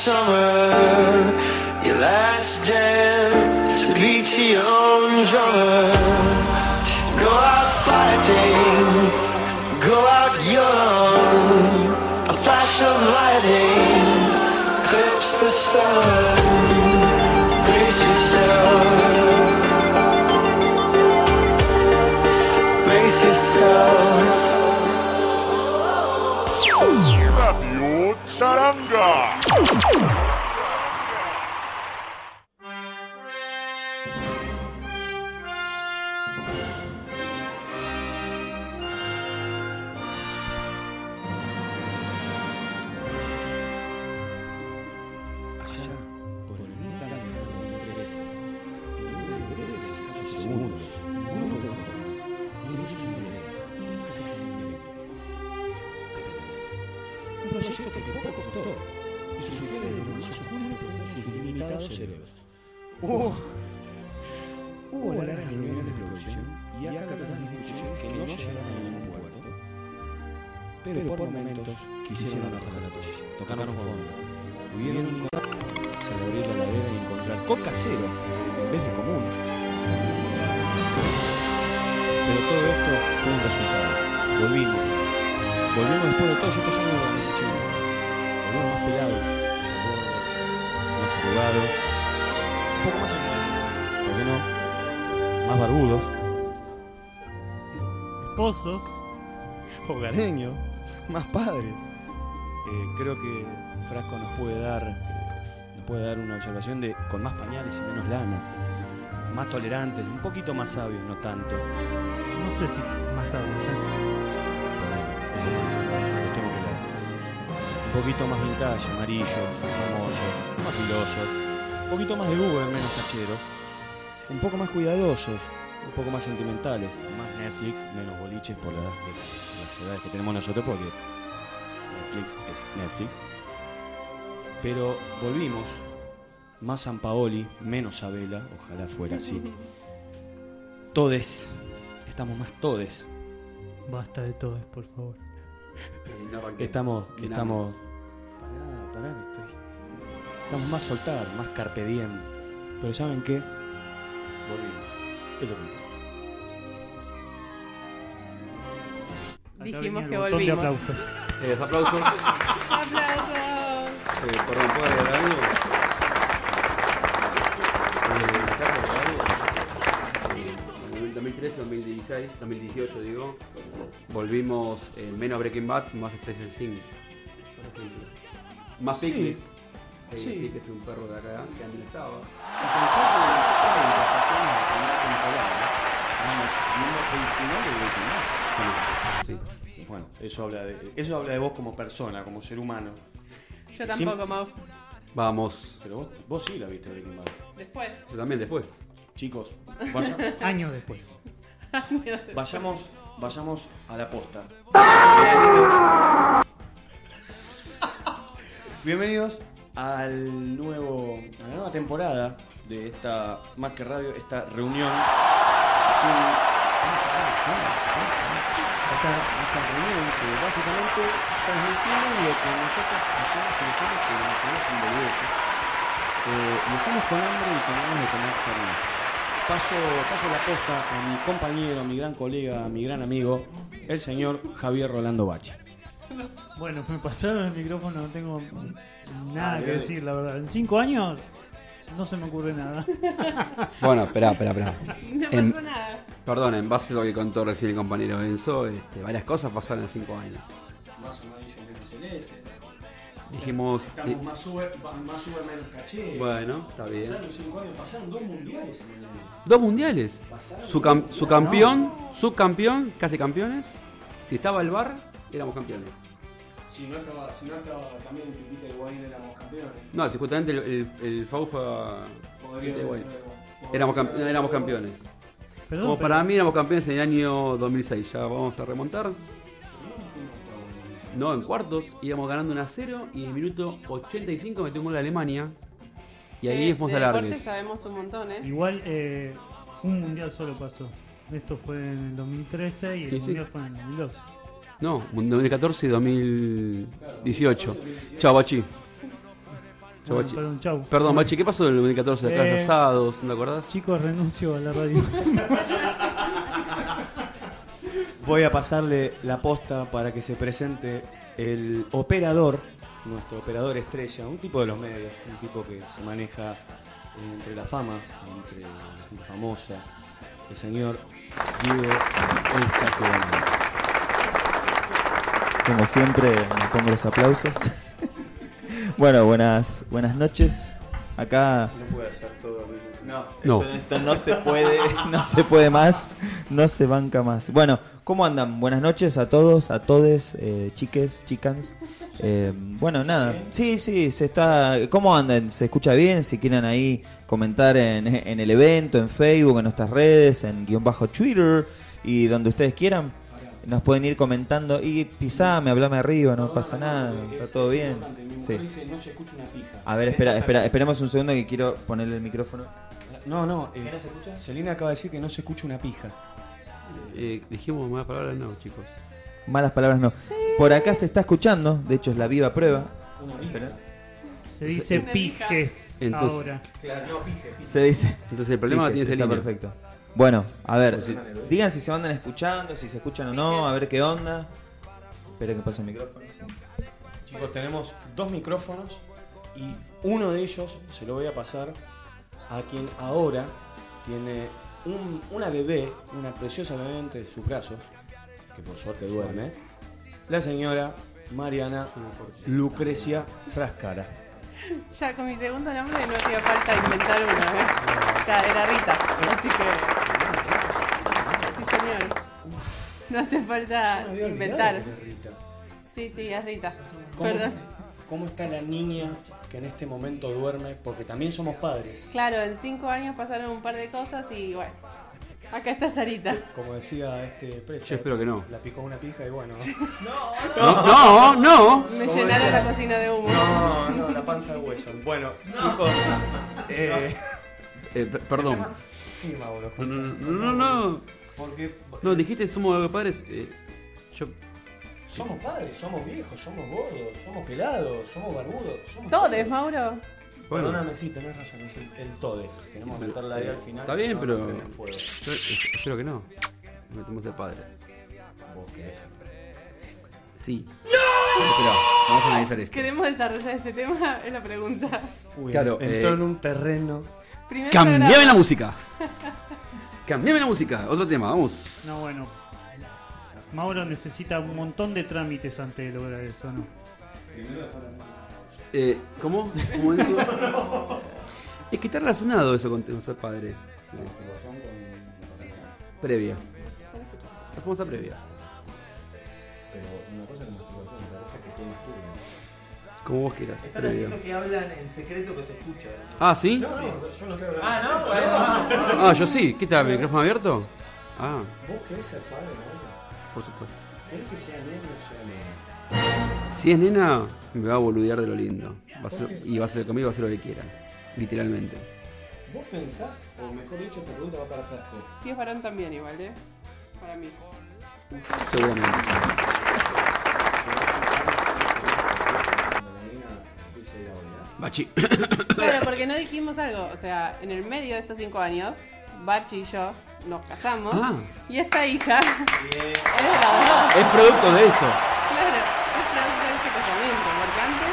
summer. Your last dance will be to your own drummer. Go out fighting, go out young. A flash of lightning clips the sun. Brace yourself. Brace yourself. Radio Charanga. Un proyecto que poco costó y surgió de lo más oscuro de sus limitados cerebros. ¡Oh! Hubo largas reuniones de producción y acaloradas discusiones que no llegaron a ningún puerto, pero por momentos quisieron arrojar la toalla, tocaron fondo, hubieron un coraje al abrir la ladera y encontrar coca cero en vez de común. Pero todo esto fue un resultado. Volvimos, Volvemos después de todos estos años de organización. Volvemos más pelados, más gordos, más arrugados, un poco más arrugados, ¿por qué no? Más barbudos, Esposos. hogareños, más padres. Eh, creo que Frasco nos puede dar, eh, nos puede dar una observación de con más pañales y menos lana, más tolerantes, un poquito más sabios, no tanto. No sé si más algo ya. Los tengo que leer. Un poquito más vintage, amarillos, famosos, más filosos. Un poquito más de Uber, menos cacheros. Un poco más cuidadosos, un poco más sentimentales. Más Netflix, menos boliches por la edad que- las edades que tenemos nosotros, porque Netflix es Netflix. Pero volvimos. Más San Paoli, menos Abela, ojalá fuera así. Todes. Estamos más todes. Basta de todo, por favor. Estamos, estamos. Pará, Ah, pará, que estoy. Estamos más soltar, más carpe diem. Pero ¿saben qué? Volvimos. Es lo que importa. Acá venía Dijimos el que botón de volvimos. aplausos. Eh, aplausos. Aplausos. Eh, perdón, ¿puedo agregar algo? Eh, ¿está por algo? Eh, En el 2013, 2016, 2018 digo, volvimos eh, menos Breaking Bad, más Stranger Things. por ejemplo. Más Sí. Picnic. Eh, Sí. Picnic es un perro de acá, que antes no estaba. Y pensar que en las conversaciones de la primera temporada, vamos viendo el final de Breaking Bad. Sí. Bueno, eso habla de. Eso habla de vos como persona, como ser humano. Yo tampoco, Mau. Vamos. Pero vos, vos sí la viste Breaking Bad. Después. Yo también después. Chicos, vaya- Años después. Ah, vayamos, vayamos a la posta. Bienvenidos al nuevo, a la nueva temporada de esta más que radio, esta reunión. sin- Esta, esta reunión que básicamente transmitimos lo que nosotros hacemos y hacemos que nos quedamos sin boludeces. Eh, y estamos con hambre y con ganas de comer carne. Paso, paso la posta a mi compañero, a mi gran colega, a mi gran amigo, el señor Javier Rolando Bachi. Bueno, me pasaron el micrófono, no tengo nada Dale, que dale. decir, la verdad. En cinco años no se me ocurre nada. Bueno, esperá, esperá, esperá. No Em- pasó nada. Perdón, en base a lo que contó recién el compañero Enzo, este, varias cosas pasaron en 5 años. Más amarillo menos celeste. Dijimos. eh, Estamos más super, más super menos caché. bueno, está bien. Pasaron cinco años, pasaron dos mundiales. en el medio. Dos mundiales. Su, cam- su campeón, subcampeón, casi campeones. Si estaba el bar, éramos campeones. Si no estaba, si no estaba también el Piquita de Guaín, éramos campeones. No, si justamente el, el, el Fau fue a- Podría Piquita de Guaín. haber- Éramos, cam- éramos campeones. Perdón, Como pero para mí éramos campeones en el año 2006. Ya vamos a remontar. No, en cuartos íbamos ganando 1 a 0 y en el minuto 85 metió un gol a Alemania. Y ahí Che, fuimos de a deporte largues. sabemos un montón, ¿eh? igual eh, un mundial solo pasó. Esto fue en el 2013 y el Sí, sí. mundial fue en el 2012. No, 2014 y 2018. Chao, Bachi. Chau, Bueno, Bachi. perdón, chau. Perdón, Bachi, ¿qué pasó en el 2014? Acá Eh. asados, ¿no te acordás? Chicos, renuncio a la radio. Voy a pasarle la posta para que se presente el operador, nuestro operador estrella, un tipo de los medios, un tipo que se maneja entre la fama, entre la gente famosa, el señor Diego Eustaquio Bonino. Como siempre, me pongo los aplausos. bueno, buenas, buenas noches. Acá No puede hacer todo. No. No. esto, esto no se puede, no se puede más, no se banca más. Bueno, ¿cómo andan? Buenas noches a todos, a todes, eh, chiques, chicans. Eh, bueno, nada. Sí, sí, se está. ¿Cómo andan? ¿Se escucha bien? Si quieren ahí comentar en, en el evento, en Facebook, en nuestras redes, en guión bajo Twitter y donde ustedes quieran. Nos pueden ir comentando y pisame, hablame arriba, no pasa nada, está todo bien. Sí. A ver, espera, espera, esperemos un segundo que quiero ponerle el micrófono. No, no, eh, Celina acaba de decir que no se escucha una pija. Eh, dijimos más palabras, no, chicos. Malas palabras no. Por acá se está escuchando, de hecho es la viva prueba. Se dice Una pija. pijes Entonces- ahora. Se dice. Entonces el problema Dije, tiene sí, ese Está línea. perfecto. Bueno, a Pues ver, si- digan si se andan escuchando, si se escuchan o no, a ver qué onda. Esperen que pase el micrófono. Chicos, tenemos dos micrófonos y uno de ellos se lo voy a pasar a quien ahora tiene un- una bebé, una preciosa bebé entre sus brazos, que por suerte duerme, la señora Mariana Lucrecia Frascara. Ya con mi segundo nombre no hacía falta inventar una, ¿eh? Ya era Rita, así que. Sí, señor. No hace falta Ah, Me había olvidado inventar. que era Rita. Sí, sí, es Rita. ¿Cómo, Perdón. ¿Cómo está la niña que en este momento duerme? Porque también somos padres. Claro, en cinco años pasaron un par de cosas y bueno. Acá está Sarita. Como decía este Presta, Yo espero que no. La picó una pija y bueno. No, no, no. Me llenaron la cocina de humo. No, no, la panza de hueso. Bueno, chicos. Eh, Eh, per- perdón. sí, Mauro. No, con- no, no, no. Porque No, dijiste somos padres. eh, yo. somos padres, somos viejos, somos gordos, somos pelados, somos barbudos. Somos Todes, Mauro. Bueno, Perdóname, sí, tenés razón, es el, el todes. Tenemos que meterla ahí al final. Está si bien, no, pero- nos prenden fuego. yo- es- espero que no. Me tomo de padre. Vos querés. Sí. ¡No! Espera, vamos a analizar esto. ¿Queremos desarrollar este tema? Es la pregunta. Uy, Claro, entró eh, en un terreno. Primer ¡Cambiame la programa. música! ¡Cambiame la música! Otro tema, vamos. No, bueno. Mauro necesita un montón de trámites antes de lograr eso, ¿no? Eh, ¿Cómo? ¿Cómo eso? Es que está relacionado eso con no ser padre. Previa. La famosa previa. Pero una cosa como que tú Como vos quieras. Previa. que hablan en secreto que se escucha. Ah, ¿sí? yo no quiero hablar. Ah, no, bueno. Ah, yo sí. ¿Qué tal? ¿Micrófono abierto? Ah, ¿Vos querés ser padre, Mauro? por supuesto. ¿Querés que sea negro o sea negro? Si es nena, me va a boludear de lo lindo. Va a ser- y va a ser conmigo, va a hacer lo que quiera. Literalmente. ¿Vos pensás, o mejor dicho, tu pregunta va para Frasco? Si es varón también igual, ¿eh? Para mí. Seguramente. Bachi. Claro, porque no dijimos algo. O sea, en el medio de estos cinco años, Bachi y yo nos casamos. Ah. Y esta hija es de la voz. Es producto de eso. Claro, es producto de este casamiento. Porque antes eh,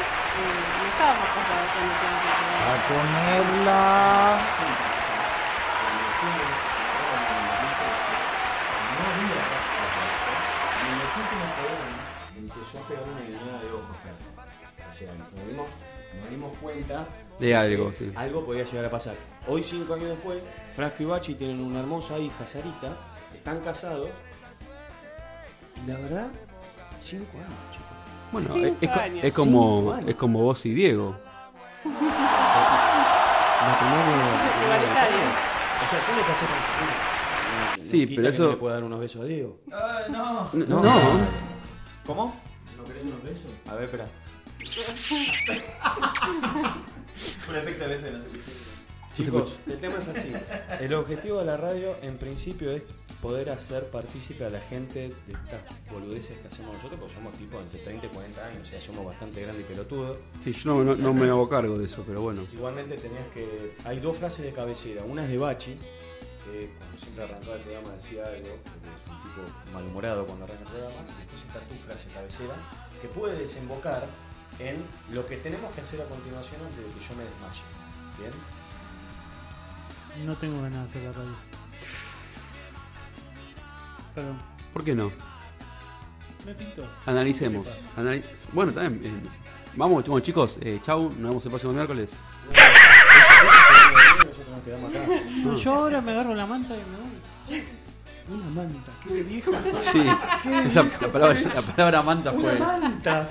no estábamos casados cuando hicimos el A programa. ponerla. En los últimos programas empezó a pegar una guiñada de ojos, Fer. O sea, nos dimos, nos dimos cuenta De algo, sí. Algo podía llegar a pasar. Hoy, cinco años después, Frasco y Bachi tienen una hermosa hija, Sarita, están casados. Y la verdad, cinco años, chicos. Bueno, Cinco es, es co- años. es como Cinco años. es como vos y Diego. Igualitario. O sea, yo me casé con Sarita. No- no Sí, quita pero que eso- no le puedo dar unos besos a Diego. N- No. No. ¿Cómo? ¿No querés unos besos? A ver, espera. Un efecto de ese, no sé qué. Chicos, el tema es así. El objetivo de la radio, en principio, es poder hacer partícipe a la gente de estas boludeces que hacemos nosotros, porque somos tipos entre 30 y 40 años, o sea, somos bastante grandes y pelotudos. Sí, yo no, no- no me hago cargo de eso, pero bueno. Igualmente tenías que... Hay dos frases de cabecera. Una es de Bachi, que como siempre arrancaba el programa decía algo, porque es un tipo malhumorado cuando arranca el programa. Y Después está tu frase de cabecera, que puede desembocar en lo que tenemos que hacer a continuación antes de que yo me desmaye. ¿Bien? No tengo ganas de hacer la radio. Perdón, ¿Por qué no? me pintó. Analicemos. Anali- bueno, también. eh, vamos, bueno, chicos, eh, chau, nos vemos el próximo miércoles. Nosotros nos quedamos acá. No, yo ahora me agarro la manta y me voy. Una manta, qué de viejo. Sí, esa, la, palabra, la palabra manta Una fue. manta.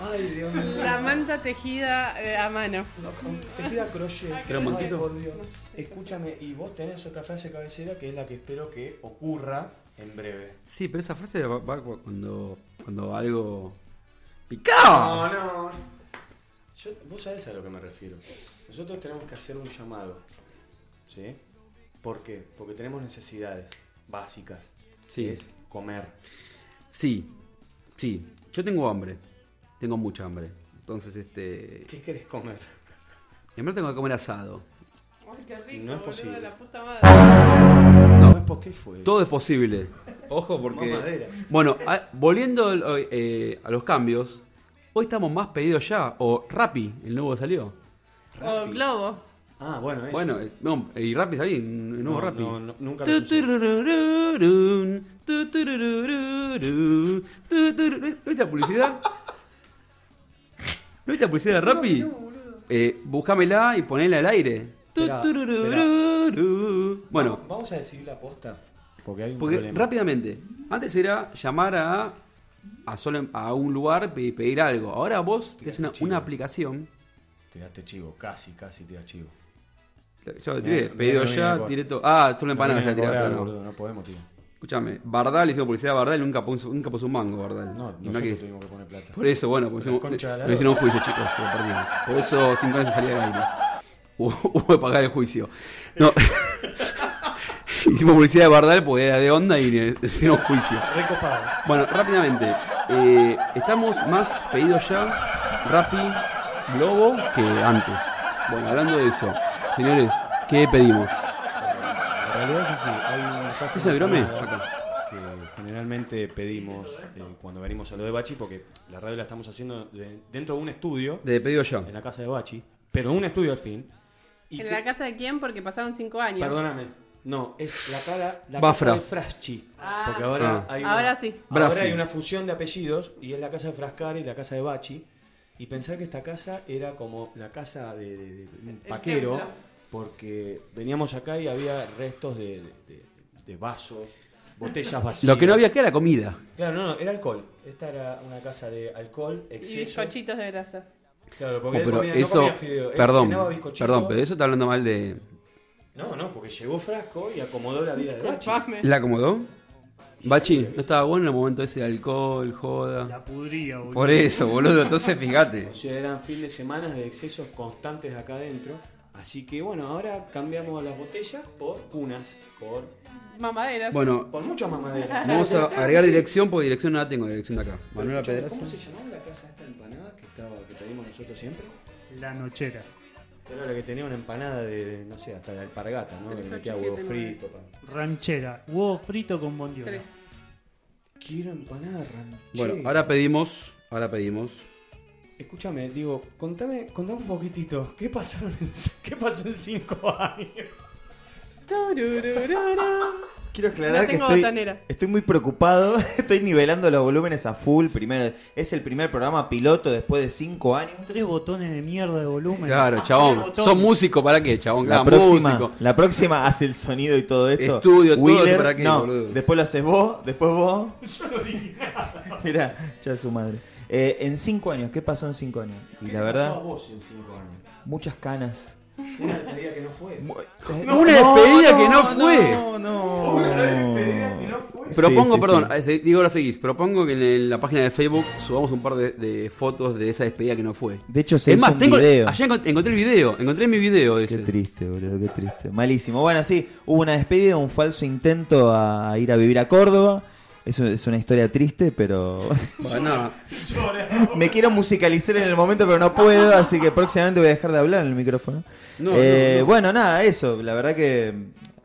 Ay, Dios mío. La manta tejida eh, a mano. No, con tejida crochet. ¿Pero Ay, Monquito? por Dios. Escúchame, y vos tenés otra frase de cabecera que es la que espero que ocurra en breve. Sí, pero esa frase va, va cu- cuando, cuando algo. ¡Picaba! no. Yo, vos sabés a lo que me refiero. Nosotros tenemos que hacer un llamado. ¿Sí? ¿Por qué? Porque tenemos necesidades básicas. Sí. que Es comer. Sí, sí. Yo tengo hambre. Tengo mucha hambre. Entonces, este. ¿Qué querés comer? Y además tengo que comer asado. Ay, qué rico, No es boludo, posible. la puta madre. No, ¿por qué fue? Todo es posible. Ojo, porque. Mamadera. Bueno, a- volviendo al- hoy, eh, a los cambios, hoy estamos más pedidos ya. O Rappi, el nuevo que salió. O Rápido. globo. Ah, bueno, eso. Bueno, eh, no, y Rappi salió, el nuevo No, Rappi. no, no, nunca lo usé. Tutururururun, tutururururun, tutururu- ¿No viste la publicidad? ¿No viste la publicidad de Rappi? Eh, buscámela y ponela al aire. Esperá, Tutururururun. Bueno, Ah, Vamos- vamos a decidir la posta. Porque hay un porque problema. rápidamente, antes era llamar a, a, solo- a un lugar y pedir algo. Ahora vos tenés una, Chivo. una aplicación. Tiraste chivo, casi, casi tira chivo. Yo lo tiré, No, no, pedido no viene ya, mejor. tiré todo. Ah, solo empanadas No ya vienen a tiré. cobrar, claro. boludo, no podemos tirar. Escúchame, Bardal hizo publicidad a Bardal y nunca puso, nunca puso un mango, Bardal. No, Y mirá nosotros que- tuvimos que poner plata. Por eso, bueno, pues, La hicimos- concha de la lo hicieron un juicio, chicos, pero Pues, perdimos. Por eso cinco años de salida al aire. Hubo hubo que pagar el juicio. No. Hicimos publicidad de Bardal porque era de onda y le hicieron juicio. Recopado. Bueno, rápidamente. eh, estamos más pedidos ya, Rappi, Globo, que antes. Bueno, hablando de eso, señores, ¿qué pedimos? En realidad es así. Hay un caso ¿Ese de virome? empanada que generalmente pedimos eh, cuando venimos a lo de Bachi, porque la radio la estamos haciendo de- dentro de un estudio, De pedido ya. en la casa de Bachi, pero un estudio al fin. Y ¿En que- la casa de quién? Porque pasaron cinco años. Perdóname. No, es la cara la Bafra. casa de Fraschi. Ah. Porque ahora Ah. hay una, Ahora sí. Brafi. ahora hay una fusión de apellidos y es la casa de Frascari y la casa de Bachi. Y pensar que esta casa era como la casa de, de- de un paquero, templo. porque veníamos acá y había restos de, de- de vasos, botellas vacías. Lo que no había que era comida. Claro, no, no, era alcohol. Esta era una casa de alcohol, Y exceso. bizcochitos de grasa. Claro, porque Oh, él pero comía- no eso, comía fideo, él perdón, cenaba bizcochito. perdón, pero eso está hablando mal de. No, no, porque llegó Frasco y acomodó la vida de Bachi. Disculpame. ¿La acomodó? Bachi, no estaba bueno en el momento ese de alcohol, joda. La pudría, boludo. Por eso, boludo, entonces fíjate. O sea, eran fin de semana de excesos constantes acá adentro. Así que bueno, ahora cambiamos las botellas por cunas, por, Mamaderas. Bueno, por mucha mamadera. vamos a agregar dirección porque dirección no la tengo, dirección de acá. Pero Manuela escuchame, Pedraza. ¿Cómo se llamaba la casa esta empanada que, estaba, que pedimos nosotros siempre? La nochera. Era la que tenía una empanada de, de, no sé, hasta de alpargata, ¿no? Que Tres, le metía ocho, huevo siete, nueve. frito. pan. Ranchera. Huevo frito con bondiola. Tres. Quiero empanada ranchera. Bueno, ahora pedimos, ahora pedimos. Escúchame, digo, contame, contame un poquitito. ¿Qué, pasaron en- ¿Qué pasó en cinco años? Tururururu. Quiero aclarar No que tengo estoy, botanera. estoy muy preocupado. Estoy nivelando los volúmenes a full. Primero, es el primer programa piloto después de cinco años. Tres botones de mierda de volumen. Claro, Tres chabón, botones. sos músico, ¿para qué, chabón? La Claro, próxima, músico. la próxima hace el sonido y todo esto. Estudio, todo, ¿para qué, no, boludo? después lo haces vos, después vos. Mirá, ya su madre. Eh, en cinco años, ¿qué pasó en cinco años? Y la verdad, vos en cinco años? muchas canas. Una despedida que no fue. Eh, Mu- una despedida que no fue. No, no. Una despedida que no fue. Propongo, sí, perdón, sí. eh, digo ahora seguís, propongo que en el- la página de Facebook subamos un par de, de fotos de esa despedida que no fue. De hecho, se es hizo más, un tengo, video. ayer encont- encontré el video, encontré mi video Qué ese. triste, boludo, qué triste. Malísimo. Bueno, sí, hubo una despedida, un falso intento a a ir a vivir a Córdoba. Es, es una historia triste, pero. Bueno, nada. Me quiero musicalizar en el momento, pero no puedo, así que próximamente voy a dejar de hablar en el micrófono. No, Eh, no, no. Bueno, nada, eso. La verdad que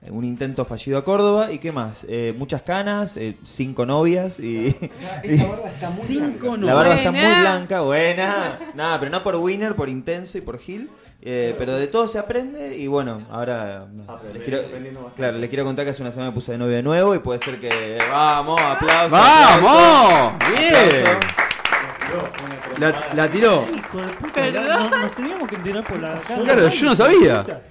mm, un intento fallido a Córdoba. ¿Y qué más? Eh, muchas canas, eh, cinco novias y... Esa barba está muy Cinco la barba no. está muy Buena. blanca, buena. Nada, pero no por Winner, por Intenso y por Gil. Eh, pero de todo se aprende y bueno, ahora eh, les quiero, claro, les quiero contar que hace una semana me puse de novio de nuevo y puede ser que... ¡Vamos! ¡Aplausos! ¡Vamos! aplausos, ¡Bien! aplausos! La, la tiró. Hijo de puta, Perdón. la- no- nos teníamos que enterar por la cara. Claro, yo no sabía.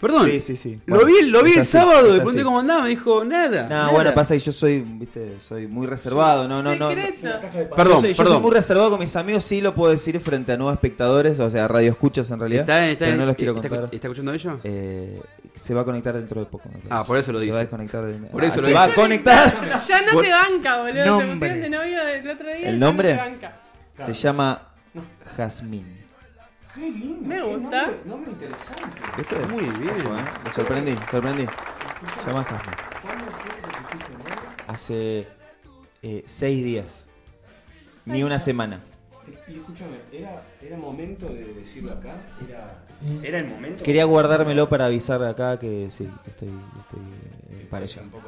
Perdón. Sí, sí, sí. Lo Bueno, vi, lo vi es el así, sábado, es de pregunté así. cómo andaba, me dijo nada. No, nada. bueno, pasa que yo soy, viste, soy muy reservado, no, no, no. Secreto. Yo Perdón, soy, yo soy perdón. muy reservado con mis amigos, sí lo puedo decir frente a nuevos espectadores, o sea, radio escuchas en realidad. ¿Está, está- pero no los quiero está- contar. está escuchando ello? Eh, se va a conectar dentro de poco. me parece. Ah, por eso lo Se dice. va a desconectar de- Por Ah, eso lo se dice. va a conectar. Ya no Por- te banca, boludo. Nombre. Te pusieron de novio del otro día. ¿El ya no nombre? te banca. Se llama Jazmín. Qué lindo. Me qué gusta. Nombre, nombre interesante. ¿Viste? Muy bien. Ojo, eh, Me sorprendí, sorprendí. Se llama Jazmín. Hace eh, seis días. Ni una semana. Y escúchame, ¿era, ¿era momento de decirlo acá? ¿Era, era el momento? Quería guardármelo para avisar acá que sí, que estoy, estoy eh, en pareja. ¿Por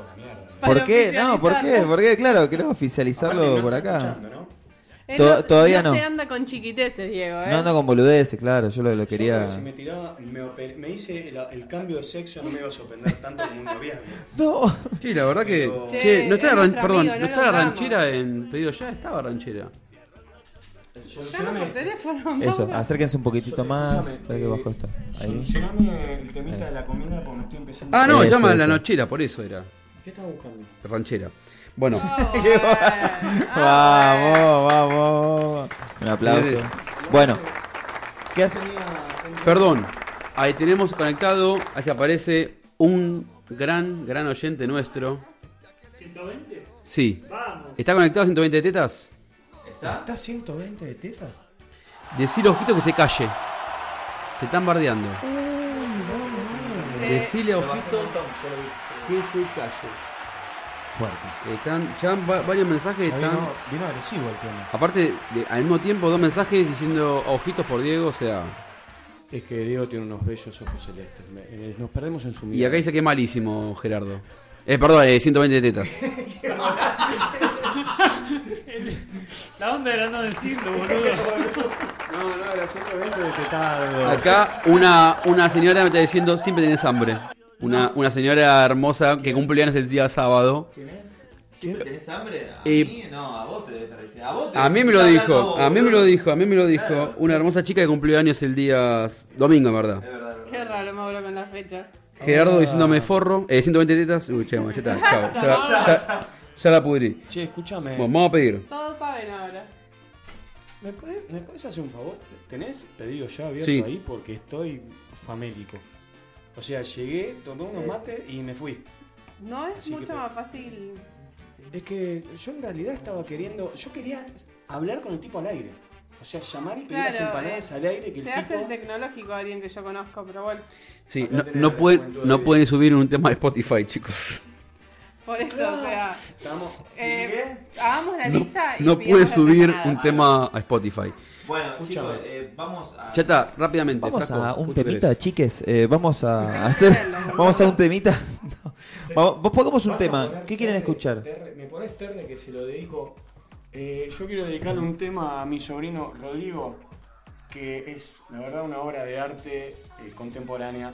Para qué? No, ¿por qué? oficializarlo. ¿Por qué? Claro, quiero Aparte, oficializarlo no por está acá. escuchando, ¿no? Él To- todavía no. se anda con chiquiteces, Diego, ¿eh? No ando con boludeces, claro, yo lo, lo quería. Yo creo que si me tiraba, me, oper- me hice el, el cambio de sexo, no me iba a sorprender tanto como un noviazgo. No. Sí, la verdad que. Pero- Che, Che, no está es la ran- nuestro perdón, amigo, no no está lo la amo. ranchera en pedido ya, estaba ranchera. Llama por Solucioname, teléfono. Eso, acérquense un poquitito más. Escúchame, Espera que eh, bajo esto. Ahí. solucioname el temita de la comida porque me estoy empezando Ah, no, Eso, llama a la eso. nochera, por eso era. ¿Qué estás buscando? Ranchera. Bueno, Qué Vamos, vamos. Un aplauso. Señores. Bueno, ¿qué hace? perdón. Ahí tenemos conectado, ahí aparece un gran, gran oyente nuestro. ¿120? Sí. Vamos. ¿Está conectado a 120 tetas? ¿Estás 120 de tetas? Decir ojito que se calle. Te están bardeando. Decile a ojito que se calle. Están, ya han va- varios mensajes están. Vino, vino agresivo el tema. Aparte, de- al mismo tiempo, dos mensajes diciendo ojitos por Diego, o sea. Es que Diego tiene unos bellos ojos celestes. me- eh, Nos perdemos en su mirada. Y acá dice que es malísimo, Gerardo. Eh, perdón, eh, 120 tetas. La onda era no decirlo, boludo. No, no, era 120 de tetardo. Acá una, una señora me está diciendo siempre tenés hambre. Una, una señora hermosa que cumple años el día sábado. ¿Tenés hambre? ¿A Y- mí? No, a vos te debe estar diciendo. A vos te A mí me lo dijo, a mí me lo dijo, a mí me lo dijo. Una hermosa chica que cumplió años el día s- domingo, en verdad. Qué raro, Mauro, con las fechas. Ah. Gerardo diciéndome forro, eh, 120 tetas. Uy, che, bueno, ya está, chao. Ya, ya- ya la pudrí. Che, escúchame. Bueno, vamos a pedir. Todos saben ahora. ¿Me podés, me podés hacer un favor? ¿Tenés pedido ya abierto Sí. ahí? Porque estoy famélico. O sea, llegué, tomé unos mates y me fui. No es Así que mucho pe- más fácil. Es que yo en realidad estaba queriendo. Yo quería hablar con el tipo al aire. O sea, llamar y pedir las Claro, eh, empanadas al aire que el Se hace el tipo. tecnológico a alguien que yo conozco, pero bueno, Sí, Acá no, tenés no, la pueden, juventud de no hoy. pueden subir un tema de Spotify, chicos. por eso, o sea. Estamos. eh, hagamos la lista y. No pidamos pueden las subir empanadas. un tema a Spotify. Bueno, Escúchame. chicos, eh, vamos a. Ya está, rápidamente. Vamos Flaco, a un ¿vos qué temita, querés? chiques. eh, vamos a hacer. Vamos a un temita. No. Vamos, vos pongamos un Vas a tema. poner ¿Qué quieren Terre, escuchar? Terre, ¿Me pones Terre que se lo dedico? Eh, yo quiero dedicarle un tema a mi sobrino Rodrigo, que es la verdad una obra de arte eh, contemporánea,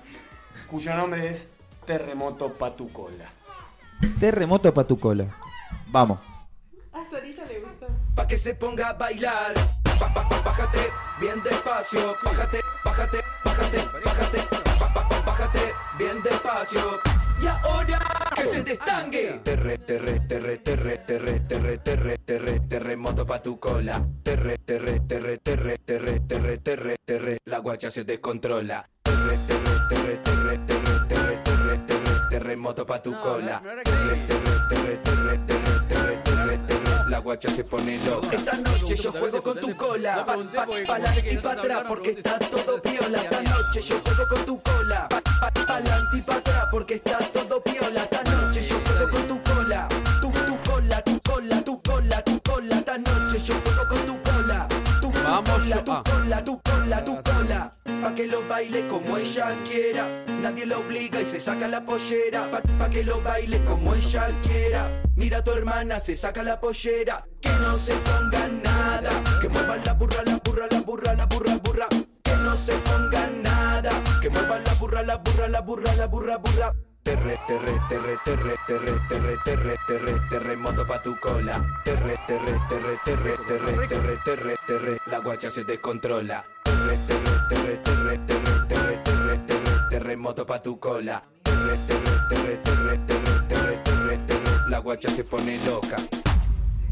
cuyo nombre es Terremoto Patucola. Terremoto para tu cola. Vamos. A Sorita le gusta. pa' que se ponga a bailar. Pa- pa- pa- bájate bien despacio, bájate, bájate, bájate, bájate, pa- pa- pa- bájate bien despacio. Y ahora que se destangue. Ah, Terre, terre, terre, terre, terre, terre, terre, terre, terremoto pa' tu cola. Terre, terre, terre, terre, terre, terre, terre, terre, la guacha se descontrola. Terre, terre, terre, terre, terre, terre, terre, terre, terremoto pa' tu No, cola. no, no era que- Terre, terre, terre, terre, terre, terre, terre, terre. La guacha se pone loca. Esta noche yo juego con tu cola. Pa- pa- Pa'lante y pa' atrás porque está todo piola. Esta noche yo juego con tu cola. Pa- pa- Pa'lante y pa' atrás porque está todo piola. Esta noche yo juego con tu cola. Tu, tu cola, tu cola, tu cola, tu cola. Esta noche yo juego con tu cola. Tu, tu Vamos, cola, yo- tu ah. cola, tu cola, tu cola. Pa' que lo baile como ella quiera. Nadie la obliga y se saca la pollera. Pa, pa' que lo baile como ella quiera. Mira a tu hermana, se saca la pollera. Que no se ponga nada. Que mueva la burra, la burra, la burra, la burra, burra. Que no se ponga nada. Que mueva la burra, la burra, la burra, la burra, burra. Terre, terre, terre, terre, terre, terre, terre, terre, terremoto pa' tu cola. Terre, terre, terre, terre, terre, terre, terre, terre, la guacha se descontrola. Terre, terre, terre, terre, terre, terre, terre, terre, terremoto pa' tu cola. Terre, terre, terre, terre, terre, terre, terre, terre, la guacha se pone loca.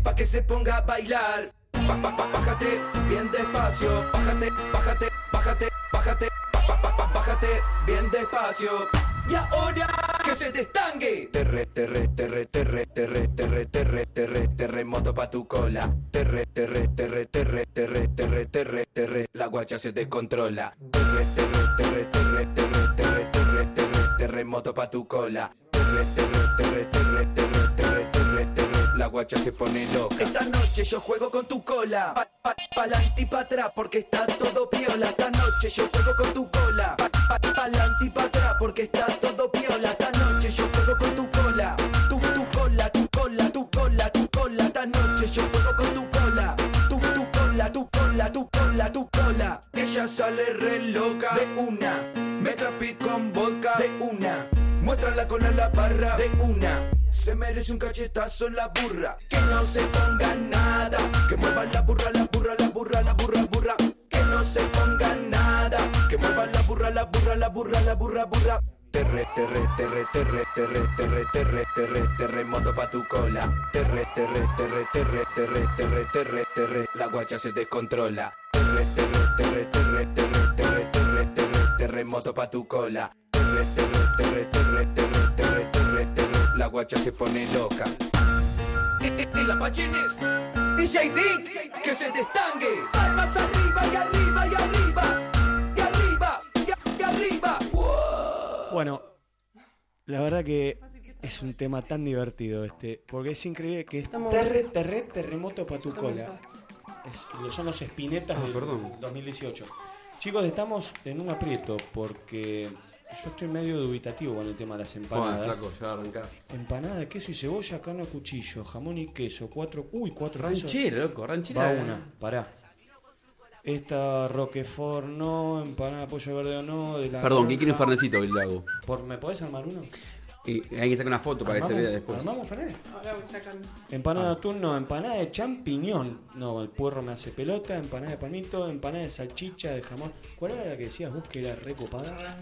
Pa' que se ponga a bailar. Pa, pa, pa, bájate, bien despacio. Bájate, bájate, bájate, bájate, pa, pa, pa, pa, bájate, bien despacio. Y ahora que se destangue. Terre, terre, terre, terre, terre, terre, terre, terre, terremoto pa' tu cola. Terre, terre, terre, terre, terre, terre, terre, terre, la guacha se descontrola. Terre, terre, terre, terre, terre, terre, terre, terre, terremoto pa' tu cola. Terre, terre, terre, terre, terre, terre, terre, terre, la guacha se pone loca. Esta noche yo juego con tu cola. Pa, pa, pa'lante y pa' atrás porque está todo piola. Esta noche yo juego con tu cola. Pa, pa, pa'lante y pa' atrás porque está todo piola. Esta noche yo juego con tu cola. Tu, tu cola, tu cola, tu cola, tu cola. Esta noche yo juego con tu cola. Tu, tu cola, tu cola, tu cola, tu cola. Ella sale re loca de una. Me trapit con vodka de una. Muéstrala con la barra de una. Se merece un cachetazo en la burra. Que no se ponga nada. Que mueva la burra, la burra, la burra, la burra, burra. Que no se ponga nada. Que mueva la burra, la burra, la burra, la burra, burra. Terre, terre, terre, terre, terre, terre, terre, terre, terremoto pa' tu cola. Terre, terre, terre, terre, terre, terre, terre, terre, la guacha se descontrola. Terre, terre, terre, terre, terre, terre, terre, terre, terremoto pa' tu cola. Terre, terre, terre, terre, terre, terre, terre, terre, la guacha se pone loca. Y la pachines, DJ Dick, que se destangue. Palmas arriba y arriba y arriba. Y arriba, y, y arriba. Wow. Bueno, la verdad que es un tema tan divertido este, porque es increíble que es Estamos- terre, terre, terremoto pa' tu Estamos- cola. Es- son los espinetas Ah, del perdón. 2018. Chicos, estamos en un aprieto porque yo estoy medio dubitativo con el tema de las Bueno, empanadas. flaco, ya arrancás. Empanada de queso y cebolla, carne a cuchillo, jamón y queso, cuatro... Uy, cuatro quesos. Ranchero, loco, ranchero. Va una, pará. Esta Roquefort no, empanada de pollo verde o no, de la Perdón, que quiere un granja. fernecito el lago. Por, ¿Me podés armar uno? Y hay que sacar una foto para que se ¿Armamos? vea después. ¿Armamos, Fernet? Ahora voy sacando. Empanada Ah. de atún, no, empanada de champiñón. No, el puerro me hace pelota, empanada de palmito, empanada de salchicha, de jamón. ¿Cuál era la que decías vos que era recopada? La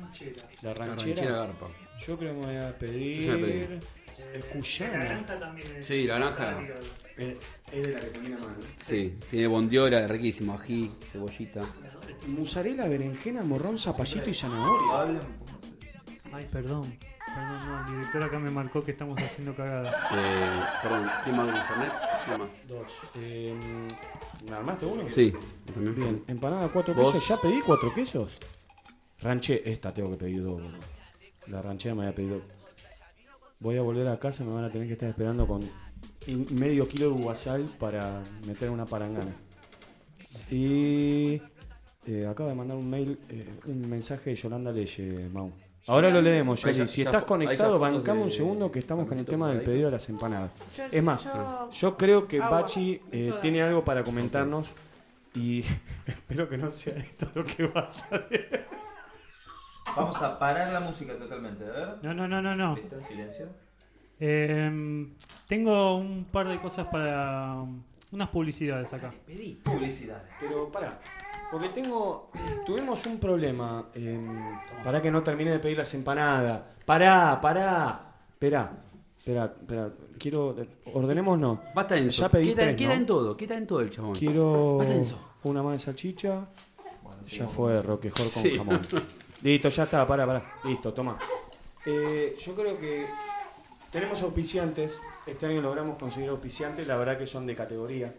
La ranchera. ranchera garpa. Yo creo que me voy a Yo ya pedí. pedir. Escuyana. Naranja también es- Sí, la naranja. Eh. Es de la que termina más. ¿no? Sí, tiene bondiola, riquísimo, ají, cebollita. Mozzarella, berenjena, morrón, zapallito y zanahoria. Ay, perdón. Perdón, no, el director acá me marcó que estamos haciendo cagada. Eh, perdón, ¿quién más un fernet? ¿Quién más? Dos. Eh, ¿Me armaste uno? Sí, yo también. Bien, empanada de cuatro Vos. quesos. ¿Ya pedí cuatro quesos? Ranche, esta tengo que pedir dos. boludo. La ranchera me había pedido. Voy a volver a casa, me van a tener que estar esperando con y- medio kilo de guasal para meter una parangana. Y eh, acaba de mandar un mail, eh, un mensaje de Yolanda Leye, Mau. Ahora lo leemos, Ahí ya- Yoli. Si ya estás fo- ahí conectado, ya fotos bancame un de- segundo que estamos con el Carlitos tema del Moraito. pedido de las empanadas. Yo- Es más, yo- yo creo que Agua, Bachi eh, soda. tiene algo para comentarnos y espero que no sea esto lo que va a salir. Vamos a parar la música totalmente, a ver. No, no, no, no, no. ¿Listo? Silencio. Eh, tengo un par de cosas para um, unas publicidades acá. Publicidad. Pero pará, porque tengo. Tuvimos un problema. eh, pará que no termine de pedir las empanadas. Pará, pará. Esperá, esperá, esperá. Quiero. Ordenemos no. Basta denso. Ya pedí queda, tres, queda ¿no? en todo, queda en todo el chabón. Quiero Basta denso. una más de salchicha. ya fue, roquejor con Sí. jamón. Listo, ya está, pará, pará. Listo, toma. Eh, yo creo que tenemos auspiciantes. Este año logramos conseguir auspiciantes. La verdad que son de categoría.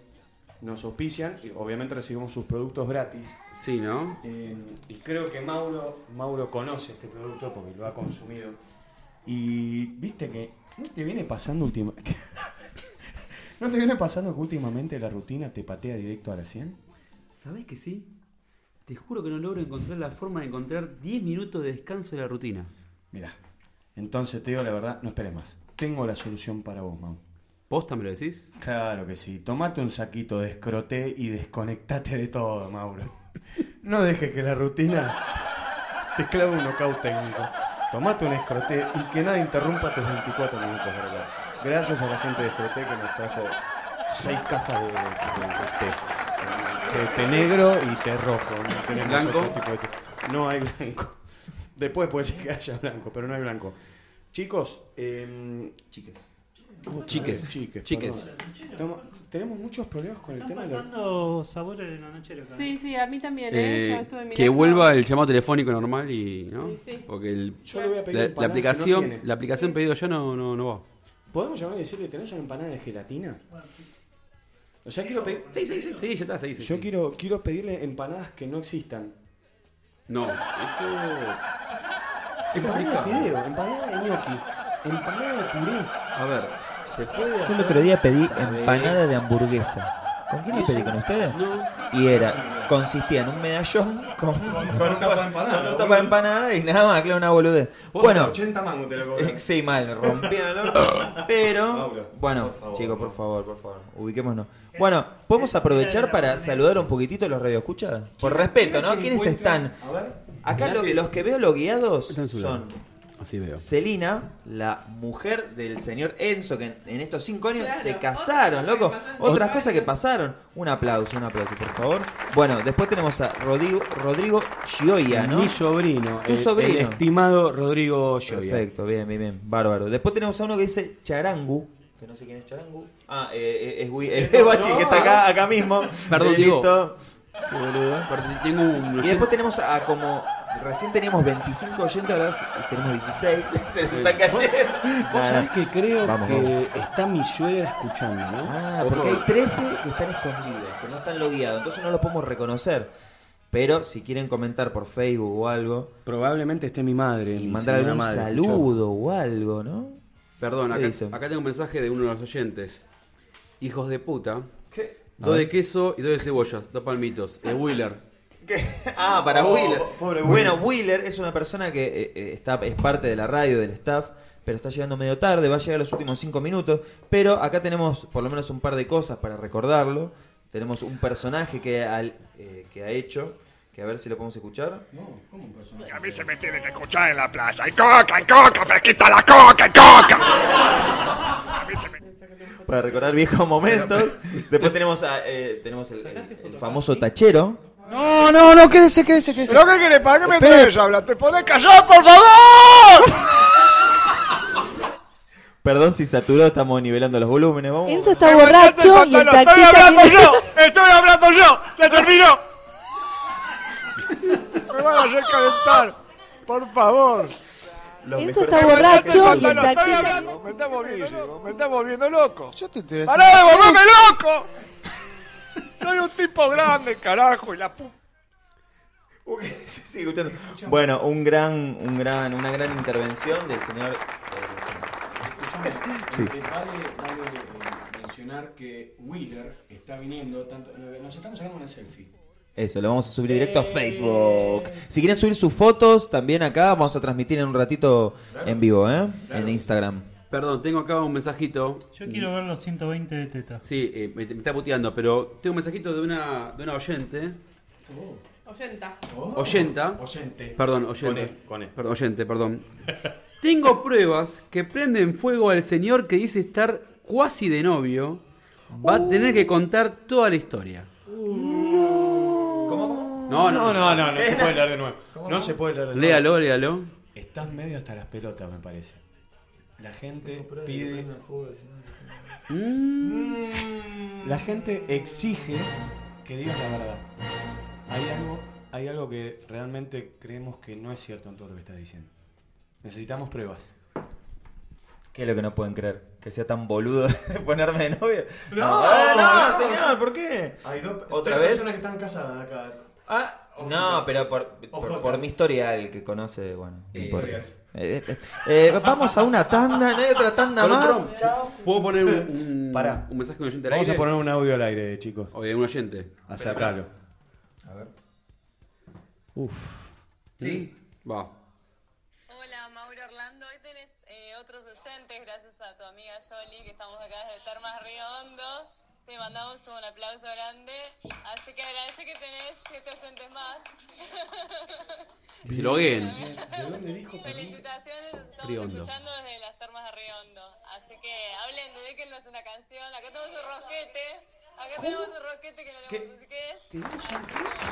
Nos auspician y obviamente recibimos sus productos gratis. Sí, ¿no? Eh, y creo que Mauro, Mauro conoce este producto porque lo ha consumido. Y viste que no te viene pasando últimamente. ¿No te viene pasando que últimamente la rutina te patea directo a la 100? ¿Sabés que sí? Te juro que no logro encontrar la forma de encontrar 10 minutos de descanso de la rutina. Mirá, entonces te digo la verdad, no esperes más. Tengo la solución para vos, Mau. ¿Posta me lo decís? Claro que sí. Tomate un saquito de escroté y desconectate de todo, Mauro. No dejes que la rutina te clave un knockout técnico. Tomate un escroté y que nada interrumpa tus 24 minutos de relax. Gracias a la gente de escroté que nos trajo seis cajas de, de- de- de té. De té negro y té rojo. No tenemos ¿Blanco? otro tipo de té. No hay blanco. Después puede ser que haya blanco, pero no hay blanco. Chicos, em, Chiques. Chiques. Chiques. Chiques. perdón. Toma- tenemos muchos problemas con el Están tema de la... faltando sabores de la noche. Sí, sí, a mí también, ¿eh? Yo estuve mirando. que vuelva el llamado telefónico normal y. ¿no? Sí, sí. Porque el- Yo le voy a pedir la, un la panal que no aplicación tiene. la aplicación pedido yo no, no, no va. ¿Podemos llamar y decirle, ¿tenés una empanada de gelatina? O sea, quiero pedir... Sí, sí, sí, sí, ya está, sí, sí, Yo sí. quiero, quiero pedirle empanadas que no existan. No, eso. Es Empanada de complicado. fideo, empanada de ñoqui, empanada de puré. A ver, ¿se puede Yo hacer? el otro día pedí Sabe. empanada de hamburguesa. ¿Con quién lo pedí? ¿Con ustedes? No. Y era, consistía en un medallón con, con un tapa de empanada. Con un tapa de empanada y nada más, claro, una boludez. Bueno, 80 mangos te lo eh, sí, mal, rompieron el horno. Pero, bueno, chicos, por favor, por favor, ubiquémonos. Bueno, ¿podemos Eh, aprovechar para saludar un poquitito a los radioescuchas? Por respeto, ¿no? ¿Quiénes están? A ver, Acá lo- los que veo logueados Están son sudados. Así veo. Celina, la mujer del señor Enzo, que en, en estos cinco años Claro, se otras casaron, cosas que loco. pasaron en cinco Otras cosas que años. pasaron. Un aplauso, un aplauso, por favor. Bueno, después tenemos a Rodrigo, Rodrigo Gioia, ¿no? mi sobrino, eh, Tu el- sobrino. el estimado Rodrigo Llovia. Perfecto, bien, bien, bien. Bárbaro. Después tenemos a uno que dice Charangu. Que no sé quién es Charangu. Ah, eh, eh, es, Gui- eh, es Bachi, que está acá, acá mismo. Perdón, Eh, Diego. listo. Qué boludo. Aparte, Tengo un. Y después tenemos a como. Recién teníamos 25 oyentes, ahora tenemos 16. Se nos están cayendo. Vos Nada. sabés que creo Vamos, que vamos. está mi suegra escuchando, ¿no? Ah, Ojo. porque hay 13 que están escondidos, que no están logueados, entonces no los podemos reconocer. Pero si quieren comentar por Facebook o algo, Probablemente esté mi madre. y mi mandar señora algún madre, saludo o algo, ¿no? Perdón, ¿Qué acá, dicen? acá tengo un mensaje de uno de los oyentes. Hijos de puta. ¿Qué? Dos de queso y dos de cebollas, dos palmitos. Es Wheeler. Ah, para Oh, Wheeler. pobre Bueno, Wheeler es una persona que eh, eh, está, es parte de la radio, del staff, pero está llegando medio tarde, va a llegar los últimos cinco minutos. Pero acá tenemos por lo menos un par de cosas para recordarlo. Tenemos un personaje que, al- eh, que ha hecho, que a ver si lo podemos escuchar. A mí se me tiene que escuchar en la playa. ¡Hay coca, hay coca! ¡Fresquita la coca, hay coca! A mí se me... Para recordar viejos momentos. Después tenemos, a, eh, tenemos el, el- el famoso tachero. No, no, no, quédese, quédese, quédese. ¿Pero qué querés? ¿Para qué me Espera. atreves a hablar? ¡Te podés callar, por favor! Perdón si saturó, estamos nivelando los volúmenes. Vamos. Enzo está Me manchaste borracho y el pantalón. ¡Estoy taxista hablando tiene- yo! ¡Estoy hablando yo! ¡Ya terminó! ¡Me van a hacer calentar! ¡Por favor! Los Enzo mejores- está borracho y el Pantalón, estoy taxista hablando- ¡Me está volviendo, me está volviendo loco! Yo te estoy haciendo. ¡Pará de volverme loco! Soy un tipo grande, carajo, y la puta. Ok, sí, sí, escuchando. Bueno, un gran, un gran, una gran intervención del señor. Sí. Eh, Vale, vale, eh, mencionar que Wheeler está viniendo. Tanto, nos estamos sacando una selfie. Eso, lo vamos a subir directo a Facebook. Si quieren subir sus fotos, también acá vamos a transmitir en un ratito en vivo, ¿eh? En Instagram. Perdón, tengo acá un mensajito. Yo quiero ver los 120 de tetas. Sí, eh, me, me está puteando, pero tengo un mensajito de una, de una oyente. Oh. Oyenta. Oh. Oyenta. Oyente. Perdón, oyente. Con E, con E. Perdón, oyente, perdón. tengo pruebas que prenden fuego al señor que dice estar cuasi de novio. Va a tener que contar toda la historia. No, no, no. no, no, no se puede leer de nuevo. No se puede leer de nuevo. Léalo, léalo. Estás medio hasta las pelotas, me parece. La gente pide. Mm. La gente exige que digas la verdad. Hay algo, hay algo que realmente creemos que no es cierto en todo lo que estás diciendo. Necesitamos pruebas. ¿Qué es lo que no pueden creer? Que sea tan boludo de ponerme de novio. No, ah, no, no. señor, ¿por qué? Hay dos ¿Otra tres vez? personas que están casadas acá. Ah, Ojito. no, pero por, por, Ojota. por mi historial que conoce, bueno, no Eh, importa. historial. Eh, eh, eh, vamos a una tanda, no hay otra tanda Donald más. Trump. ¿Puedo poner un, un, Pará. un mensaje de un oyente al Vamos a aire? poner un audio al aire, chicos. O de un oyente. Acercalo. Sí. Va. Hola Mauro Orlando, hoy tenés eh, otros oyentes gracias a tu amiga Yoli que estamos acá desde Termas Río Hondo. Te mandamos un aplauso grande, así que agradece que tenés siete oyentes más. Que se logueen. ¿De dónde dijo Felicitaciones, os estamos Río Hondo. escuchando desde las Termas de Río Hondo. Así que hablen, dedíquenos una canción, acá tenemos un rosquete, acá tenemos un rosquete que no le vamos a decir qué es.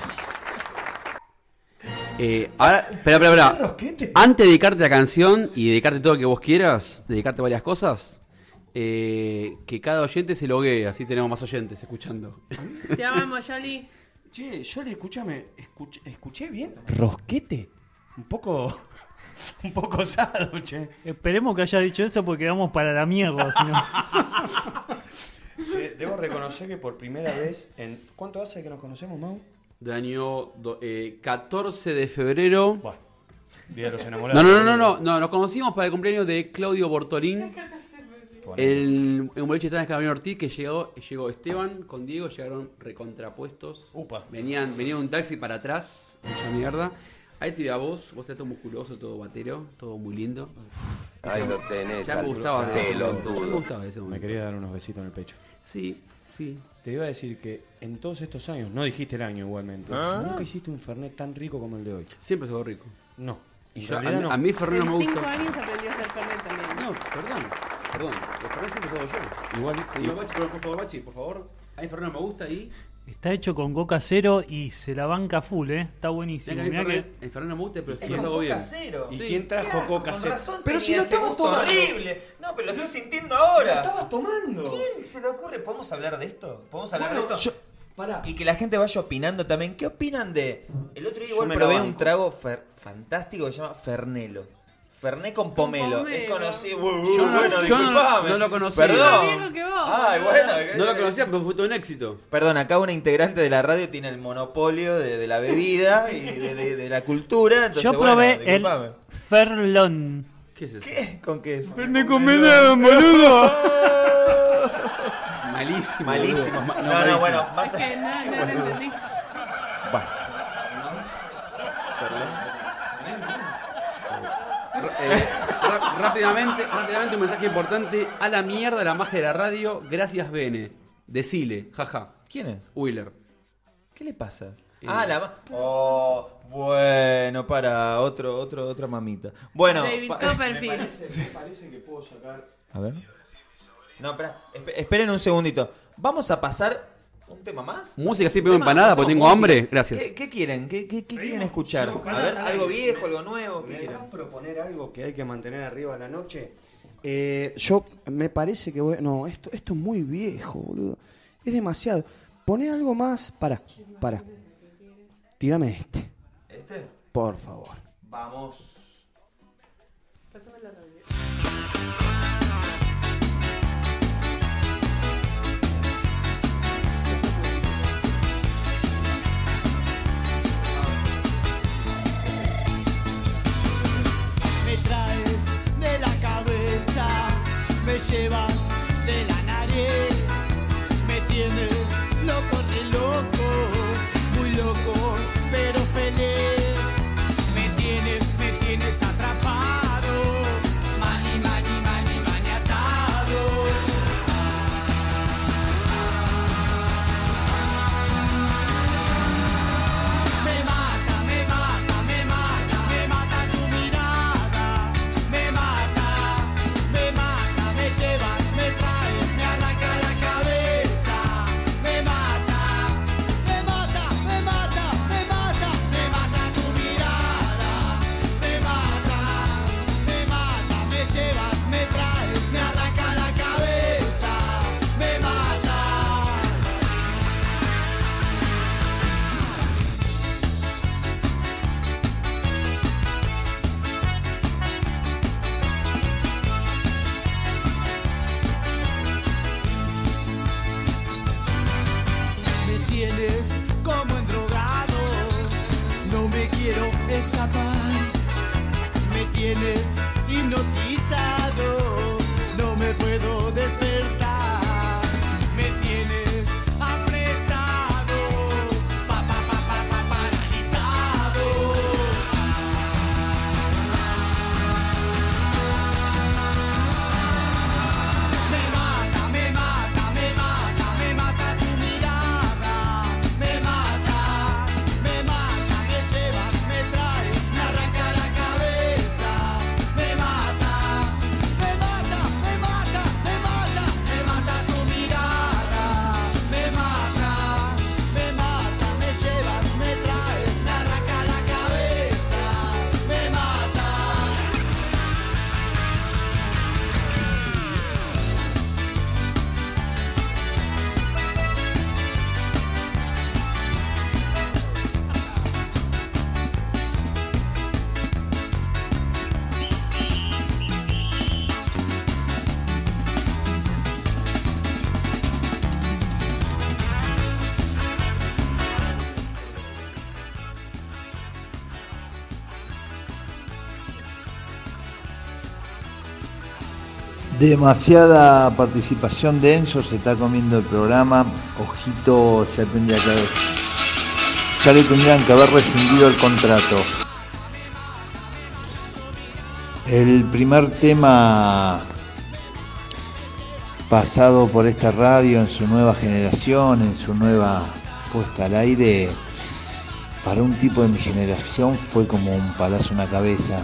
Eh, ahora, espera, espera, espera. Antes de dedicarte la canción y dedicarte todo lo que vos quieras, dedicarte varias cosas, eh, que cada oyente se loguee, así tenemos más oyentes escuchando. Te amamos, Yoli. Che, yo le escúchame, escuché, escuché bien. Rosquete. Un poco. Un poco osado, che. Esperemos que haya dicho eso porque vamos para la mierda. si no. Che, Debo reconocer que por primera vez en. ¿Cuánto hace que nos conocemos, Mau? Del año do- eh, 14 de febrero. Buah. Día de los No, enamorados. no, no, no, no, no, nos conocimos para el cumpleaños de Claudio Bortolín. El, en un boliche de Camino Ortiz que llegó, llegó Esteban con Diego, llegaron recontrapuestos. Upa. Venían, venía un taxi para atrás, mucha mierda. Ahí te veo a vos, vos estás todo musculoso, todo batero, todo muy lindo. Ahí lo tenés. Ya me gustaba de ese momento. Ya me Pelotudo. gustaba de ese Me momento. quería dar unos besitos en el pecho. Sí, sí. Te iba a decir que en todos estos años, no dijiste el año igualmente, ¿Ah? nunca hiciste un Fernet tan rico como el de hoy. Siempre soy rico. No. En Yo- a, realidad no. a mí Ferrer no me en cinco gusta. años aprendió a hacer Fernet también. No, perdón, perdón. Los Ferrer siempre soy yo. Igual, Señor Bachi, por por favor, Bachi, por favor. A mí Ferrer no me gusta y... Está hecho con coca cero y se la banca full, ¿eh? Está buenísimo. Mirá que a mí Mirá que- Ferrer- el Ferrer no me gusta, pero sí lo hago bien. cero. ¿Y Sí. quién trajo coca cero? Pero si lo estamos tomando. Horrible. No, pero lo estoy sintiendo ahora. tomando. ¿Quién se le ocurre? ¿Podemos hablar de esto? ¿Podemos hablar de esto? Pará. Y que la gente vaya opinando también. ¿Qué opinan de.? El otro día Yo igual me lo probé banco. un trago fer- fantástico que se llama Fernelo. Ferné con pomelo. pomelo. Es conocido. Yo no- bueno, yo no- disculpame. no lo conocía. Perdón. Más viejo que vos, Ay, boludo. bueno. eh. No lo conocía, pero fue todo un éxito. Perdón, acá una integrante de la radio tiene el monopolio de, de la bebida y de, de- de la cultura. Entonces, Yo probé bueno, disculpame. el Ferlón. ¿Qué es eso? ¿Qué? ¿Con qué es? ¡Me boludo! Malísimo. Malísimo. boludo. Ma- no, No, no, malísimo. bueno, Es más que allá. no, no lo entendí. Eh, ra- rápidamente, rápidamente un mensaje importante. A la mierda la magia de la radio. Gracias, Bene. Decile, jaja. ¿Quién es? Wheeler. ¿Qué le pasa? Eh. Ah, la ma- Oh, bueno, para otro, otro, otra mamita. Bueno, David pa- Copperfield. Me parece que puedo sacar. a ver. No, espera, esp- esperen un segundito. Vamos a pasar un tema más. Música ¿Un siempre tema? empanada Pasamos porque tengo música. hambre. Gracias. ¿Qué, qué quieren? ¿Qué, qué- qué quieren escuchar? A ver, algo viejo, algo nuevo. ¿Qué ¿Me quieren? dejás proponer algo que hay que mantener arriba de la noche? Eh, yo me parece que voy. No, esto, esto es muy viejo, boludo. Es demasiado. Poné algo más. Pará, pará. Tírame este, ¿Este? por favor. Vamos. Pásame la radio. Me traes de la cabeza, me llevas de la nariz, me tienes loco, re loco, muy loco, pero feliz. Me tienes, me tienes atrapado, mani, mani, mani, maniatado. Me mata, me mata, me mata, me mata tu mirada. Me mata, me mata, me llevas, me traes, me arranca la cabeza. Me mata, Demasiada participación de Enzo, se está comiendo el programa. Ojito, ya tendría que haber. Ya le tendrían que haber rescindido el contrato. El primer tema pasado por esta radio en su nueva generación, en su nueva puesta al aire, para un tipo de mi generación fue como un palazo en la cabeza.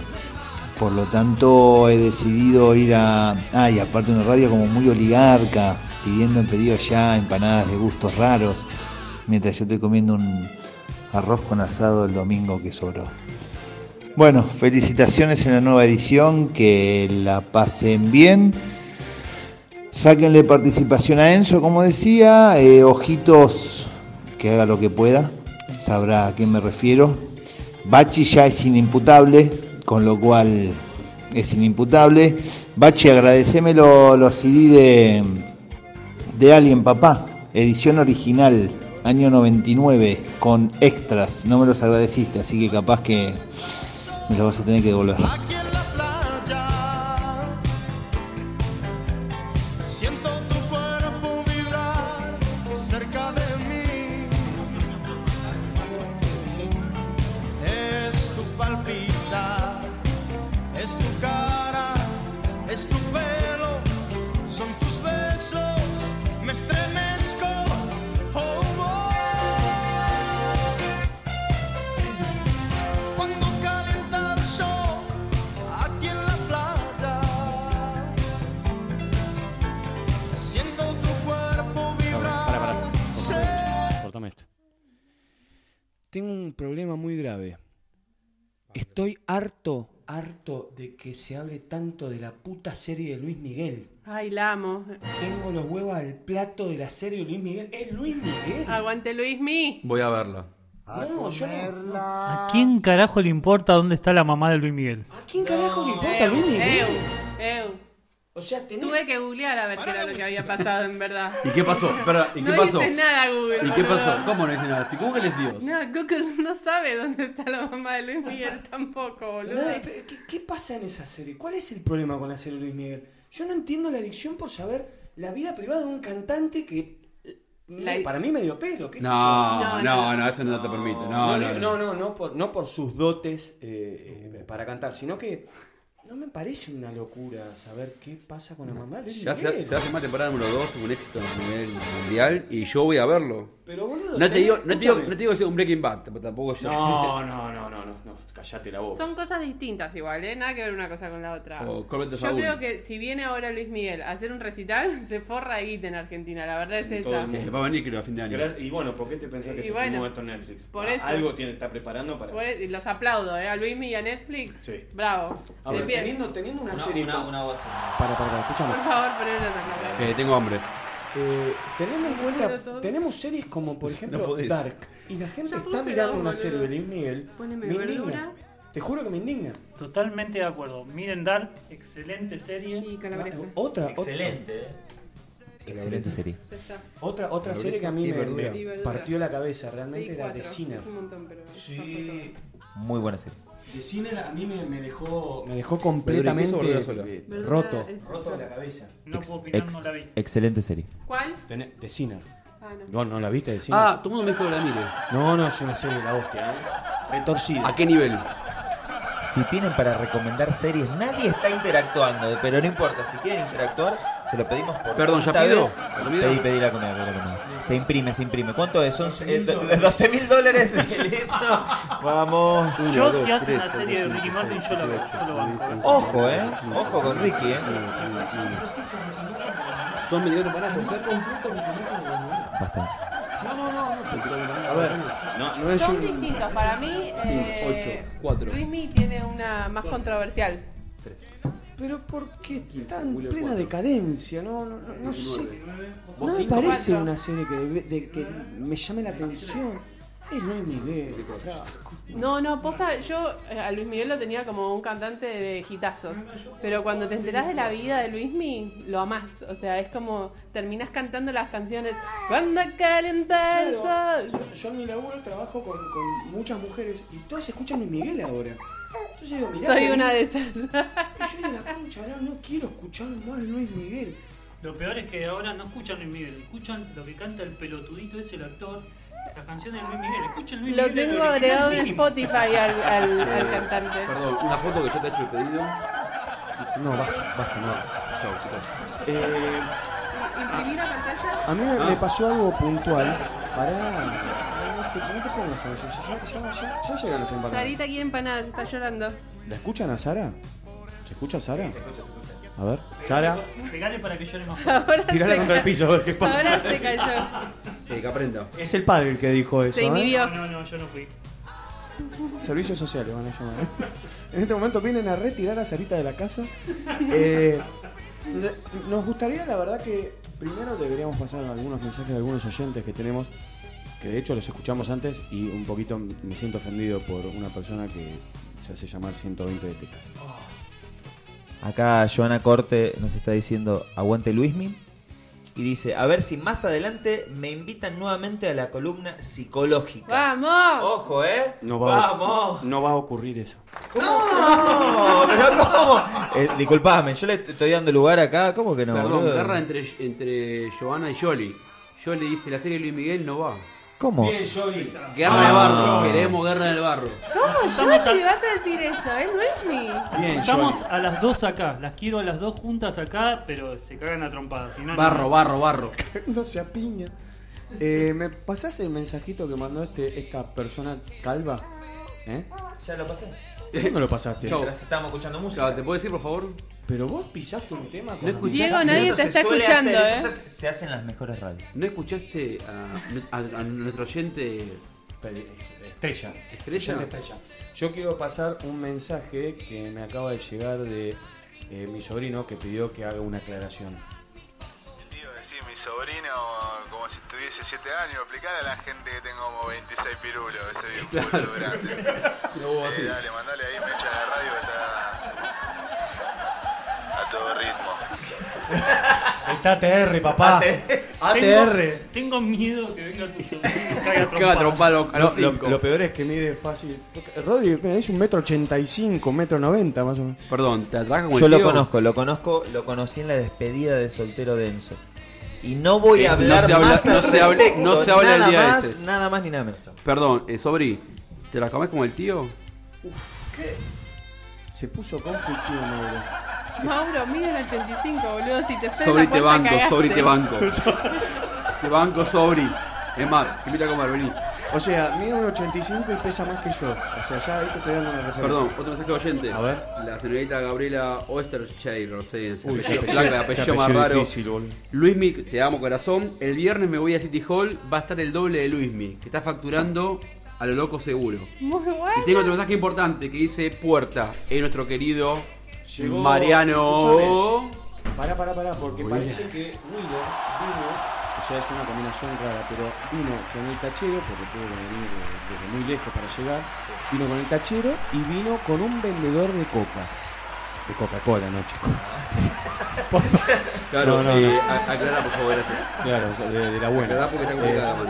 Por lo tanto, he decidido ir a. Ah, y aparte, una radio como muy oligarca, pidiendo en pedido ya empanadas de gustos raros, mientras yo estoy comiendo un arroz con asado el domingo que sobró. Bueno, felicitaciones en la nueva edición, que la pasen bien. Sáquenle participación a Enzo, como decía. eh, ojitos, que haga lo que pueda. Sabrá a qué me refiero. Bachi ya es inimputable, con lo cual es inimputable. Bachi, agradeceme lo- los CD de, de Alien Papá, edición original, año 99, con extras. No me los agradeciste, así que capaz que me los vas a tener que devolver. Siento tu cuerpo vibrar cerca de mí. Es tu palpitar, es tu cara, es tu pelo, son tus besos. Me estremezco. oh, oh. Cuando calienta el sol aquí en la playa. Siento tu cuerpo vibrar. Para, para. Cortame esto, cortame esto. Tengo un problema muy grave. Estoy harto, harto de que se hable tanto de la puta serie de Luis Miguel. Ay, la amo. Tengo los huevos al plato de la serie de Luis Miguel. ¡Es Luis Miguel! Aguante Luis Mi. Voy a verla. No, yo no. no. ¿A quién carajo le importa dónde está la mamá de Luis Miguel? ¿A quién carajo le importa Luis Miguel? Eu, eu. O sea, Tuve que googlear a ver qué era lo que había pasado en verdad. ¿Y qué pasó? Espera, ¿y qué no pasó? dice nada Google. ¿Y qué boludo. pasó? ¿Cómo no dice nada? Si Google es Dios. No, Google no sabe dónde está la mamá de Luis Miguel tampoco, boludo. Nada, pero ¿qué, qué pasa en esa serie? ¿Cuál es el problema con la serie Luis Miguel? Yo no entiendo la adicción por saber la vida privada de un cantante que me- para mí medio pelo. ¿qué sé yo? No, no, no, eso no te permite. No, no, digo- no, no, no por, no por sus dotes eh, eh, para cantar, sino que no me parece una locura saber qué pasa con la mamá de Luis Ya Miguel. se, se hace más temporada número 2, tuvo un éxito a nivel mundial y yo voy a verlo. Pero, boludo, No te tenés- digo, no te digo, escúchame. no te digo que sea un Breaking Bad, tamp- tampoco yo. No, no, no, no, no, no, callate la boca. Son cosas distintas igual, ¿eh? Nada que ver una cosa con la otra. O Corbett de Yo Saúl. creo que si viene ahora Luis Miguel a hacer un recital, se forra guita en Argentina, la verdad es esa. Eh, Va a venir creo a fin de año. Gra- Y bueno, ¿por qué te pensás que Y se bueno, filmó esto en Netflix? por Ah, eso. Algo tiene, está preparando para... Por- y Los aplaudo, ¿eh? A Luis Miguel y a Netflix. Sí. Bravo. Ahora, De pie. teniendo, teniendo una, Una- serie... una- tan- una voz. Para, para, para, escúchame. Por favor, poné una tanda. Eh, tengo hambre. Eh, tenemos en Pero todo. cuenta, tenemos series como por No ejemplo podés. Dark. Y la gente Ya está puse mirando dos, una boludo. serie de Luis Miguel. Poneme me verdura. indigna. Te juro que me indigna. Totalmente de acuerdo. Miren Dark, excelente serie. Y calabresa. Ah, Otra, otra- ¿eh? Excelente serie. Ya está. Otra, otra Calabresa serie que a mí y me, verdura. me Y verdura. partió la cabeza, Pedí realmente era cuatro. de Cina. Es un montón, pero. Sí. Muy buena serie. Eh, De Cine a mí me, me dejó me dejó Verdura, ¿qué hizo verdura completamente sola? roto, Verdura, es- roto de la cabeza. No puedo opinar, Ex- no la vi. excelente serie. ¿Cuál? Tené- De Cine. Ah, no. No, no la viste de Cine. Ah, todo el mundo me dijo que la mire. No, no, es una serie de la hostia, ¿eh? Retorcida. ¿A qué nivel? Si tienen para recomendar series, nadie está interactuando, pero no importa, si quieren interactuar, se lo pedimos por Perdón, ¿ya quinta pido? vez. ¿La comida? Pedí, pedí la comida, pedí la comida. Se imprime, se imprime. ¿Cuánto es? Son eh, do- de 12 mil dólares. Listo. Vamos. Yo, si hacen la serie de Ricky Martin, yo la veo. Yo lo banco. ¿eh? Ojo, eh. Ojo con Ricky, eh. Son medio para ¿no? Bastante. No, no, no, no. A ver, no, no es Son un... distintos. Para mí, eh, ocho, cuatro. Luismi tiene una más controversial. Pero porque está en plena decadencia, no, no, no, no sé. No me cinco? parece Cuatro. una serie que, debe- de- que me llame la atención. Es Luis Miguel, flaco. No, no, posta, yo eh, a Luis Miguel lo tenía como un cantante de gitazos. Pero cuando te enterás de la vida de Luismi, lo amás. O sea, es como terminás cantando las canciones. Cuando calienta el Claro, sol. yo, yo en mi laburo trabajo con, con muchas mujeres y todas escuchan Luis Miguel ahora. Entonces digo, mirá Soy que una bien. de esas. Y yo de la concha, ahora no quiero escuchar más Luis Miguel. Lo peor es que ahora no escuchan Luis Miguel, escuchan lo que canta el pelotudito ese, el actor, las canciones de Luis Miguel. Escuchen Luis Lo Miguel. el tengo original agregado en mínimo. Spotify al, al, al Eh, cantante. Perdón, una foto que yo te he hecho el pedido. No, basta, basta, no. Chau, chicos. Eh, Imprimí la pantalla. a mí me- me pasó algo puntual. Pará, no te, no te pongas a eso, ya, ya, ya- ya llegan las empanadas. Sarita quiere empanadas, está llorando. ¿La escuchan a Sara? ¿Se escucha a Sara? A ver, Sara. Pegale para que llore más. Ahora Tirala se contra el ca- piso a ver qué pasa. Ahora se cayó. Sí, que aprenda. Es el padre el que dijo eso. Se ¿eh? inhibió. No, no, yo no fui. Servicios sociales van a llamar. ¿eh? En este momento vienen a retirar a Sarita de la casa. Eh, no- nos gustaría, la verdad, que primero deberíamos pasar algunos mensajes de algunos oyentes que tenemos, que de hecho los escuchamos antes y un poquito me siento ofendido por una persona que se hace llamar 120 de tetas. Acá Joana Corte nos está diciendo aguante Luismi. Y dice, a ver si más adelante me invitan nuevamente a la columna psicológica. ¡Vamos! Ojo, ¿eh? No va, a- ¡Vamos! no va a ocurrir eso. No, pero ¿cómo? Eh, disculpame, yo le est- estoy dando lugar acá. ¿Cómo que no, Perdón, boludo? guerra entre, entre Giovanna y Yoli. Yoli dice, la serie de Luis Miguel no va. ¿Cómo? Guerra Ah. de barro, queremos guerra del barro. ¿Cómo, Estamos Johnny, vas a decir eso? ¿Es Luismi? Bien, Estamos a las dos acá, las quiero a las dos juntas acá, pero se cagan a trompadas. si no, no. Barro, barro, barro. No se apiña. Eh, ¿Me pasás el mensajito que mandó este, esta persona calva? ¿Eh? Ya lo pasé. ¿Cómo lo pasaste? Chau. Mientras estábamos escuchando música. Chau, ¿Te puedo decir, por favor? Pero vos pisaste un Ah, tema con No la escuché. mitad. Diego, nadie Eso te se está suele escuchando, hacer, eso ¿eh? se, se hace en las mejores radios. ¿No escuchaste a, a- a nuestro oyente Estrella. estrella? Estrella. Yo quiero pasar un mensaje que me acaba de llegar de eh, mi sobrino que pidió que haga una aclaración. Tío, decir mi sobrino como si tuviese 7 años, aplicar a la gente que tengo como 26 pirulos, ese es un pueblo grande. No, vos Eh, así. dale, mandale ahí, me echa la radio, está a todo ritmo. Está ATR, papá. ATR. Tengo, tengo miedo que venga tu sobrino y caiga a Caga trompadas. trompada a los- a los Lo- lo, cinco. lo peor es que mide fácil. Rodri, mira, es un metro ochenta y cinco, metro noventa más o menos. Perdón, ¿te atraca con Yo el lo tío? conozco, lo conozco, lo conocí en la despedida de soltero de Enzo. Y no voy Eh, a hablar no se habla- más al no se habla- respecto, no se habla el nada día más, ese. Nada más ni nada menos. Perdón, eh, Sobri, ¿te la comes como el tío? Se puso conflictivo, negro. Mauro, miden 85, boludo. Si te fue Sobri la te puerta, banco, cagaste. Sobri te banco. te banco, Sobri. Es más, te invito a comer, vení. O sea, mide un 85 y pesa más que yo. O sea, ya esto te da una referencia. Perdón, otro mensaje de oyente. A ver. La señorita Gabriela Ostershire, no sé, es Uy, qué apellido apellido- flaca, qué apellido más raro. difícil, boludo. Luismi, te amo corazón. El viernes me voy a City Hall, va a estar el doble de Luismi, que está facturando a lo loco seguro. Muy Y tengo bueno. otro mensaje importante que dice puerta. Es nuestro querido Llegó- Mariano. Pará, pará, pará, porque parece que Guido vino, o sea, es una combinación rara, pero vino con el tachero, porque tuvo que venir de- desde muy lejos para llegar, vino con el tachero y vino con un vendedor de coca. De Coca-Cola, no, chico. Claro, No, no, eh, no. a- aclara por favor, gracias. Claro, de, de la buena. Aclará porque está complicada la Eh,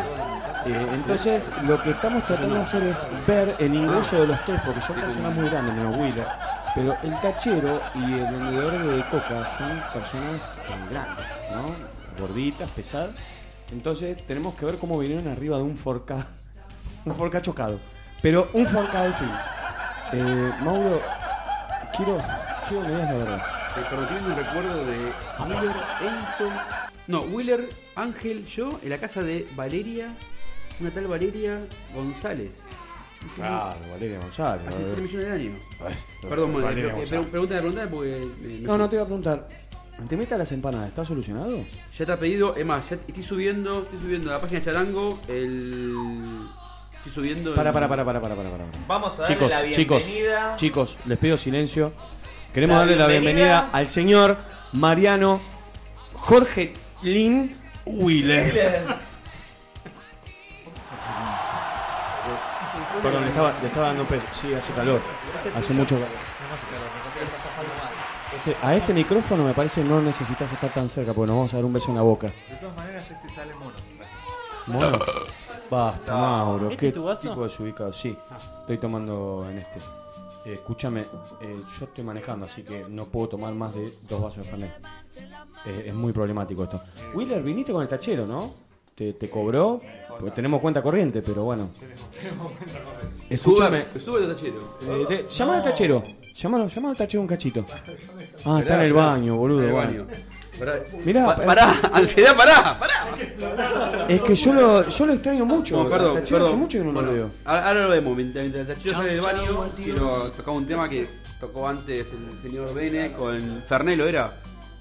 mano. eh, entonces, lo que estamos tratando de hacer es ver el ingreso de los tres, porque son personas muy grandes, menos Wheeler. Pero el tachero y el vendedor de coca son personas tan grandes, ¿no? Gorditas, pesadas. Entonces, tenemos que ver cómo vinieron arriba de un forca. Un forca chocado. Pero un forca al fin. Eh, Mauro, quiero, quiero que me digas la verdad. Eh, Perdón, tienen un recuerdo de Wheeler, Enzo. No, Wheeler, Ángel, yo, en la casa de Valeria, una tal Valeria González. Claro, Valeria González. Hace 3 millones de años. Perdón, bueno, Valeria eh, González. pre- pregúntale, pregúntale porque. eh, No, no te iba a preguntar. ¿Te metas las empanadas? ¿Está solucionado? Ya te ha pedido, es más, ya estoy subiendo, estoy subiendo a la página de Charango el. Estoy subiendo. el- Para, para, para, para, para, para, para. Vamos a darle Chicos, la chicos, bienvenida. chicos, les pido silencio. Queremos La darle la bienvenida. bienvenida al señor Mariano Jorge Lin Wheeler. Perdón, le estaba, le estaba dando peso. Sí, hace calor. Hace mucho calor. Este- a este micrófono me parece no necesitas estar tan cerca porque nos vamos a dar un beso en la boca. De todas maneras, este sale mono. Gracias. Mono. Basta, Mauro. ¿Este ¿Qué es tu vaso? Ah. tipo de desubicado? Sí, estoy tomando en este. Eh, escúchame, eh, yo estoy manejando, así que no puedo tomar más de dos vasos de Fernet. Eh, es muy problemático esto. Wheeler, viniste con el tachero, ¿no? ¿Te, te cobró? Porque tenemos cuenta corriente, pero bueno. Escúchame. Sube, sube el tachero. Eh, te- llamá al tachero. Llámalo, llamá al tachero un cachito. Ah, está en Pará, el pará. baño, boludo. En el bueno. baño. Pará. Mirá, Pa- pará. pará, ansiedad, eh. pará, pará. Es que yo lo, yo lo extraño mucho. No, perdón, al tachero perdón. hace mucho que no Bueno, lo veo. Ahora, ahora lo vemos. Mientras, mientras el tachero Chau, sale del chau, baño, adiós. quiero tocar un tema que tocó antes el señor Bene con Fernelo, ¿era?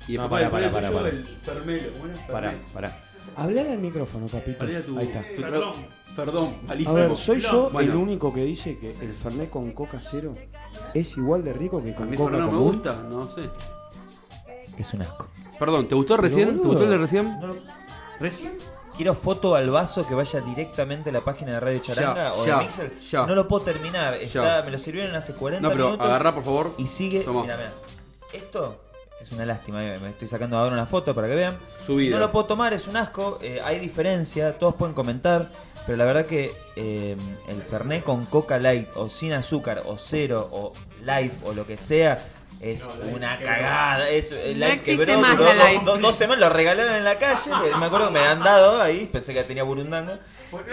Y No, después pará, el pará, pará, tuyo, pará. el Fernelo. ¿Cómo era? Pará, Fernelo. pará. Hablar al micrófono, papito. Pará tu- Ahí está. tu- Perdón, A malísimo. ver, ¿soy yo Bueno, el único que dice que el Fernet con coca cero es igual de rico que A con mí coca Fernelo no me común? gusta, no sé. Es un asco. Perdón, ¿te gustó recién? ¿Te gustó el de recién? ¿Recién? Quiero foto al vaso que vaya directamente a la página de Radio Charanga o de ya, Mixer. ya. No lo puedo terminar. Está- Ya. me lo sirvieron hace 40 No, pero minutos. agarrá, por favor. Y sigue. Tomá. Mirá, mirá. Esto es una lástima. eh, Me me estoy sacando ahora una foto para que vean. Subida. No lo puedo tomar, es un asco. eh, hay diferencia, todos pueden comentar. Pero la verdad que eh, el Fernet con Coca Light o sin azúcar o cero o Life o lo que sea es una cagada. Es, el No Life existe quebró, más duró la dos- Life. dos- dos semanas, lo regalaron en la calle. porque Me acuerdo que me han dado ahí, pensé que tenía burundanga.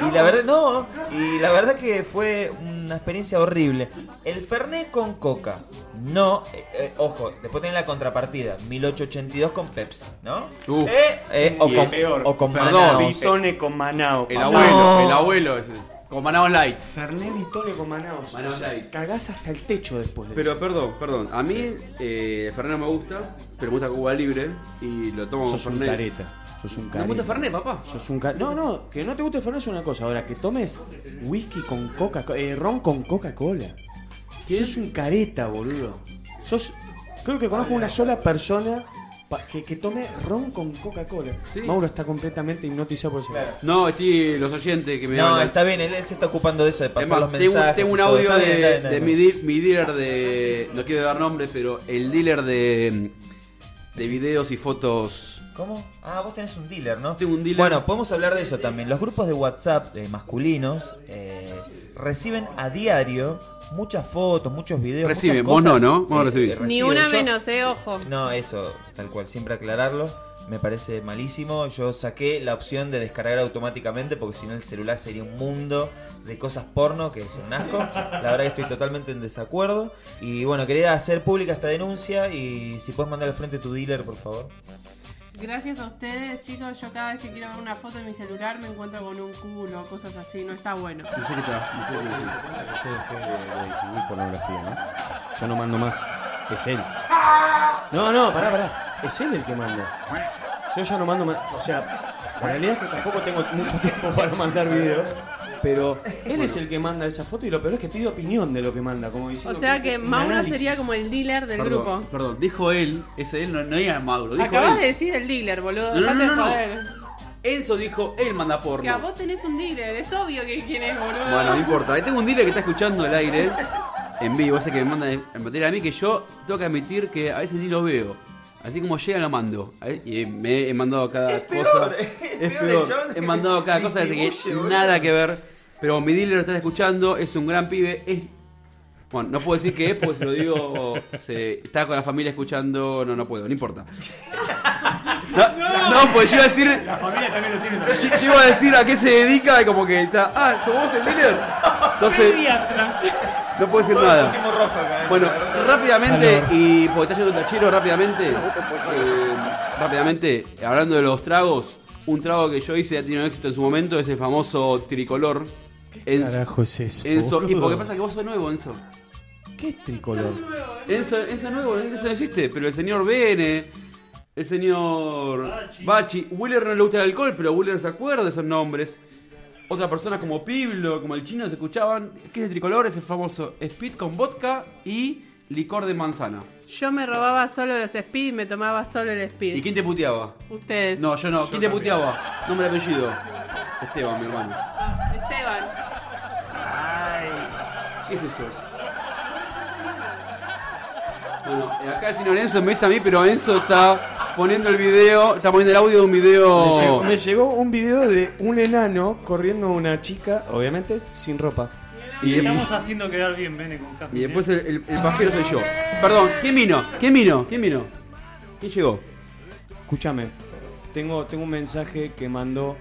Y la verdad, no. Y la verdad que fue una experiencia horrible. El Fernet con Coca. No, eh, eh, ojo, después tenés la contrapartida. 1882 con Pepsi, ¿no? Uh. Eh, eh, o, Y con, el peor. o con Perdón, Manaos. Bitone con Manao. El papá. abuelo, No. el abuelo ese. Con Manao Light. Fernet Bitone con Manao. Manao O sea, Light. Cagás hasta el techo después de Pero perdón, perdón. A mí eh, Fernet no me gusta, pero me gusta Cuba Libre y lo tomo Sos con un Fernet. careta. Sos un ¿No te careta. gusta Fernet, papá? Sos un ca- No, no, que no te guste el Fernet es una cosa. Ahora, que tomes whisky con coca eh, ron con Coca-Cola. Sos un careta, boludo. Sos... Creo que conozco una sola persona pa- que, que tome ron con Coca-Cola. Mauro está completamente hipnotizado por ese No, estoy los oyentes que me No, hablan. está bien, él, él se está ocupando de eso, de pasar Es más, los tengo, mensajes. tengo un y todo. audio Está bien, está de, bien, está de bien. mi, deal- mi dealer de. No quiero dar nombres, pero el dealer de. de videos y fotos. ¿Cómo? Ah, vos tenés un dealer, ¿no? Tengo un dealer. Bueno, podemos hablar de eso también. Los grupos de WhatsApp eh, masculinos eh, reciben a diario muchas fotos, muchos videos. muchas Reciben, vos cosas. no, ¿no? Vos no recibís. reciben. Ni una Yo- menos, eh, ojo. No, eso, tal cual, siempre aclararlo. Me parece malísimo. Yo saqué la opción de descargar automáticamente porque si no el celular sería un mundo de cosas porno que es un asco. La verdad que estoy totalmente en desacuerdo. Y bueno, quería hacer pública esta denuncia y si puedes mandar al frente tu dealer, por favor. Gracias a ustedes, chicos, yo cada vez que quiero ver una foto en mi celular me encuentro con un culo, cosas así, no está bueno. No sé qué te va- no sé qué decir. Yo dejé de distribuir pornografía, ¿no? Yo no mando más. Es él. No, no, pará, pará. Es él el que manda. Yo ya no mando más. O sea, la realidad es que tampoco tengo mucho tiempo para mandar videos. Pero él es el que manda esa foto y lo peor es que pide opinión de lo que manda, como O diciendo. sea que un Mauro análisis. sería como el dealer del Perdón, grupo. perdón, dijo él, ese él no, no era Mauro, dijo Acabas él. de decir el dealer, boludo, No, no, dejate no, no, no. de joder. Enzo dijo, él manda porno. Que a vos tenés un dealer, es obvio que quién es, boludo. Bueno, no importa. ¿eh? Ahí tengo un dealer que está escuchando el aire en vivo, ese que me manda en materia a mí, que yo tengo que admitir que a veces ni lo veo. Así como llega, lo mando. Ahí- Y me he mandado cada cosa. Es peor, el chabón He mandado cada cosa desde que nada que ver. Pero mi dealer lo está escuchando, es un gran pibe. Es... Bueno, no puedo decir que es, porque se lo digo. se- Está con la familia escuchando. No, no puedo, no importa. No, no pues yo iba a decir. La familia también lo tiene. Yo, yo iba a decir a qué se dedica y como que está. Ah, ¿somos el dealer? Entonces. No puedo decir nada. Bueno, rápidamente, y porque está yendo el tachero, rápidamente. eh, rápidamente, hablando de los tragos, un trago que yo hice ya tiene un éxito en su momento es el famoso tricolor. Enzo, carajo es eso, Enzo, y boludo? porque pasa que vos sos nuevo, Enzo. ¿Qué es tricolor? Enzo, Enzo nuevo, Enzo no existe, pero el señor Bene, el señor Bachi, Wheeler no le gusta el alcohol, pero Wheeler se acuerda de esos nombres. Otras personas como Piblo, como el chino, se escuchaban. ¿Qué es el tricolor? Es el famoso speed con vodka y licor de manzana. Yo me robaba solo los speed y me tomaba solo el speed. ¿Y quién te puteaba? Ustedes. No, yo no. ¿Quién te puteaba? Nombre y apellido. Esteban, mi hermano. Esteban. Ay, ¿Qué es eso? Bueno, eh, acá el señor Enzo me dice a mí, pero Enzo está poniendo el video, está poniendo el audio de un Me llegó, video. me llegó un video de un enano corriendo a una chica, obviamente sin ropa. Y- Estamos haciendo quedar bien, Bene, con ¿eh? Capi. Y después el, el, el pajero soy yo. Perdón, ¿quién vino? ¿Quién vino? ¿Quién vino? ¿Quién llegó? Escúchame, tengo, tengo un mensaje que mandó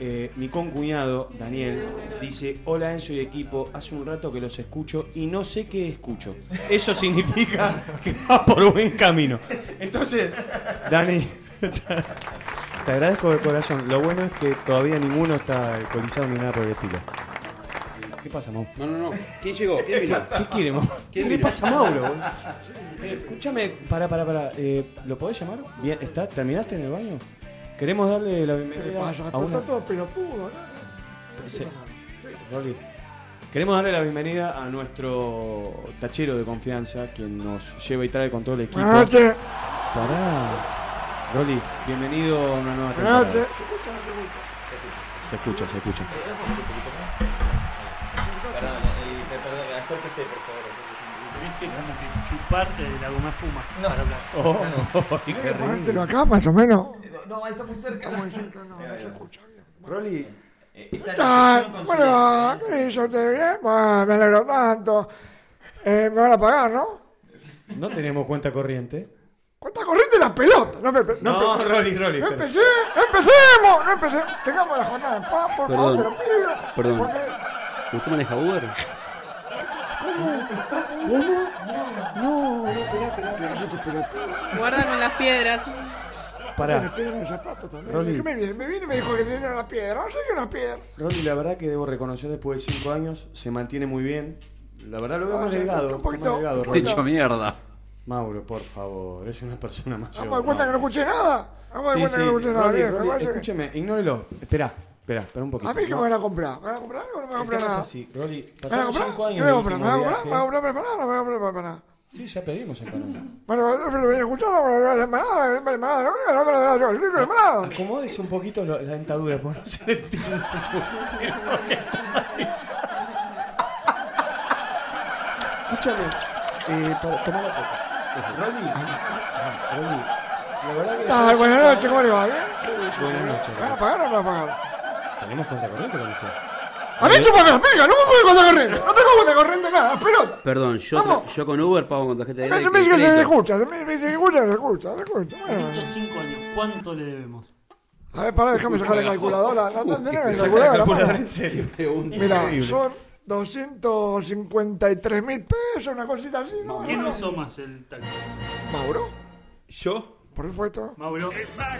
eh, mi concuñado, Daniel. Dice, hola Enzo y equipo, hace un rato que los escucho y no sé qué escucho. Eso significa que va por buen camino. Entonces, Dani, te agradezco de corazón. Lo bueno es que todavía ninguno está alcoholizado ni nada por el estilo. ¿Qué pasa, Mau? No, no, no. ¿Quién llegó? ¿Quién vino? ¿Qué quiere, Mau? ¿Qué ¿Quién le vino? pasa a Mauro? boludo? Eh, escúchame, pará, pará, pará. Eh, ¿Lo podés llamar? Bien, ¿está? ¿Terminaste en el baño? Queremos darle la bienvenida a una... todo pelotudo, Sí. Rolly. Queremos darle la bienvenida a nuestro tachero de confianza, quien nos lleva y trae con todo el equipo. Buenas noches. Pará. Rolly, bienvenido a una nueva Buenas temporada. noches. Se escucha, se escucha. Perdón, eh, perdón, acérquese, por favor. Tenés que como que chuparte de la goma espuma para hablar. Oh, qué Tenés que rico. Ponértelo acá, más o menos. No, ahí está muy cerca. Está muy cerca, no, no se escucha Rolly. Está Ah, la bueno, ¿qué dice usted bien? Bueno, me alegro tanto. Eh, me van a pagar, ¿no? No tenemos cuenta corriente. ¿Cuánta corriente la pelota? No, me, no, No, empecé- Rolly, Rolly, No pero- empecé, no empecemos, no empecemos. Tengamos la jornada en paz, por favor, Perdón, te lo pido. perdón. Porque, ¿Usted maneja Uber? ¿Cómo? ¿Cómo? No, no, esperá, esperá. Pero nosotros pelotudos. Guarda con las piedras. Pará. Me pegan los zapatos también. Rolly. ¿Qué Me, viene? me vino y me dijo que tenía una piedra. No sé qué una piedra. Rolly, la verdad que debo reconocer después de 5 años, se mantiene muy bien. La verdad lo veo Ah, más sí, delgado. un poquito, más delgado, un Rolly. poquito. Hecho mierda. Mauro, por favor, es una persona mayor. Vamos de cuenta que no escuché nada. Vamos de Sí, cuenta sí, que no escuché nada. Rolly, viejo. Rolly, Igual sé que- escúcheme, ignórelo. Esperá, esperá, esperá un poquito. A mí que me No, van a comprar. ¿Me van a comprar o no me van a el tema comprar es nada? así, Rolly. ¿Me van a Pasaron 5 comprar? años ¿Me van a del comprar? ¿Me último van a comprar? ¿Me van a viaje. comprar preparada? ¿Me van a comprar preparada? Sí, ya pedimos empanada. Bueno, yo me lo voy a escuchar, me voy a la empanada, me voy a la empanada, me voy a la empanada, me voy a la empanada. Acomódese un poquito lo- la dentadura, porque no se le entiende muy bien. Escúchame, eh, para, tomá la copa. Rolly, Rolly, la verdad que... Ah, buenas noches, ¿cómo le va? ¿Bien? Buenas noches, ¿Me van a Rolly. pagar o no me van a pagar? Tenemos cuenta corriente con usted. A mí chúpame las pegas, no me puedo contar corriendo, no tengo cuenta corriendo nada, pelota. Perdón, yo, Vamos. yo con Uber pago con tarjeta de Me- Se crédito. me dice que se me escucha, se me me dice que se escucha, se escucha, se escucha. Bueno. Estos cinco años, ¿cuánto le debemos? A ver, pará, déjame sacar la calculadora. No, no, no, Saca la la calculadora. calculadora, mano. en serio. Mira, Increíble. son 253 mil pesos, una cosita así, ¿no? ¿Quién Bueno, usó más el tacto? ¿Mauro? ¿Yo? Por supuesto. Mauro.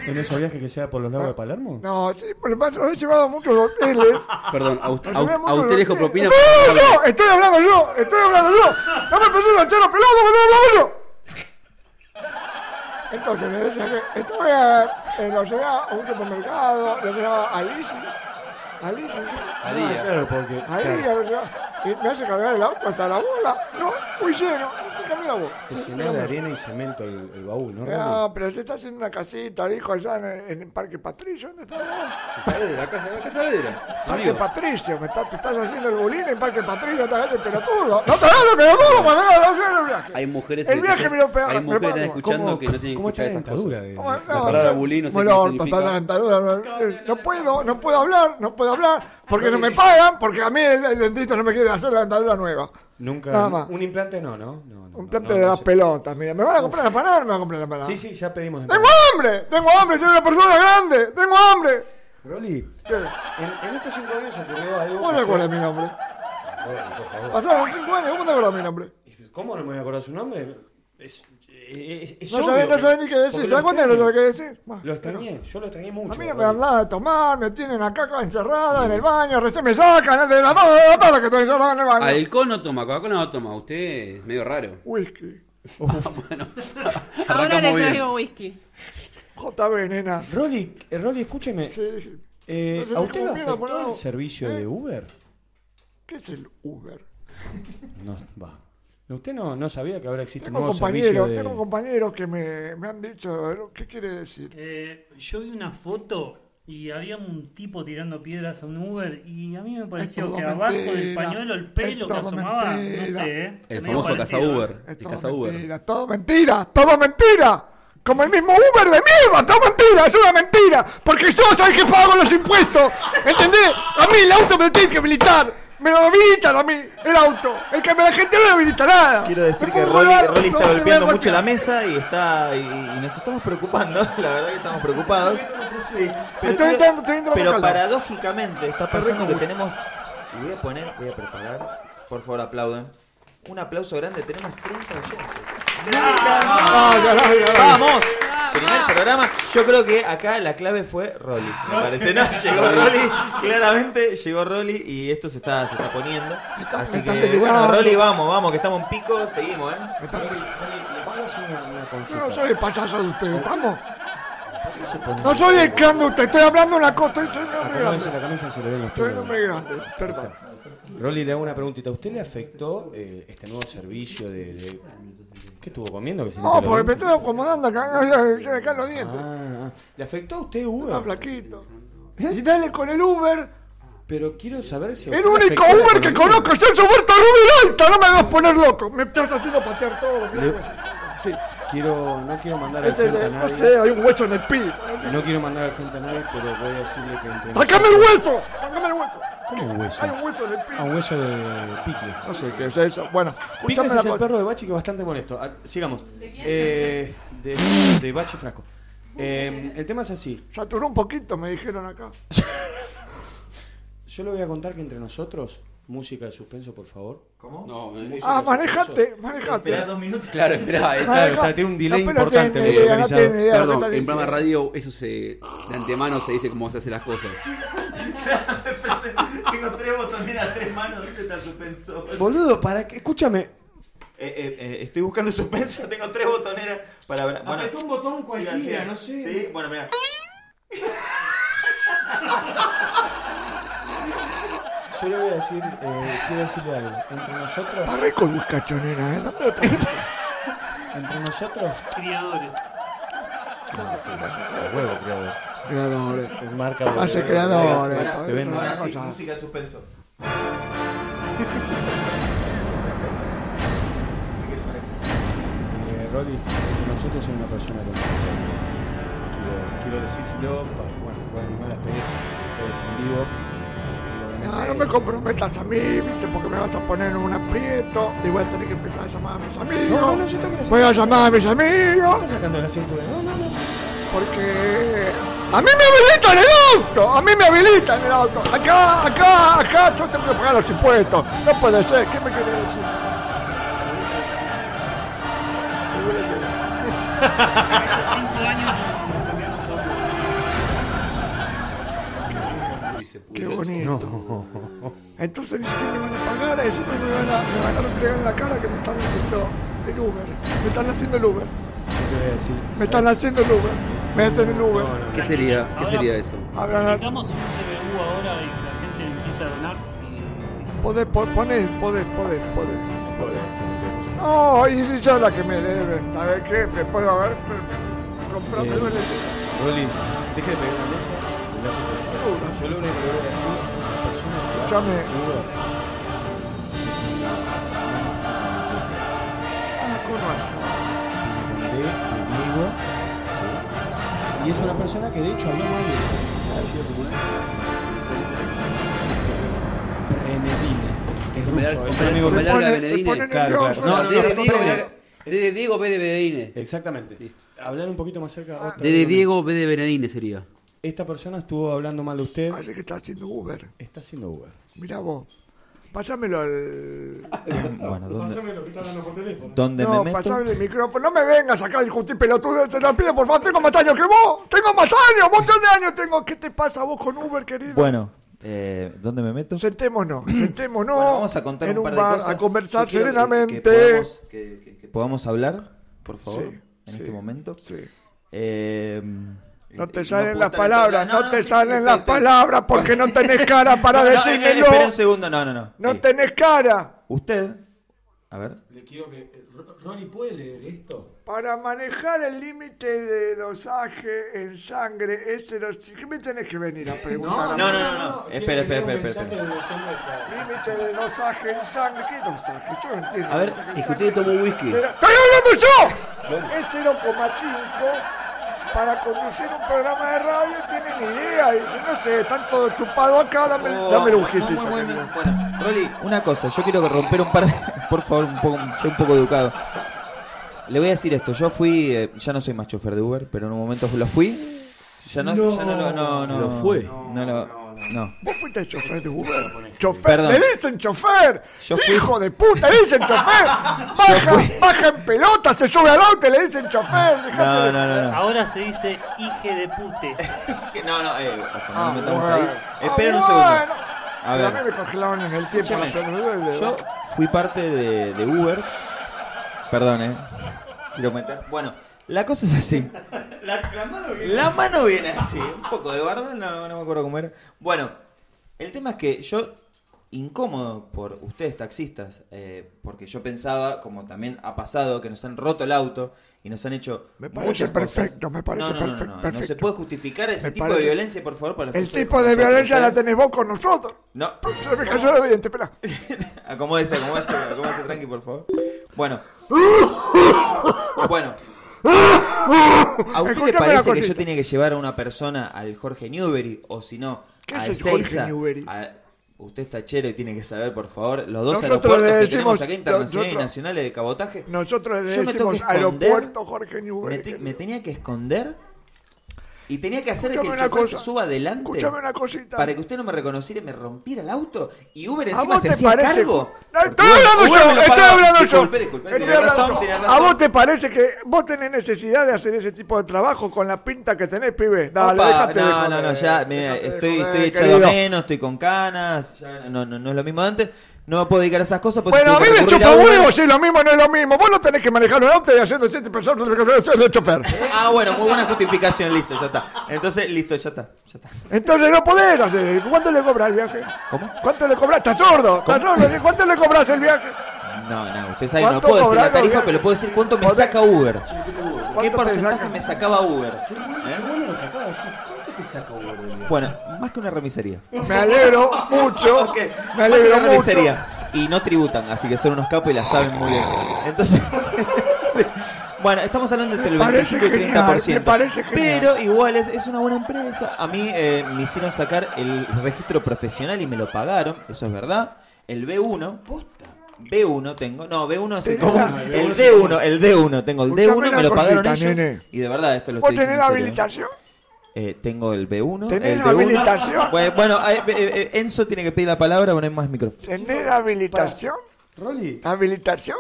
¿En esos viajes que sea por los lados de Palermo? No, sí, por lo menos he llevado muchos hoteles. Perdón, a usted, Nos a usted- llevamos a usted los le dejo hoteles. propina. ¡No, no, no! ¡Estoy hablando yo! ¡Estoy hablando yo! ¡No me empecé a echar los pelotas que estoy hablando yo! Entonces le decía que estuve eh, lo llevaba a un supermercado, lo llevaba a Lisi. A Lisi, Ah, Claro, porque... Ahí lo claro, llevaba. Y me hace cargar el auto hasta la bola. No, muy lleno. Cambia la bola. Te llenó de arena y cemento el, el baúl, ¿no, Rolly? No, pero se está haciendo una casita, dijo allá en el, en el Parque Patricio. ¿Dónde está? La casa, la casa Saavedra, Parque amigo. Patricio, me está- te estás haciendo el bulín en Parque Patricio, te hagas el pelotudo. No te hagas el pelotudo, para no hagas el viaje. Hay mujeres, El que- viaje me lo pega- hay mujeres que están me mata. escuchando ¿Cómo- que no tienen que cómo escuchar está estas la dentadura cosas. de- Bueno, La palabra yo- bullying no sé muy qué orto, significa. está la dentadura, no, eh, no puedo, no puedo hablar, no puedo hablar, porque no me pagan, porque a mí el, el dentista no me quiere hacer la dentadura nueva. Nunca. Nada más. Un implante no, ¿no? No, no. Un plante no, de no las sé. pelotas, mira, ¿me van a comprar la panada o no me van a comprar la panada? Sí, sí, ya pedimos. ¡Tengo hambre! ¡Tengo hambre! ¡Soy una persona grande! ¡Tengo hambre! Rolly, ¿Qué? en, en estos cinco años ocurrió algo. ¿Cómo te que acuerdas fue- de mi nombre? Rolly, por favor. Pasaron cinco años, ¿cómo te acuerdas de mi nombre? ¿Cómo no me voy a acordar su nombre? Es. es, es No obvio sabés, no que- sabés ni qué decir. porque ¿Te lo das cuenta que no sabés qué extraño. decir? Bah, Lo extrañé, yo lo extrañé mucho. Mm. A mí no me dan Rolly. nada de tomar, me tienen acá, acá encerrada en el baño, recién me sacan de las 2 de la tarde que estoy encerrado en el baño. Alcohol no toma, Coca-Cola no toma. Usted es medio raro. Whisky. Ahora Arrancamos les bien. traigo whisky. JB, nena. Rolly, eh, Rolly, escúcheme. Eh, Entonces, ¿A usted ¿cómo le me iba a poner afectó algo? el servicio ¿Eh? de Uber? ¿Qué es el Uber? No, va. ¿Usted no, no sabía que ahora existe un Tengo nuevo servicio compañeros, de... tengo compañeros que me, me han dicho, ¿qué quiere decir? Eh, yo vi una foto Y había un tipo tirando piedras a un Uber y a mí me pareció todo que abajo del mentira, pañuelo el es pelo que todo asomaba, no mentira. sé, ¿eh? El medio famoso parecido. caza Uber. El todo caza Uber. Mentira, todo mentira, todo mentira. Como el mismo Uber de mierda, todo mentira, es una mentira. Porque yo soy el que pago los impuestos. ¿Entendés? A mí el auto me lo tienen que habilitar. Me lo habilitan a mí, el auto. El que me la gente no lo habilita nada. Quiero decir Me que pongo Rolly, boludo, Rolly no, está me golpeando voy a mucho la mesa y está y, y nos estamos preocupando, la verdad que estamos preocupados. Sí, pero, Estoy creo- entrando- estoy entrando pero con calma. paradójicamente está pasando que tenemos y voy a poner, voy a preparar, por favor aplaudan. Un aplauso grande, tenemos 30 oyentes. Ay, ay, ay, ay. ¡Vamos! Primer programa. Yo creo que acá la clave fue Rolly. Me parece, ¿no? Llegó Rolly, claramente llegó Rolly y esto se está, se está poniendo. Así están que, bueno, delirando. Rolly, vamos, vamos, que estamos en pico, seguimos, ¿eh? Yo no soy el payaso de ustedes, ¿estamos? pone- No soy el clan de ustedes, estoy hablando una cosa, soy un La hombre camisa, grande. la camisa se le ven los Soy un pelos. hombre grande, perdón. Rolly, le hago una preguntita. ¿A usted le afectó eh, este nuevo servicio de, de- ¿Qué estuvo comiendo? Que se No, limpia los porque me dientes? estoy acomodando acá, acá, acá los dientes. Ah, ah. ¿Le afectó a usted Uber? Está flaquito. Y dale con el Uber. Pero quiero saber si... a El usted le único afectó la Uber que economía. conozco es el Roberto Rubio Alta. No me hagas poner loco. Me estás haciendo patear todo. Le- Quiero, no quiero mandar al Ese frente a le- no nadie. sé, hay un hueso en el piso. No quiero mandar al frente a nadie, pero voy a decirle que entre... ¡Sacame el hueso! ¡Sacame el hueso! ¿Cómo un hueso? Hay un hueso en el piso. A un hueso de pique. No sé qué es eso. Bueno, Picles escúchame es la el cosa. perro de Bachi que es bastante molesto. Ah, sigamos. ¿De quién? Eh, de, de Bachi Frasco. Eh, el tema es así. Saturó un poquito, me dijeron acá. Yo le voy a contar que entre nosotros, música de suspenso, por favor. ¿Cómo? No, me- Ah, manejate, manejate. Espera dos minutos. Claro, esperá, está- está- tiene un delay No, pero importante. tiene el idea, no musicalizado. tiene idea. Perdón, ¿qué está en programa de diciendo? radio eso se de antemano se dice cómo se hacen las cosas. Tengo tres botones a tres manos, ¿dónde está el suspenso? Boludo, para que. Escúchame. Eh, eh, eh, estoy buscando suspenso, tengo tres botoneras para ver. Bueno, Apretó un botón cualquiera, siga, siga. no sé. Sí, bueno, mira. Yo le voy a decir, eh, quiero decirle algo. Entre nosotros. Parre con un cachonera, ¿eh? ¿Dónde lo tenés? Entre nosotros. Criadores. Huevo, creador. Creadores. Marca Hace eh. huevo. creadores. Ahora, Te vendo. Ahora sí, cosa. música de suspenso. Eh, Rolly, entre nosotros hay una persona con quiero, quiero decírselo para bueno, puede animar las perezas, ustedes en vivo. Y No, obviamente- no me comprometas a mí, viste, porque me vas a poner en un aprieto y voy a tener que empezar a llamar a mis amigos. No, no, no, yo tengo que hacer- voy a llamar a mis ¿Qué amigos estás sacando el asiento de.? No, no, no. porque a mí me habilitan el auto, a mí me habilitan el auto. Acá, acá, acá, yo tengo que pagar los impuestos. No puede ser, ¿qué me quiere decir? Cinco años cambiando su auto. Qué bonito. Entonces ni siquiera me van a pagar, eso me van a, me van a retirar en la cara que me están haciendo el Uber. Me están haciendo el Uber. Yo te voy a decir. Me están haciendo el Uber. Me hacen el Uber. ¿Qué sería? ¿Qué Ahora, sería eso? Ah, Aplicamos un CBU ahora y la gente empieza a donar. Podés, po- ponés, podés, podés, podés, podés. No, y si yo la que me deben, ¿sabes qué? Me puedo haber per- comprado Eh, el boleto. Rolly, deje de pegar la mesa. el lápiz se le- Yo lo único que le voy a decir es que la persona que hace Escuchame. Uber, Ah, con razón. con D, de Diego, ¿sí? Y es una persona que de hecho habló mal de Benedine. Es Comelar- ruso, es comelar- amigo comelar ruso. la Benedine. Claro, claro. No, No, no, desde no, Diego, Benedine. desde Diego B de Benedine. Exactamente. Hablar un poquito más cerca. Ah. otra Desde vez. Diego B de Benedine sería. Esta persona estuvo hablando mal de usted. Así que está haciendo Uber. Está haciendo Uber. Mirá vos. Pásamelo al. Bueno, ¿dónde, lo que está hablando por teléfono. dónde No, me meto? pasame el micrófono. No me vengas acá a discutir pelotudo. Te lo pido, por favor. Tengo más años que vos. Tengo más años. Un montón de años tengo. ¿Qué te pasa vos con Uber, querido? Bueno, eh, ¿dónde me meto? Sentémonos, sentémonos. Bueno, vamos a contar en un par de bar, cosas. A conversar Yo quiero que- serenamente. que podamos- ¿Podamos hablar, por favor, Sí, en sí, este momento? Sí. Eh, No eh, te salen puedo las estar en palabras, todas- no, te salen sí, las estoy- palabras porque no tenés cara para No, no, eh, eh, decírmelo. Espera un segundo, no, no, no. No tenés cara. Usted A ver. Le quiero que. eh, Ro- Ronnie, ¿puede leer esto? Para manejar el límite de dosaje en sangre, este es los... ¿qué me tenés que venir a preguntar? a mí? no, no, no, no. Espera, espera, espera, espera, espera. Límite de dosaje en sangre, ¿qué dosaje? Yo no entiendo. A ver, dosaje en discutí y tomó whisky. Será- ¡Estoy hablando yo! Es 0,5 para conducir un programa de radio, tienen idea. Y dice, no sé, están todos chupados acá, dame, Oh. dame un muy, gestito. muy, muy, Rolly, una cosa, yo quiero que romper un par de... Por favor, un poco, soy un poco educado. Le voy a decir esto, yo fui... eh, ya no soy más chofer de Uber, pero en un momento lo fui. Ya no, ya no, lo- no, no, Lo fue. No, lo- no. Vos fuiste chofer de Uber. Chofer, Perdón. le dicen chofer. Yo fui- Hijo de puta, le dicen chofer. Baja, baja en pelota, se sube al auto y le dicen chofer. dejate de- Ahora se dice hije de pute. no, no, eh, Ah, no nos metamos bueno. ahí. Esperen un Ah, segundo. bueno. A Pero ver. mí me congelaron en el tiempo. Escúchame. pero me duele. Yo fui parte de, de Uber. Perdón, eh. Quiero meter. Bueno, la cosa es así. La mano viene así. Un poco de bardo, no, no me acuerdo cómo era. Bueno, el tema es que yo, incómodo por ustedes taxistas, eh, porque yo pensaba, como también ha pasado, que nos han roto el auto y nos han hecho. Me parece perfecto, me parece perfe- No, perfecto. se puede justificar ese Me tipo parece- de violencia, por favor, para los El ustedes- tipo de nosotros, violencia la ¿sabes? tenés vos con nosotros. No, Se me cayó el diente, espera. acomódese, acomódese, acomódese tranqui, por favor. Bueno. Bueno. ¿A usted Escuchame le una parece que cosita. yo tenía que llevar a una persona al Jorge Newbery o si no ¿Qué al es el Jorge Seiza? Newbery? A- Usted es tachero y tiene que saber, por favor, los dos Nosotros aeropuertos le que decimos- tenemos acá internacionales nosotros- y nacionales de cabotaje. Nosotros le Yo me tengo decimos que esconder, aeropuerto Jorge me, Newbery. te- me tenía que esconder y tenía que hacer Escuchame que el una chofer se cosa. suba adelante Escuchame una cosita. para que usted no me reconociera y me rompiera el auto y Uber ¿A encima vos se te hacía parece- cargo. No, Porque estoy hablando Uber me yo, lo estoy pagaba. hablando yo. Disculpe, disculpe, Estoy tenés hablando razón, yo. tenés ¿A razón. vos te parece que vos tenés necesidad de hacer ese tipo de trabajo con la pinta que tenés, pibe? Dale, Opa, dejate de no, no, joder, no, ya, mira, dejate de estoy, joder, estoy echado querido. menos, estoy con canas, ya no, no, no es lo mismo de antes, no Pues, me puedo dedicar a esas cosas. por eso Bueno, a mí tuve que me recurrir chupa a Uber. huevo si lo mismo no es lo mismo. Vos no tenés que manejar un auto y haciendo siete personas de chofer. Ah, bueno, muy buena justificación, listo, ya está. Entonces, listo, ya está, ya está. Entonces no podés hacer. ¿Cuánto le cobras el viaje? ¿Cómo? ¿Cuánto le cobras? ¿Estás sordo? ¿Estás sordo? ¿Cuánto le cobras el viaje? No, no, usted sabe, no ¿Cuánto puedo decir la cobrás, tarifa, Gabriel? pero puedo decir cuánto me saca Uber. ¿Qué te porcentaje saca? me sacaba Uber? ¿Eh? Qué bueno lo que acaba de decir. ¿Cuánto te saca Uber del día? Bueno, más que una remisería. Me alegro mucho. Me Más que alegro una mucho. remisería. Y no tributan, así que son unos capos y la saben muy bien. Entonces, sí. bueno, estamos hablando entre el Me parece 25 y 30%. genial, me parece genial. Pero igual es, es una buena empresa. A mí eh, me hicieron sacar el registro profesional y me lo pagaron, eso es verdad. El B1. B1 tengo, no, B1 es el Tenés común. la- El D1, el D1, tengo el Escuchame D1, me una lo pagaron cosita, ellos. nene. Y de verdad, esto lo ¿Vos estoy tenés diciendo la en serio. habilitación? Eh, tengo el B1. ¿Tenés el B1. habilitación? Bueno, bueno, eh, eh, eh, Enzo tiene que pedir la palabra, poner más micrófono. ¿Tener habilitación? Rolly. ¿Habilitación?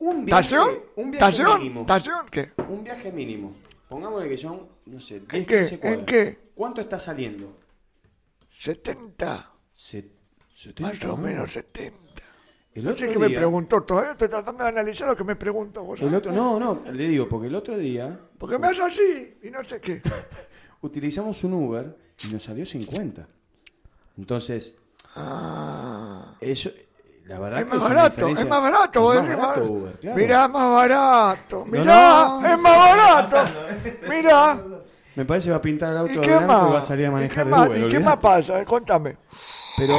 Un viaje, ¿Tación? un viaje mínimo. ¿Tación? ¿Tación? ¿Qué? Un viaje mínimo. Pongámosle que son, no sé, 10, qué? 15 cuadras. ¿En qué? ¿Cuánto está saliendo? 70. Se- 70. Más o ¿no? menos 70. El No otro sé qué día, me preguntó. Todavía estoy tratando de analizar lo que me pregunto. vos el sabés. otro, no, no, le digo, porque el otro día Porque me hace así y no sé qué. utilizamos un Uber y nos salió 50. Entonces, eso, la Ah. verdad Es que más una barato, es diferencia- más barato. vos es decís, más barato Uber, claro. Mirá, más barato. Mirá, no, es más no, no, barato. ¿eh? Mirá. Me parece que va a pintar el ¿Y auto de qué blanco más? y va a salir a manejar ¿Y qué de más, Uber. ¿Y qué olvidate. más pasa? Eh, Contame. Pero,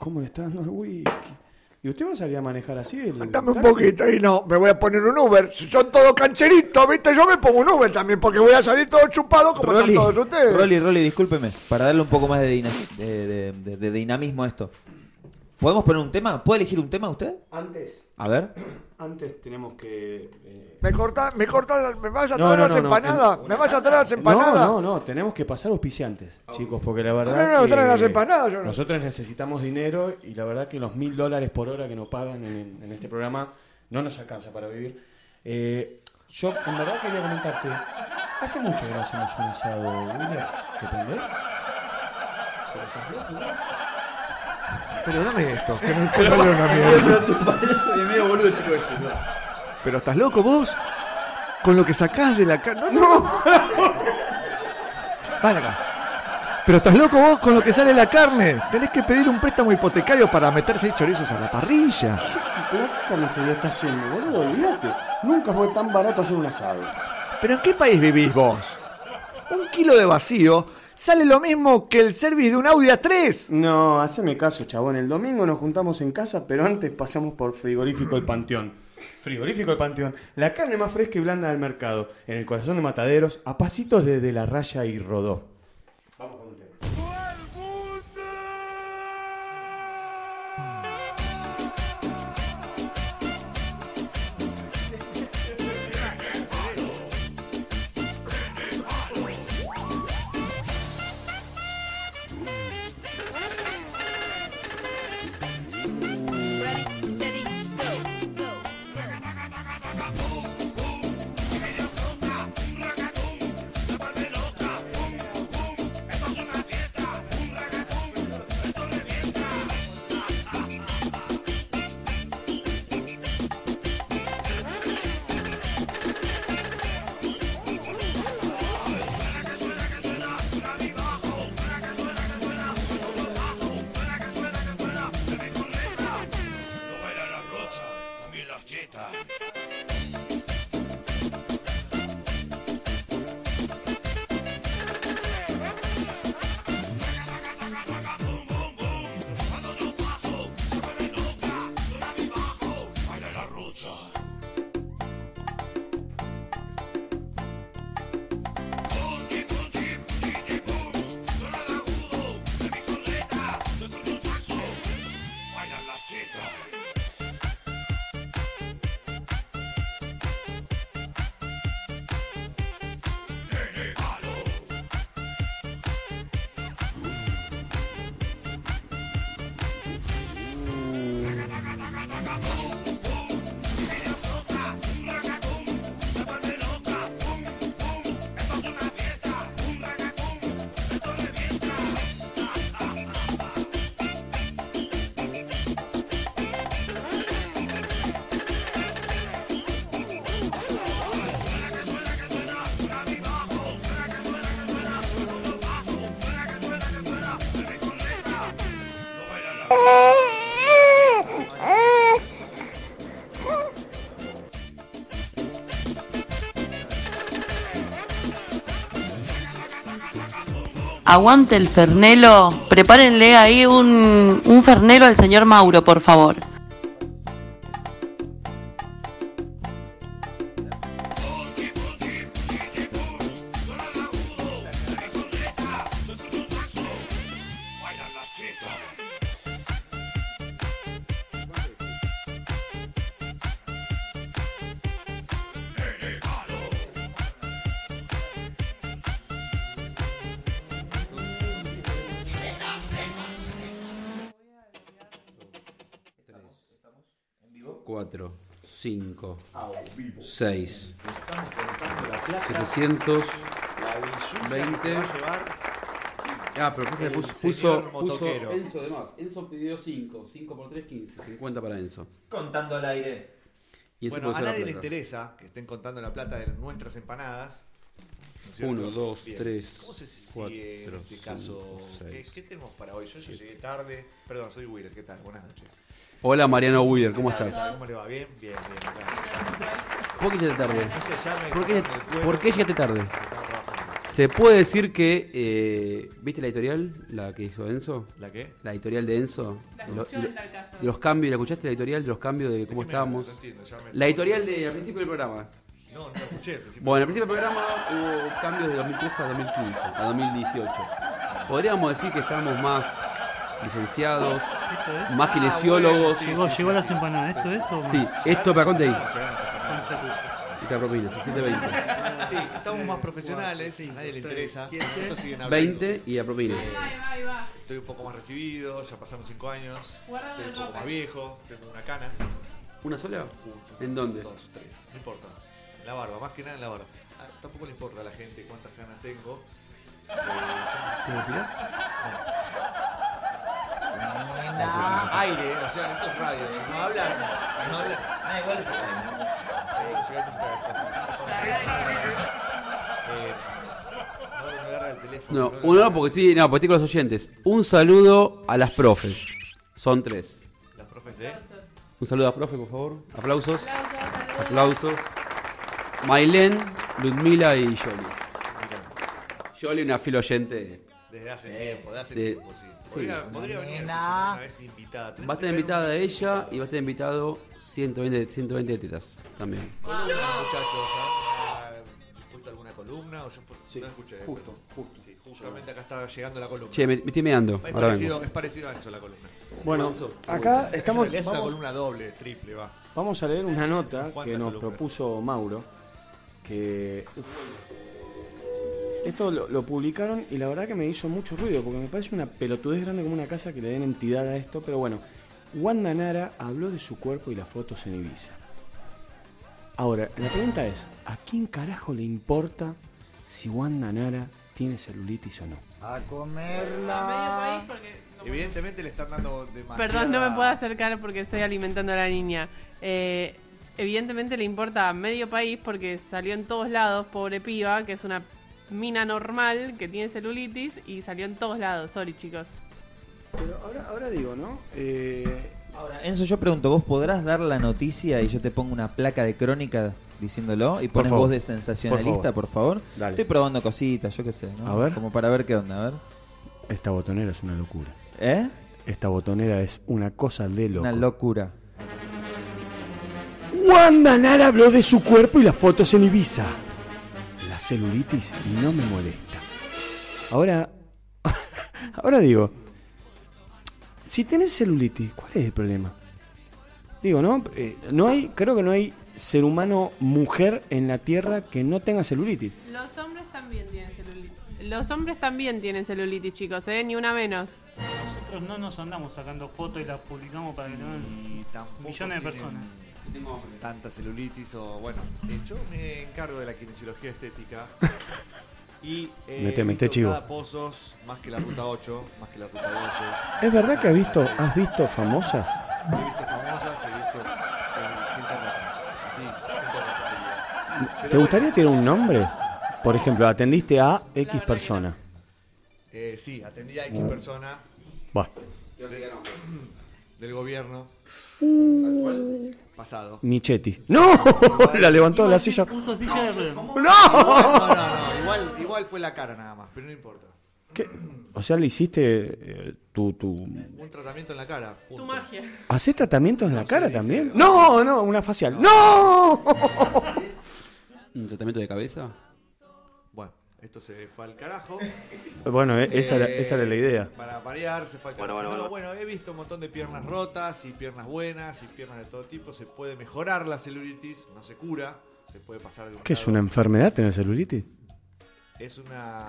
¿cómo le está dando el whisky? ¿Y usted va a salir a manejar así? El Dame un taxi? poquito y no, me voy a poner un Uber. Si son todos cancheritos, ¿viste? Yo me pongo un Uber también porque voy a salir todo chupado como Rolly, están todos ustedes. Rolly, Rolly, discúlpeme, para darle un poco más de, dina- de- de- de- de dinamismo a esto. ¿Podemos poner un tema? ¿Puede elegir un tema usted? Antes, A ver. antes tenemos que. eh, Me corta, me corta, me vas a traer las empanadas. en- Me vas a traer las empanadas. No, no, no, tenemos que pasar auspiciantes, chicos, porque la verdad. No, no, no, que traen las empanadas, yo no- Nosotros necesitamos dinero y la verdad que los mil dólares por hora que nos pagan en, en este programa no nos alcanza para vivir. Eh, yo, en verdad, quería comentarte: hace mucho que no hacemos un asado, Willer, ¿entendés? Pero dame esto. Que no Pero- no leo una mierda. De medio boludo, chico, este, no. Pero estás loco vos. Con lo que sacás de la cara. No, no. Para acá. Pero estás loco vos con lo que sale la carne. Tenés que pedir un préstamo hipotecario para meter seis chorizos a la parrilla. ¿Pero a qué carnicería estás yendo, boludo? Olvídate. Nunca fue tan barato hacer un asado. ¿Pero en qué país vivís vos? Un kilo de vacío sale lo mismo que el service de un Audi A3. No, haceme caso, chabón. El domingo nos juntamos en casa, pero antes pasamos por Frigorífico El Panteón. Frigorífico El Panteón, la carne más fresca y blanda del mercado, en el corazón de Mataderos, a pasitos desde La Raya y Rodó. Aguante el fernelo. Prepárenle ahí un, un fernelo al señor Mauro, por favor. Cuatro, cinco, seis, setecientos... Ah, pero puse- El puso, puso, señor puso motoquero. Enzo de más. Enzo pidió 5. 5 por 3, 15. 50 para Enzo. Contando al aire. Y ese bueno, puede a ser la nadie le plata. interesa que estén contando la plata de nuestras empanadas. ¿no es Uno, cierto? dos, tres, ¿Cómo se sigue cuatro, en este cinco, caso? ¿Qué, seis, qué tenemos para hoy? Yo ya llegué tarde. Perdón, soy Wheeler. ¿Qué tal? Buenas noches. Hola Mariano Wheeler, ¿cómo Hola, estás? ¿Cómo le va? ¿Bien? Bien, bien. acá. ¿Por qué llegaste tarde? No sé, ya me ¿Por qué, sacaron del pueblo. por qué llegaste tarde? Estaba trabajando. Se puede decir que. eh, ¿Viste la editorial? La que dijo Enzo. ¿La qué? La editorial de Enzo. La Lo- escuchó lo- en tal caso. los cambios, ¿la escuchaste la editorial? de Los cambios de cómo me estábamos. hablas? No entiendo, ya me- La editorial de al principio del programa. No, no la escuché. al principio. Bueno, al principio del programa hubo cambios de 2013 a 2015, a 2018. Podríamos decir que estamos más licenciados, más kinesiólogos. Ah, Llegó, llegó las empanadas, ¿esto es o más? Sí, esto para conte ahí. Concha tuya. Y te propina, 720. Sí, estamos más profesionales. A nadie le interesa. Estos siguen hablando. 20 y la propina. Ahí va. Estoy un poco más recibido. Ya pasaron 5 años. Guárdame Estoy el un poco ropa. más viejo. Tengo una cana. ¿Una sola? ¿En dónde? Dos, tres. No importa. La barba, más que nada en la barba. Ah, tampoco le importa a la gente cuántas canas tengo. Eh, ¿Te lo tirás? Ah, aire, o sea, esto es radio, si no hablan, no hablan. Ah, igual es Eh, no, no agarra el No, no, un no, porque estoy, no, porque estoy con los oyentes. Un saludo a las profes. Son tres. Las profes de. Un saludo a las profes, por favor. Aplausos. Aplausos. Mailén, Ludmila y Yoli. Yoli, una filo oyente. Desde hace tiempo, desde hace de- tiempo, sí. sí. Podría, podría venir Nena. una vez invitada. Va a estar invitada ella y va a estar invitado 120, 120 de tetas también. Columna, muchachos, ¿ah? ¿han puesto alguna columna? O yo por- no escuché. justo, justo. Sí, justamente acá está llegando la columna. Che, me- me estoy meando, Es ahora parecido, vengo. es parecido a eso la columna. Bueno, Eso. acá estamos- En realidad Es una vamos- columna doble, triple, va. Vamos a leer una nota que nos propuso Mauro. Que. uf. esto lo, lo publicaron y la verdad que me hizo mucho ruido porque me parece una pelotudez grande como una casa que le den entidad a esto. Pero bueno, Wanda Nara habló de su cuerpo y las fotos en Ibiza. Ahora, la pregunta es: ¿a quién carajo le importa si Wanda Nara tiene celulitis o no? A A medio país comerla. porque Evidentemente le están dando demasiada... Perdón, no me puedo acercar porque estoy alimentando a la niña. Eh, evidentemente le importa a medio país porque salió en todos lados, pobre piba, que es una mina normal que tiene celulitis y salió en todos lados. Sorry, chicos. Pero ahora, ahora digo, ¿no? Eh, Enzo, yo pregunto, ¿vos podrás dar la noticia y yo te pongo una placa de crónica diciéndolo y Por pones favor. voz de sensacionalista, por Por favor? Dale. Estoy probando cositas, yo qué sé, ¿no? A ver. Como para ver qué onda, a ver. Esta botonera es una locura. ¿Eh? Esta botonera es una cosa de loco. Una locura. Wanda Nara habló de su cuerpo y las fotos en Ibiza. La celulitis no me molesta. Ahora, ahora digo, si tenés celulitis, ¿cuál es el problema? Digo, ¿no? Eh, no hay, creo que no hay ser humano, mujer en la tierra que no tenga celulitis. Los hombres también tienen celulitis. Los hombres también tienen celulitis, chicos, ¿eh? Ni una menos. Nosotros no nos andamos sacando fotos y las publicamos para que no vean millones de personas. Tanta celulitis o bueno, eh, yo me encargo de la kinesiología estética. Y eh, Mete, he visto mete, chivo. cada pozos más que la ruta 8, más que la ruta 12. ¿Es verdad que has visto, has visto famosas? He visto famosas, he visto eh, gente rota. Así, gente rota sería. ¿Te Pero gustaría tener un nombre? Por ejemplo, atendiste a X persona. bueno, eh, sí, atendí a X persona Buah. del gobierno pasado. Michetti. ¡No! La levantó de la silla. No, ¡No! no, no, igual, igual fue la cara nada más, pero no importa. ¿Qué? O sea, le hiciste eh, tu, tu... Un tratamiento en la cara. punto. Tu magia. ¿Hacés tratamientos en la cara también? ¡No, no! Una facial. ¡No! ¿Un tratamiento de cabeza? Bueno, esto se fue al carajo. Eh, Bueno, e- esa era- esa era la idea. Para variar, se fue al Bueno, carajo. bueno, No, bueno, he visto un montón de piernas rotas y piernas buenas y piernas de todo tipo. Se puede mejorar la celulitis, no se cura. Se puede pasar de un ¿Qué es lado- una em-? enfermedad tener celulitis? Es una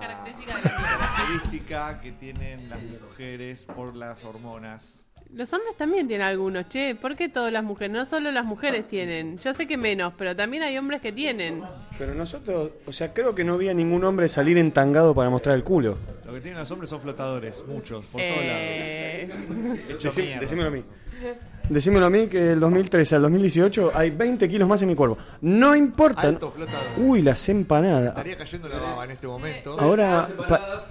característica que tienen las mujeres por las hormonas. Los hombres también tienen algunos, che. ¿Por qué todas las mujeres? No solo las mujeres tienen. Yo sé que menos, pero también hay hombres que tienen. Pero nosotros, o sea, creo que no había ningún hombre salir entangado para mostrar el culo. Lo que tienen los hombres son flotadores, muchos, por Eh. todos lados. Hecho Decí- mierda. decímelo a mí. Decímelo a mí que del 2013 al 2018 hay 20 kilos más en mi cuerpo. No importa. Alto flotador. Uy, las empanadas. Estaría cayendo la baba en este momento. Ahora, pa-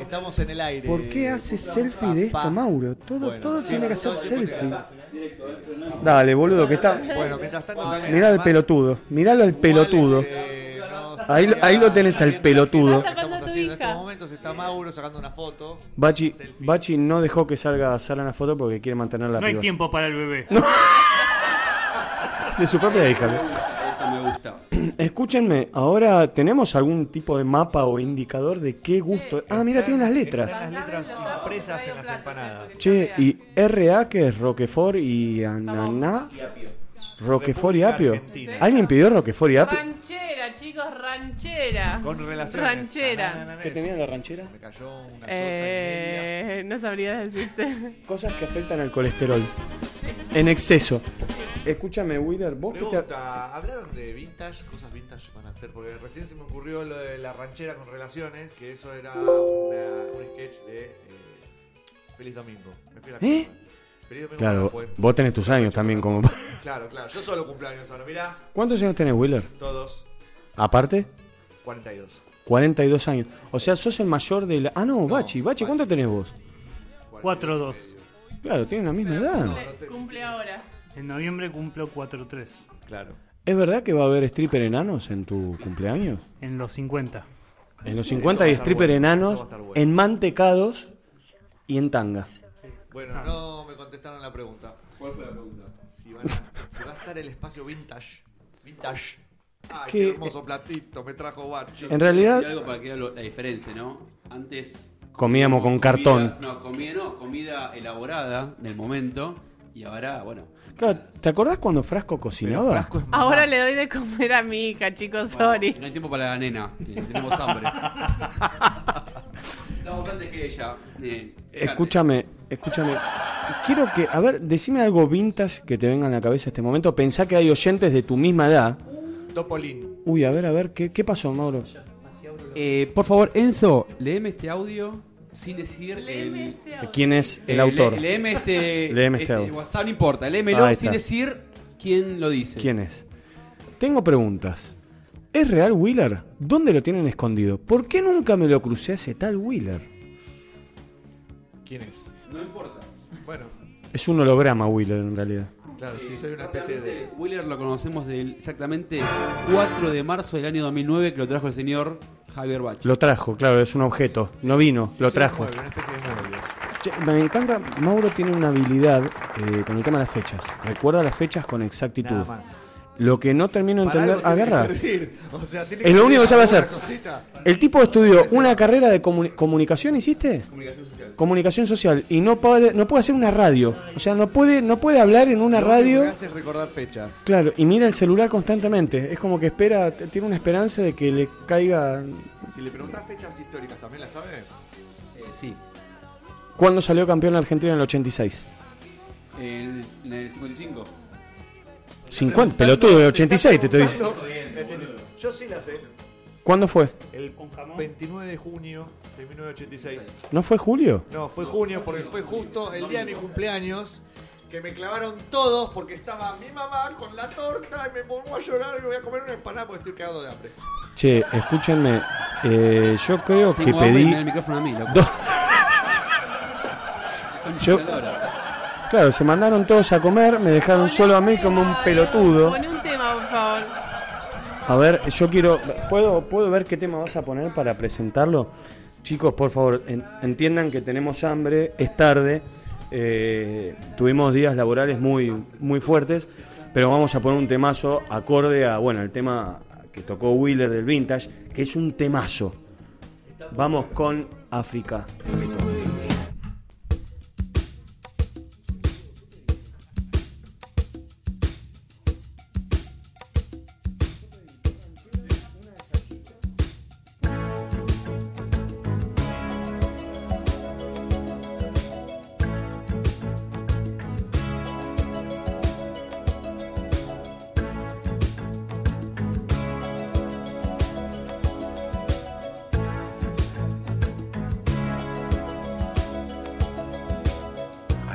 estamos en el aire. ¿Por qué hace selfie de esto, Mauro? Todo, Bueno, todo sí, tiene que todo hacer el tiempo que selfie. hagas. Dale, boludo, que está. Ah. Bueno, mientras tanto también. Mirá al pelotudo, miralo al pelotudo. eh, Ahí, ahí lo tenés al pelotudo. Estamos haciendo en estos momentos está Mauro sacando una foto. Bachi, Bachi no dejó que salga Sara en la foto porque quiere mantener la No hay privacidad. tiempo para el bebé. De su propia hija. Esa me gusta. Escúchenme, ahora tenemos algún tipo de mapa o indicador de qué gusto. Ah, mira, tienen las letras. Están las letras impresas en las empanadas. Che, y RA que es Roquefort y Ananá. Roquefort y Apio. Argentina. ¿Alguien pidió Roquefort y Apio? Ranchera, chicos, ranchera. Con relaciones. Ranchera. ¿Qué tenía la ranchera? Me cayó una Eh, no sabría decirte. Cosas que afectan al colesterol. En exceso. Escúchame, Wheeler, vos que te... Pregunta, ¿hablaron de vintage? Cosas vintage van a hacer, porque recién se me ocurrió lo de la ranchera con relaciones, que eso era una- un sketch de eh, Feliz Domingo. Me fui a la ¿Eh? mierda. Feliz Domingo. Claro, fue- vos tenés tus años también como... Claro, claro. Yo solo cumpleaños ahora, mirá, ¿Cuántos años tenés, Wheeler? todos, ¿Aparte? 42. 42 años. O sea, sos el mayor de la... Ah, no, Bachi. Bachi, ¿cuánto tenés vos? 4-2. Claro, tienen la misma edad. Cumple, cumple ahora. En noviembre cumplo 4-3. Claro. ¿Es verdad que va a haber stripper enanos en tu cumpleaños? En los 50. En los 50 hay stripper enanos, en mantecados y en tanga. Ah. Bueno, no me contestaron la pregunta. ¿Cuál fue la pregunta? Si, van a- si va a estar el espacio vintage. Vintage. Ay, qué, Que- eh, hermoso platito me trajo Bachi. En realidad- Decir algo para que vea lo- la diferencia, ¿no? Antes. Comíamos con cartón. No, comía, no, comida elaborada del momento. Y ahora, bueno. Claro, ¿te acordás cuando Frasco cocinaba? Ahora le doy de comer a mi hija, chicos, sorry. No hay tiempo para la nena. eh, tenemos hambre. Estamos antes que ella. eh, Escúchame, escúchame. Quiero que, a ver, decime algo vintage que te venga en la cabeza este momento. Pensá que hay oyentes de tu misma edad. Topolín. Uy, a ver, a ver, ¿qué, qué pasó, Mauro? Eh, por favor, Enzo, leeme este audio sin decir el- ¿Quién es el Eh, autor? le- leeme este, Leeme este este audio. WhatsApp, no importa. Léemelo Ahí sin está. decir quién lo dice. ¿Quién es? Tengo preguntas. ¿Es real Wheeler? ¿Dónde lo tienen escondido? ¿Por qué nunca me lo crucé a ese tal Wheeler? ¿Quién es? No importa. Bueno, Es un holograma Wheeler en realidad. claro, sí, soy una especie de. Wheeler lo conocemos del exactamente 4 de marzo del año 2009 que lo trajo el señor Javier Bach. Lo trajo, claro, es un objeto. No vino, lo sí, trajo. mueve, una este especie de mueble. Che, me encanta, Mauro tiene una habilidad eh, con el tema de las fechas. Recuerda las fechas con exactitud. Nada más. Lo que no termino de Para entender, algo tiene que agarra. servir. O sea, tiene es que lo único que sabe servir hacer. alguna cosita. El tipo estudió una carrera de comuni- comunicación, ¿hiciste? Comunicación social. Comunicación social. Y no puede, no puede hacer una radio. O sea, no puede, no puede hablar en una Lo único radio. que hace es recordar fechas. Claro, y mira el celular constantemente. Es como que espera, t- tiene una esperanza de que le caiga. Si le preguntás fechas históricas, ¿también las sabe? Eh, sí. ¿Cuándo salió campeón la Argentina en el 86? El- en el 55. 50, pelotudo, el 86 te estoy diciendo. Tanto- Yo sí la sé. ¿Cuándo fue? El 29 de junio de 1986. ¿No fue julio? No, fue junio porque fue justo el día de mi cumpleaños que me clavaron todos porque estaba mi mamá con la torta y me pongo a llorar y me voy a comer una empanada porque estoy cagado de hambre. Che, escúchenme, eh, yo creo que Tengo hambre y pedí... me da el micrófono a mí, loco. Do- yo... Claro, se mandaron todos a comer, me dejaron solo a mí como un pelotudo. Pone un tema, por favor. A ver, yo quiero... ¿Puedo, puedo ver qué tema vas a poner para presentarlo? Chicos, por favor, en- entiendan que tenemos hambre, es tarde, eh, tuvimos días laborales muy, muy fuertes, pero vamos a poner un temazo acorde a, bueno, el tema que tocó Wheeler del Vintage, que es un temazo. Vamos con África. I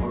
or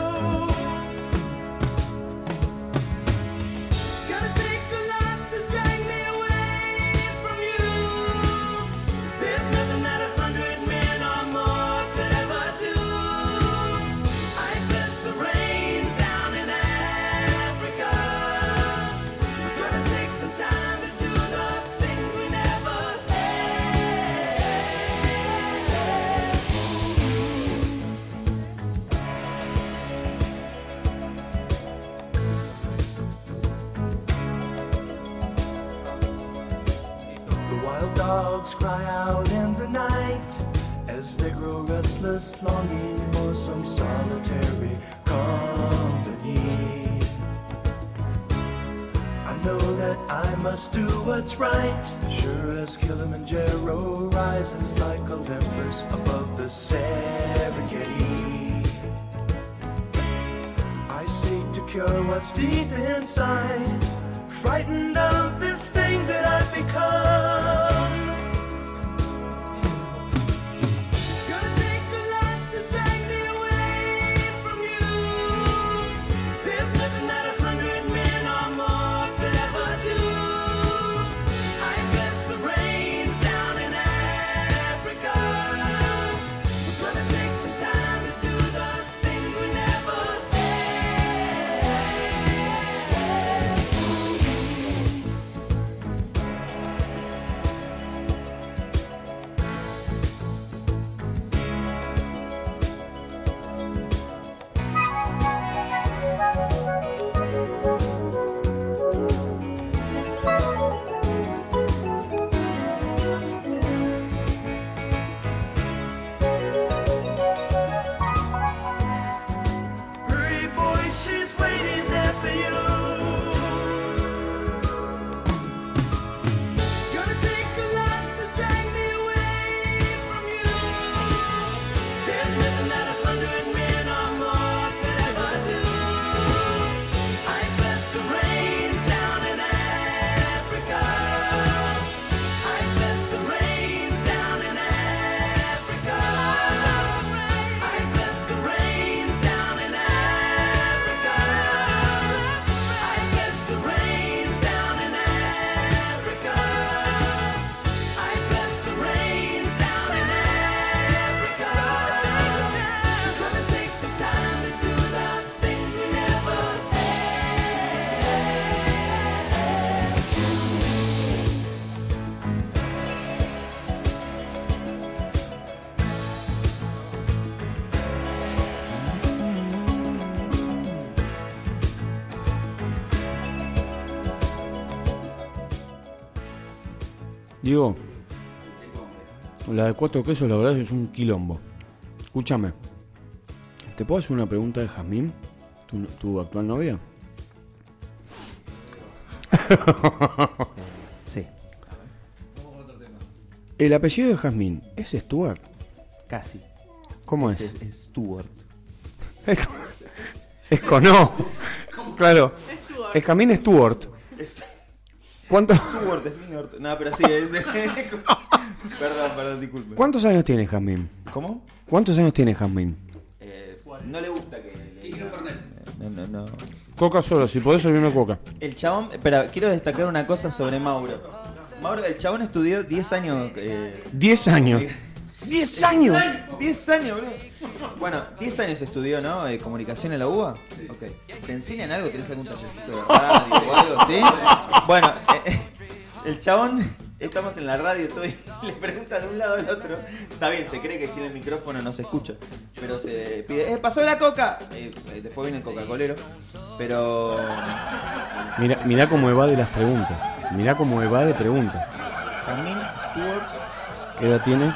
Gonna take a lot to drag me away from you. There's nothing that a hundred men or more could ever do. I bless the rains down in Africa. Gonna take some time to do the things we never had. The wild dogs cry out in the night as As they grow restless, longing for some solitary company. I know that I must do what's right. Sure as Kilimanjaro rises like Olympus above the Serengeti. I seek to cure what's deep inside, frightened of this thing that I've become. There's nothing that a hundred men or more could ever do. I guess the rains down in Africa will probably take some time to do the things we never had. Hurry, boy, she's waiting there for you. It's gonna take a lot to drag me away from you. There's nothing that a hundred men or more could ever do. I bless the rains down in Africa. I bless the rains down in Africa. I bless the rains down in Africa. I bless the rains down in Africa. I bless the rains down in Africa. It's gonna take some time to do the things we never had. Digo, la de cuatro quesos, la verdad, es un quilombo. Escúchame, ¿te puedo hacer una pregunta de Jazmín, tu, tu actual novia? sí. El apellido de Jazmín es Stuart. Casi. ¿Cómo Es- es? es Stuart. Es con O. claro. Stuart. Es Jazmín Stuart. ¿Cuánto- Stuart es mi norte. No, pero sí, es. perdón, perdón, disculpe. ¿Cuántos años tiene Jazmín? ¿Cómo? ¿Cuántos años tiene Jazmín? Eh, no le gusta que. le digan- No, no, no. Coca solo, si podés servirme coca. El chabón. Espera, quiero destacar una cosa sobre Mauro. Mauro, el chabón estudió 10 años. eh, 10 años. 10 años. 10 años, bro. Bueno, 10 años estudió, ¿no? Eh, comunicación en la UBA. Ok. ¿Te enseñan algo? ¿Tenés algún tallercito de radio o algo así? Bueno, eh, eh, el chabón, estamos en la radio todo y le preguntan de un lado al otro. Está bien, se cree que sin el micrófono no se escucha. Pero se pide, ¡eh, pasó la coca! Eh, eh, después viene el Coca-Colero. Pero. mm, Mirá, mirá cómo evade las preguntas. Mirá cómo evade preguntas. Jazmín Stewart ¿Qué edad tiene?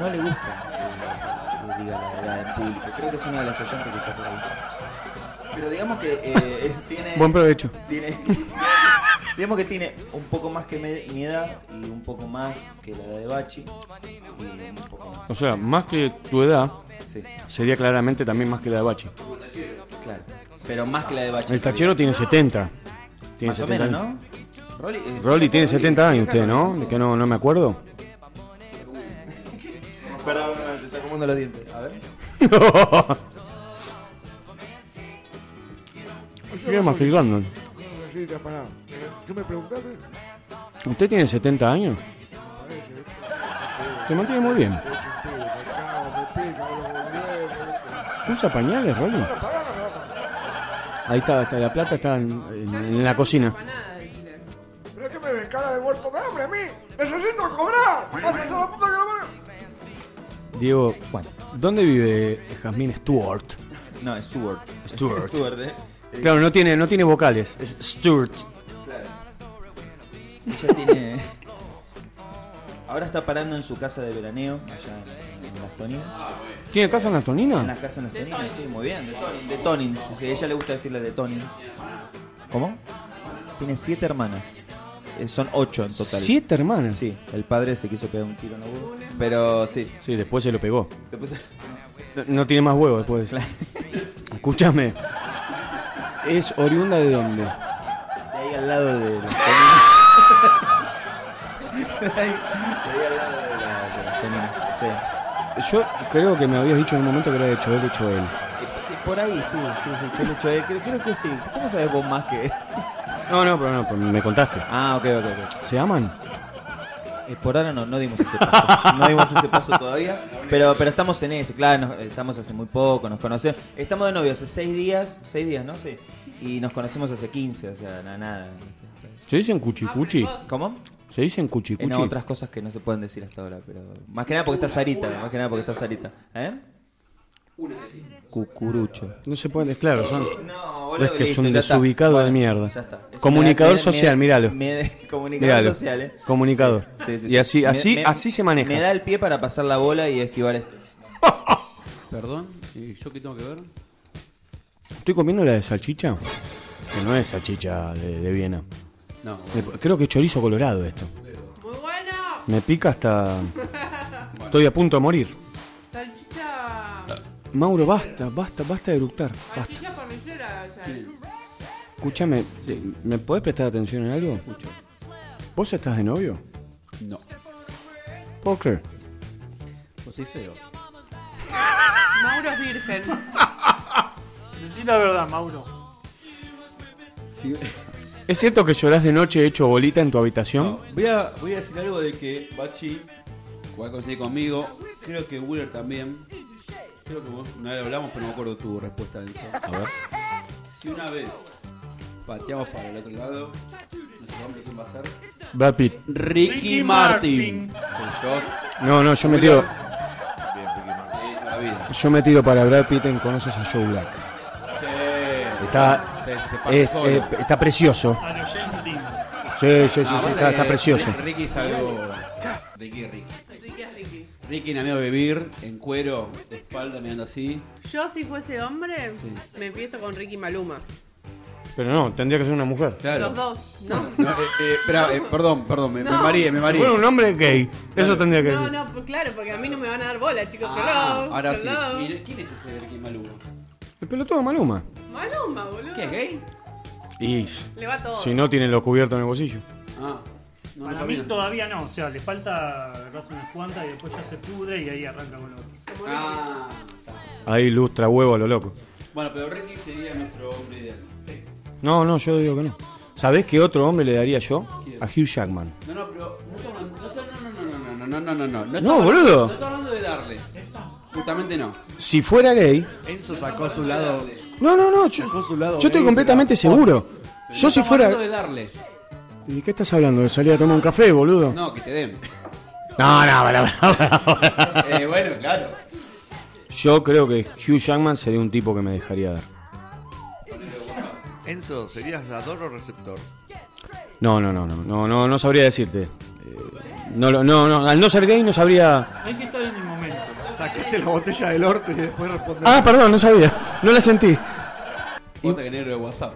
no le gusta que, que diga la ¿eh? edad en público. Creo que es una de las oyentes que está por ahí. Pero digamos que eh, tiene. Buen provecho. Tiene, digamos que tiene un poco más que me- mi edad y un poco más que la edad de Bachi. Y un poco más. O sea, más que tu edad, Sí. sería claramente también más que la de Bachi. Claro. Pero más que la de Bachi. El tachero tiene 70. Tiene Más o 70 menos, años. ¿no? Rolly, eh, Rolly tiene 70 años usted, Claro, ¿no? sí. Que no, no me acuerdo. Perdón, no, se está comiendo los dientes. A ver. Sigue masticando. Galleta, pará. ¿Qué me preguntaste? ¿Usted tiene 70 años? Se mantiene muy bien. ¿Usa pañales, Rolly? Ahí está, está la plata está en, en- en la cocina. ¿Pero es que me ven cara de muerto de hambre a mí? ¡Necesito cobrar! ¡Hasta la puta que lo parió! Diego, bueno, ¿dónde vive Jasmine Stewart? No, Stuart. Stuart. Stuart, eh. Claro, no tiene, no tiene vocales. Es Stuart. Claro. Ella tiene. Ahora está parando en su casa de veraneo, allá en- en en las Tonines. ¿Tiene casa en las Toninas? En las casas en las Toninas, sí, muy bien. De Tonins. De Tonins. O sea, ella le gusta decirle de Tonins. ¿Cómo? Tiene siete hermanas. Eh, son ocho en total. ¿Siete hermanas? Sí, el padre se quiso pegar un tiro en la boca. Pero sí. Sí, después se lo pegó. Después se- No- No tiene más huevo después. Escúchame. ¿Es oriunda de dónde? De ahí al lado de las Toninas. de ahí de ahí al lado de la- de las Toninas. Sí. Yo creo que me habías dicho en un momento que era de Choel de Choel. Por ahí, sí, sí, sí, yo lo he hecho, eh, creo, creo que sí. ¿Cómo sabes vos más que No, no, pero no, pero me contaste. Ah, ok, ok, ok. ¿Se aman? Eh, por ahora no, no dimos ese paso. No dimos ese paso todavía. Pero, pero estamos en eso, claro, nos- estamos hace muy poco, nos conocemos. Estamos de novio hace seis días, seis días, ¿no? Sí. Y nos conocemos hace 15, o sea, na- nada. ¿Se dicen cuchicuchi? Ah, ¿Cómo? ¿Se dicen cuchicuchi? En otras cosas que no se pueden decir hasta ahora, pero. Más que nada porque está Sarita, más que nada porque está Sarita. ¿Eh? Cucurucho. No se pueden, claro, son. No, es boludo, que es listo, un ya está. desubicado de mierda. ya está. Es Comunicador una- me- social, me- míralo. me- comunicador social, eh. Comunicador. Sí, sí, sí. Y así, Me- así, me- así se maneja. Me da el pie para pasar la bola y esquivar esto. Perdón, ¿y yo qué tengo que ver? Estoy comiendo la de salchicha. Que no es salchicha de, de Viena. No. Eh, Creo que es chorizo colorado esto. Muy bueno. Me pica hasta. Estoy a punto de morir. Salchicha. Mauro, basta, basta, basta de eructar. Basta. Salchicha parrillera. O sea, Escúchame, ¿me podés prestar atención en algo? ¿Vos estás de novio? No. ¿Por qué? Pues soy feo. Mauro es virgen. Decí la verdad, Mauro. ¿Es cierto que llorás de noche hecho bolita en tu habitación? Voy a, voy a decir algo de que Bachi va a coincidir conmigo. Creo que Wheeler también. Creo que vos no le hablamos, pero no me acuerdo tu respuesta a eso. A ver. Si una vez pateamos para el otro lado, no sabemos quién va a ser. Brad Pitt. Ricky, Ricky Martin. Martin. Pues yo- No, no, yo me tiro. Bien, Ricky Martin. Sí, toda la vida. Yo me tiro para Brad Pitt en Conoces a Joe Black. Sí. Está, Se- se parte es, solo. eh, está precioso. A los James Dean. Sí, sí, sí, sí, Ah, está, aparte está que precioso. Ricky es algo. Ricky, Ricky. Ricky es Ricky. Ricky en amigo de vivir, en cuero, de espalda, mirando así. Yo si fuese hombre, me empiezo con Ricky Maluma. Pero no, tendría que ser una mujer. Los dos, ¿no? No, eh, eh, espera, eh, perdón, perdón, me, me No. mareé, me mareé. Bueno, un hombre gay. Eso tendría que No, ser. no, pues claro, porque a mí no me van a dar bola, chicos. Ah, hello, ahora hello. sí. ¿Y quién es ese Ricky Maluma? El pelotudo Maluma. Maluma, boludo. ¿Qué, gay? Y Le va todo. si no, tienen lo cubierto en el bolsillo. Ah, no, Para mí todavía no, o sea, le falta agarrarse unas cuantas y después ya se pudre y ahí arranca con lo otro. Ah, Ahí lustra huevo a lo loco. bueno, pero Ricky sería nuestro hombre ideal. No, no, yo digo que no. ¿Sabés qué otro hombre le daría yo? A Hugh Jackman. No, no, pero. No, estamos- no, estamos- no, no, no, no, no, no, no, no, no. No, estamos- boludo. No estoy hablando de darle. Justamente no. Si fuera gay. Enzo sacó su lado. No, no, no. Yo, Sacó su lado. yo estoy gay, completamente seguro. Pero Yo si estamos fuera. hablando de darle. ¿Y de qué estás hablando? ¿De salir a tomar un café, boludo? No, No, que te den. no, pará, pará, pará. eh, bueno, claro. Yo creo que Hugh Jackman sería un tipo que me dejaría dar. Enzo, ¿serías dador o receptor? No, no, no, no, no, no, no sabría decirte. Eh, No, lo- no, no, al no ser gay no sabría. Hay que estar en el momento. Sacaste la botella del orto y después respondés. Ah, perdón, no sabía. No la sentí. Ponte que negro de WhatsApp.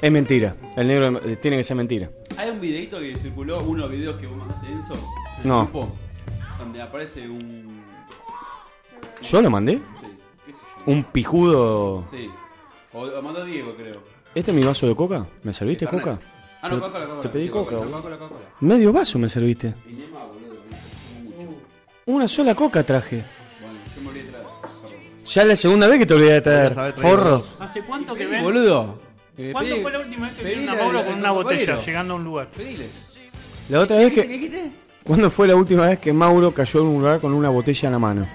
Es mentira. El negro eh, tiene que ser mentira. Hay un videito que circuló, uno de los videos que vos más tenso. No. Grupo, donde aparece un. ¿Yo lo mandé? Sí, qué sé yo. Un pijudo. Sí. O lo mandó Diego, creo. ¿Este es mi vaso de coca? ¿Me serviste Fernet. coca? Ah, no, Coca-Cola, Coca-Cola. Te pedí Digo, coca. Coca-Cola, Coca-Cola, Coca-Cola. Medio vaso me serviste. Y Nema, boludo, mucho. Una sola coca traje. Bueno, yo me olvidé de traer. Ya es la segunda vez que te olvidé de traer. Forro. ¿Hace cuánto que Pedí, ven? boludo. Eh, ¿Cuándo pedí- fue la última vez que pedile vieron a al- Mauro al con una botella compañero. llegando a un lugar? Pedile. La otra vez que. dijiste? ¿Cuándo fue la última vez que Mauro cayó en un lugar con una botella en la mano?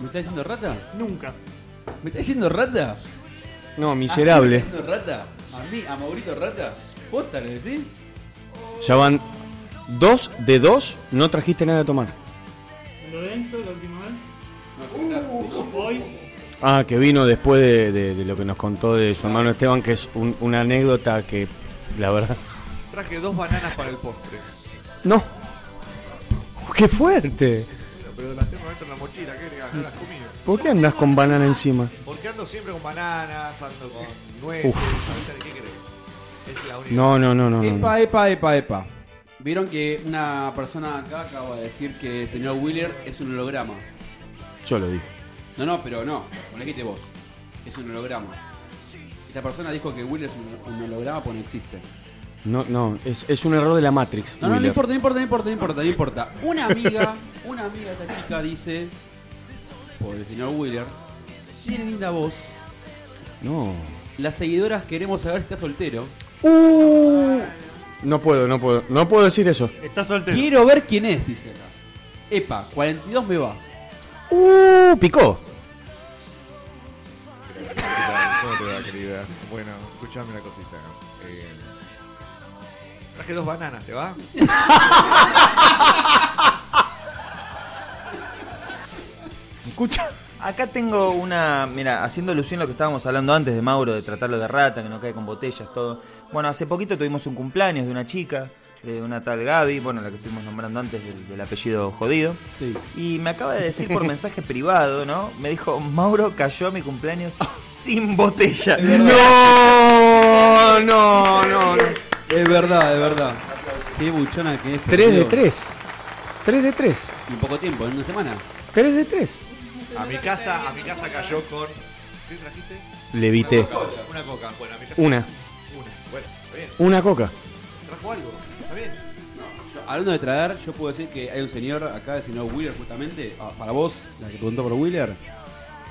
¿Me estás diciendo rata? Nunca. ¿Me estás diciendo rata? No, miserable. ¿Me estás diciendo rata? A mí, a Maurito rata. ¿Posta le decís? Ya van dos de dos, no trajiste nada a tomar. Lo de Enzo, la última vez. Uh. Hoy, Ah, que vino después de, de- de lo que nos contó de su hermano Esteban, que es un- una anécdota que, la verdad. Traje dos bananas para el postre. ¡No! ¡Qué fuerte! pero las tengo dentro de la mochila, ¿qué le hagas? No las comí. ¿Por qué andás con banana encima? Porque ando siempre con bananas, ando con nueces, Uf. ¿sabes de qué crees? Es la única. No, no, no, no. no, no. Epa, epa, epa, epa. Vieron que una persona acá acaba de decir que el señor Wheeler es un holograma. Yo lo dije. No, no, pero no. Lo dijiste vos. Es un holograma. Esa persona dijo que Wheeler es un, un holograma porque no existe. No, no, es, es un error de la Matrix. No, no, no Wheeler. importa, no importa, no importa, no importa, no importa. Una amiga, una amiga de esta chica dice, por el señor Wheeler, tiene linda voz. No. Las seguidoras queremos saber si está soltero. Uh. No puedo, no puedo. No puedo decir eso. Está soltero. Quiero ver quién es, dice acá. Epa, 42 me va. Uh, picó. ¿Cómo te va, querida? Bueno, escuchame una cosita. eh, traje dos bananas, ¿te va? Escucha. Acá tengo una. Mira, haciendo alusión a lo que estábamos hablando antes de Mauro, de tratarlo de rata, que no cae con botellas, todo. Bueno, hace poquito tuvimos un cumpleaños de una chica, de una tal Gaby, bueno, la que estuvimos nombrando antes del, del apellido jodido. Sí. Y me acaba de decir por mensaje privado, ¿no? Me dijo, Mauro cayó a mi cumpleaños sin botella. No, no, no, no. Es verdad, es verdad. Qué buchona que es. 3 de 3. 3 de 3. Y en poco tiempo, en una semana. 3 de 3. A mi casa, a mi casa cayó con. ¿Qué trajiste? Levité. Una coca, una coca. Bueno, a mi casa. Una. Una. Bueno, está bien. Una coca. Trajo algo. Está bien. Yo, hablando de traer, yo puedo decir que hay un señor acá, el señor Wheeler, justamente, ah, para vos, la que preguntó por Wheeler.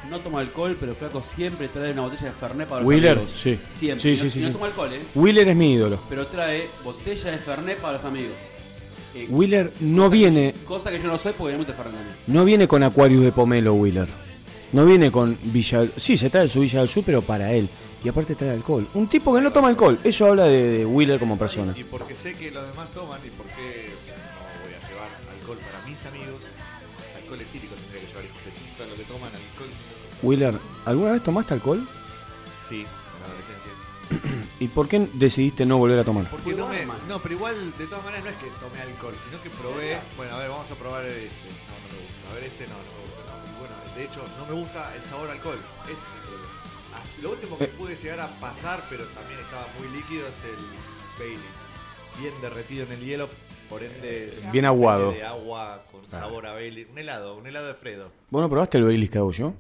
No toma alcohol, pero flaco siempre trae una botella de Fernet para los Wheeler, amigos. sí. Siempre. Sí, Y sí, no, sí, y no sí. toma alcohol, ¿eh? Wheeler es mi ídolo. Pero trae botella de Fernet para los amigos. Eh, Wheeler no cosa que- viene, cosa que yo no soy porque no me gusta Fernet a mí. no viene con Aquarius de Pomelo, Wheeler. No viene con Villa del- Sí, se trae su Villa del Sur, pero para él. Y aparte trae alcohol. Un tipo que no toma alcohol. Eso habla de, de Wheeler como persona. Y porque sé que los demás toman y porque no voy a llevar alcohol para mis amigos, alcohol etílico tendría que llevar hijos de puta, lo que toman alcohol. Wheeler, ¿alguna vez tomaste alcohol? Sí, en la adolescencia. ¿Y por qué decidiste no volver a tomar? Porque tomé- no, pero igual, de todas maneras, no es que tomé alcohol, sino que probé. Bueno, a ver, vamos a probar este. No, no me gusta. A ver, este no, no me gusta. no. Y Bueno, de hecho, no me gusta el sabor a alcohol. Ese es el problema. Ah, Lo último que Eh. pude llegar a pasar, pero también estaba muy líquido, es el Baileys. Bien derretido en el hielo, por ende. es una Bien aguado. Ah. especie De agua con sabor a Baileys. Un helado, un helado de Fredo. ¿Vos no probaste el Baileys que hago yo?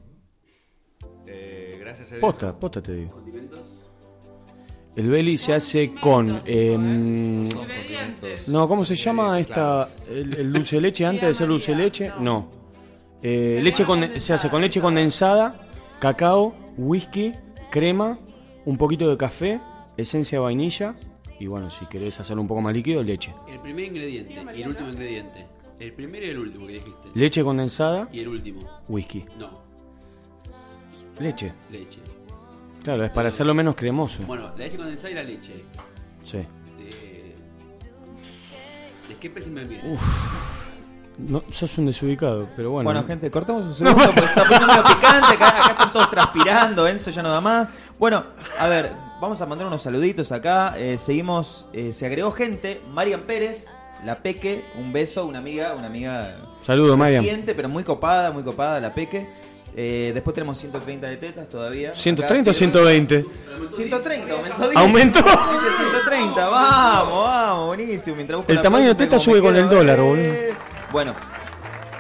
Eh, gracias a Dios. Posta, posta te digo. El Baileys se hace con... em, no, ¿cómo se llama esta... El, el dulce de leche antes de ser dulce de leche? No. Eh, leche con, se hace con leche condensada, cacao, whisky, crema, un poquito de café, esencia de vainilla y bueno, si querés hacerlo un poco más líquido, leche. El primer ingrediente y el último ingrediente. El primero y el último que dijiste. Leche condensada, Y el último. whisky. No, Leche. leche. Claro, es para hacerlo menos cremoso. Bueno, la leche condensada y la leche. Sí. Eh, ¿De qué precio me viene? Uf. No, sos un desubicado, pero bueno. Bueno, gente, cortamos un segundo porque se está poniendo medio picante. Acá, acá están todos transpirando. Enzo ya no da más. Bueno, a ver, vamos a mandar unos saluditos acá. eh, seguimos. eh, se agregó gente. Marian Pérez, la Peque. Un beso, una amiga. Una amiga. Saludo, Marian. reciente, pero muy copada, muy copada, la Peque. Eh, después tenemos 130 de tetas todavía. ¿130 o Acá, 120? 130, aumentó 10. ¿Aumentó? Dice 130, vamos, vamos, buenísimo. Mientras busco El la tamaño de pausa, teta como sube me con quedo, el dólar, eh. boludo. Bueno,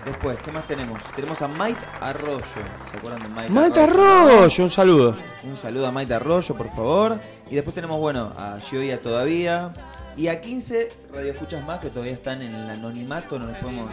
después, ¿qué más tenemos? Tenemos a Mike Arroyo. ¿Se acuerdan de Mike Maite Arroyo, un saludo. Un saludo a Mike Arroyo, por favor. Y después tenemos, bueno, a Gioia todavía. Y a 15 radioescuchas más que todavía están en el anonimato, no los podemos,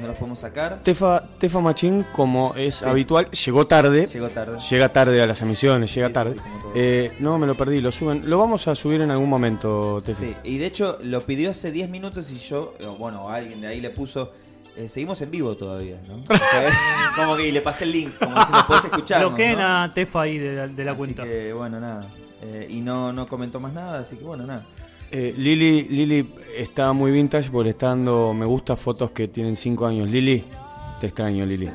no los podemos sacar. Tefa, Tefa Machín, como es habitual, llegó tarde. Llegó tarde. Llega tarde a las emisiones, llega Sí, sí, tarde. sí, como todo. Eh, no, me lo perdí, lo suben. Lo vamos a subir en algún momento, Tefa. Sí, y de hecho lo pidió hace 10 minutos y yo, eh, bueno, alguien de ahí le puso, eh, seguimos en vivo todavía, ¿no? O sea, como que y le pasé el link, como si lo podés escuchar. Bloqueen a Tefa ahí de la, de la cuenta. Que, bueno, nada. Eh, y no, no comentó más nada, así que bueno, nada. Eh, Lili, Lili está muy vintage porque le está dando me gusta a fotos que tienen 5 años. Lili, te extraño, Lili.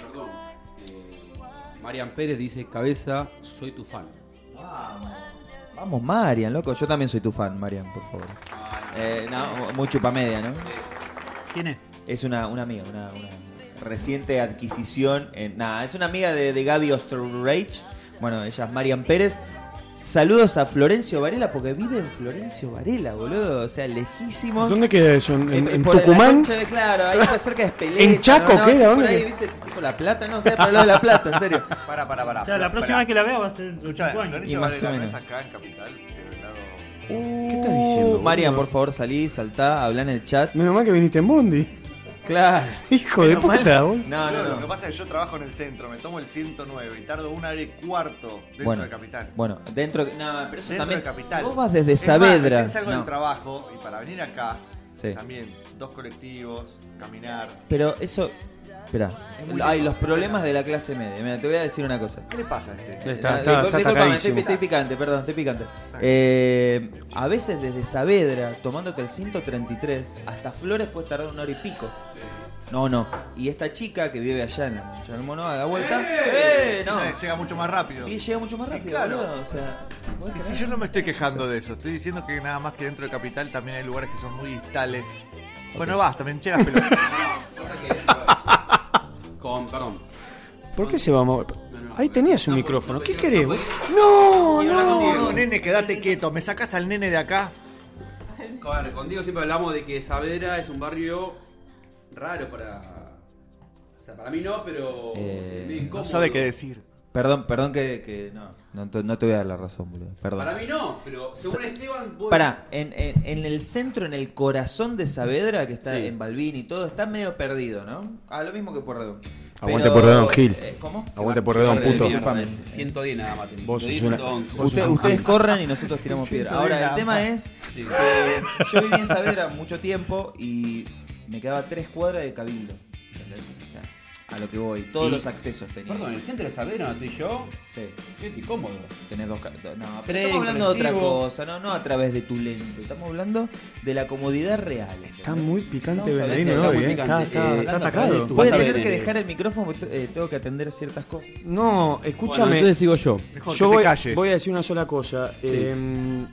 Perdón. Eh, Marian Pérez dice, cabeza, soy tu fan. Vamos, Marian, loco. Yo también soy tu fan, Marian, por favor. Eh, no, muy chupamedia, ¿no? ¿Quién es? Es una, una amiga, una, una reciente adquisición. en- nada, es una amiga de, de Gaby Osterreich. Bueno, ella es Marian Pérez. Saludos a Florencio Varela, porque vive en Florencio Varela, boludo. O sea, lejísimos. ¿Dónde queda eso? ¿En, en- Eh, en por la Tucumán? concha de- claro, ahí está cerca de Espeleta. ¿En Chaco ¿no? queda? Por ¿Dónde ahí, queda? viste, Este tipo la plata, no, queda por el lado de la plata, en serio. Para, para, para. O sea, la próxima vez que la vea va a ser en Escuchá, cinco años. Florencio Y más Varela o no menos. es acá en Capital, pero el lado. Uh, ¿Qué estás diciendo, boludo? Uh, Marian, por favor, salí, saltá, hablá en el chat. Menos mal que viniste en Bondi. Claro. Hijo de Menos mal. puta, boludo. No, no, no. Lo que pasa es que yo trabajo en el centro, me tomo el 109 y tardo una hora y cuarto dentro Bueno, de Capital. bueno, dentro de- no, pero eso Dentro también- de Capital. si vos vas desde Es Saavedra, Más, recién salgo no. del trabajo y para venir acá, Sí. también dos colectivos, caminar. Pero eso. Espera. Es muy Ay, los lejos, problemas de la clase media. Mira, te voy a decir una cosa. ¿Qué le pasa a este? Eh, Está- eh, está- discul- está disculpame, atacadísimo. estoy, estoy picante, perdón, estoy picante. Eh, a veces desde Saavedra, tomándote el 133, hasta Flores puedes tardar una hora y pico. No, no. Y esta chica que vive allá en la Mancha del Mono, a la vuelta. ¡Eh! No. Eh, Llega mucho más rápido. Y llega mucho más rápido, claro. boludo, o sea, vos Y si creés. yo no me estoy quejando de eso, estoy diciendo que nada más que dentro de Capital también hay lugares que son muy distales. Bueno, basta, me enché las pelotas. Con, perdón. ¿Por qué se va a mover? Ahí tenías un micrófono. ¿Qué querés? ¡No! boludo? ¡No! Nene, quédate quieto. Me sacás al nene de acá. A ver, con Diego siempre hablamos de que Saavedra es un barrio raro para. O sea, para mí no, pero. Eh, medio incómodo. decir. Perdón, perdón que, que no, no, te- no te voy a dar la razón, boludo. Perdón. Para mí no, pero según Esteban. vos- Pará, en, en- en el centro, en el corazón de Saavedra, que está en Balbín y todo, está medio perdido, ¿no? Ah, lo mismo que Porredón. Aguante Pero, Porredón, Gil. eh, ¿Cómo? Aguante Porredón, puto. Discúlpame. 110 nada más. tenés. Vos sos 111. una- vos Usted- sos un ustedes gil. corren y nosotros tiramos piedra. Siento bien Ahora, la el tema mano. es Sí. que yo viví en Saavedra mucho tiempo y me quedaba tres cuadras de Cabildo. O sea, a lo que voy. Todos Y- los accesos tenía. Perdón, en el centro de Saavedra donde estoy yo. Sí. Siento incómodo. Tenés dos ca- do- No, pero Tren, estamos hablando de otra colectivo. cosa, no, no a través de tu lente. Estamos hablando de la comodidad real. Está muy picante Estamos Benedino hablando- hoy, eh. Está, está- está atacado. Voy a eh, tener que dejar el micrófono, porque, eh, tengo que atender ciertas cosas. No, escúchame. Bueno, entonces sigo yo. Mejor yo que se voy, calle. voy a decir una sola cosa. Eh,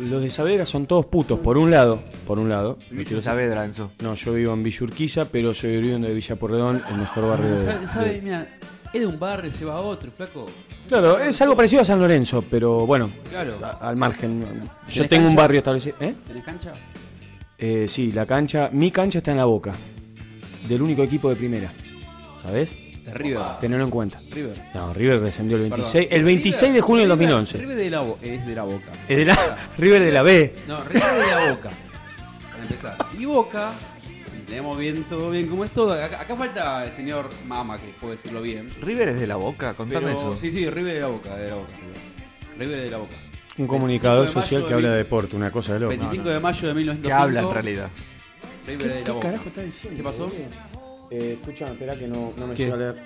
los de Saavedra son todos putos, por un lado. Por un lado. Vivís en Saavedra, Enzo. No, yo vivo en Villa Urquiza, pero soy oriundo de Villa Porredón, el mejor barrio de- Ah, ¿Sabe- de, sabe? Mira, es de un barrio, lleva a otro, flaco. Claro, es algo parecido a San Lorenzo, pero bueno, Claro. a- al margen. Yo ¿Tenés tengo un cancha? barrio establecido. ¿eh? ¿Tenés cancha? Eh, sí, la cancha, mi cancha está en la boca, del único equipo de primera, ¿sabes? De River. Tenerlo en cuenta. River. No, River descendió el Perdón. 26, el 26 de junio del River- 2011. River de la Bo- es de la Boca. Es de la- River de la B. No, River de la Boca. Para empezar. Y Boca, si leemos bien todo bien como es todo. Acá, acá falta el señor Mama, que puedo decirlo bien. ¿River es de la boca? Contame Pero- eso. Sí, sí, River de la Boca, de la Boca. River. River de la Boca. Un comunicador 25 de social mayo que habla de mil- deporte, una cosa de loco. 25 de mayo de 1905. ¿Qué habla en realidad? River de la Boca. estás diciendo? ¿Qué pasó? Eh, escuchame, espera que no, no me ¿Qué? llega a leer.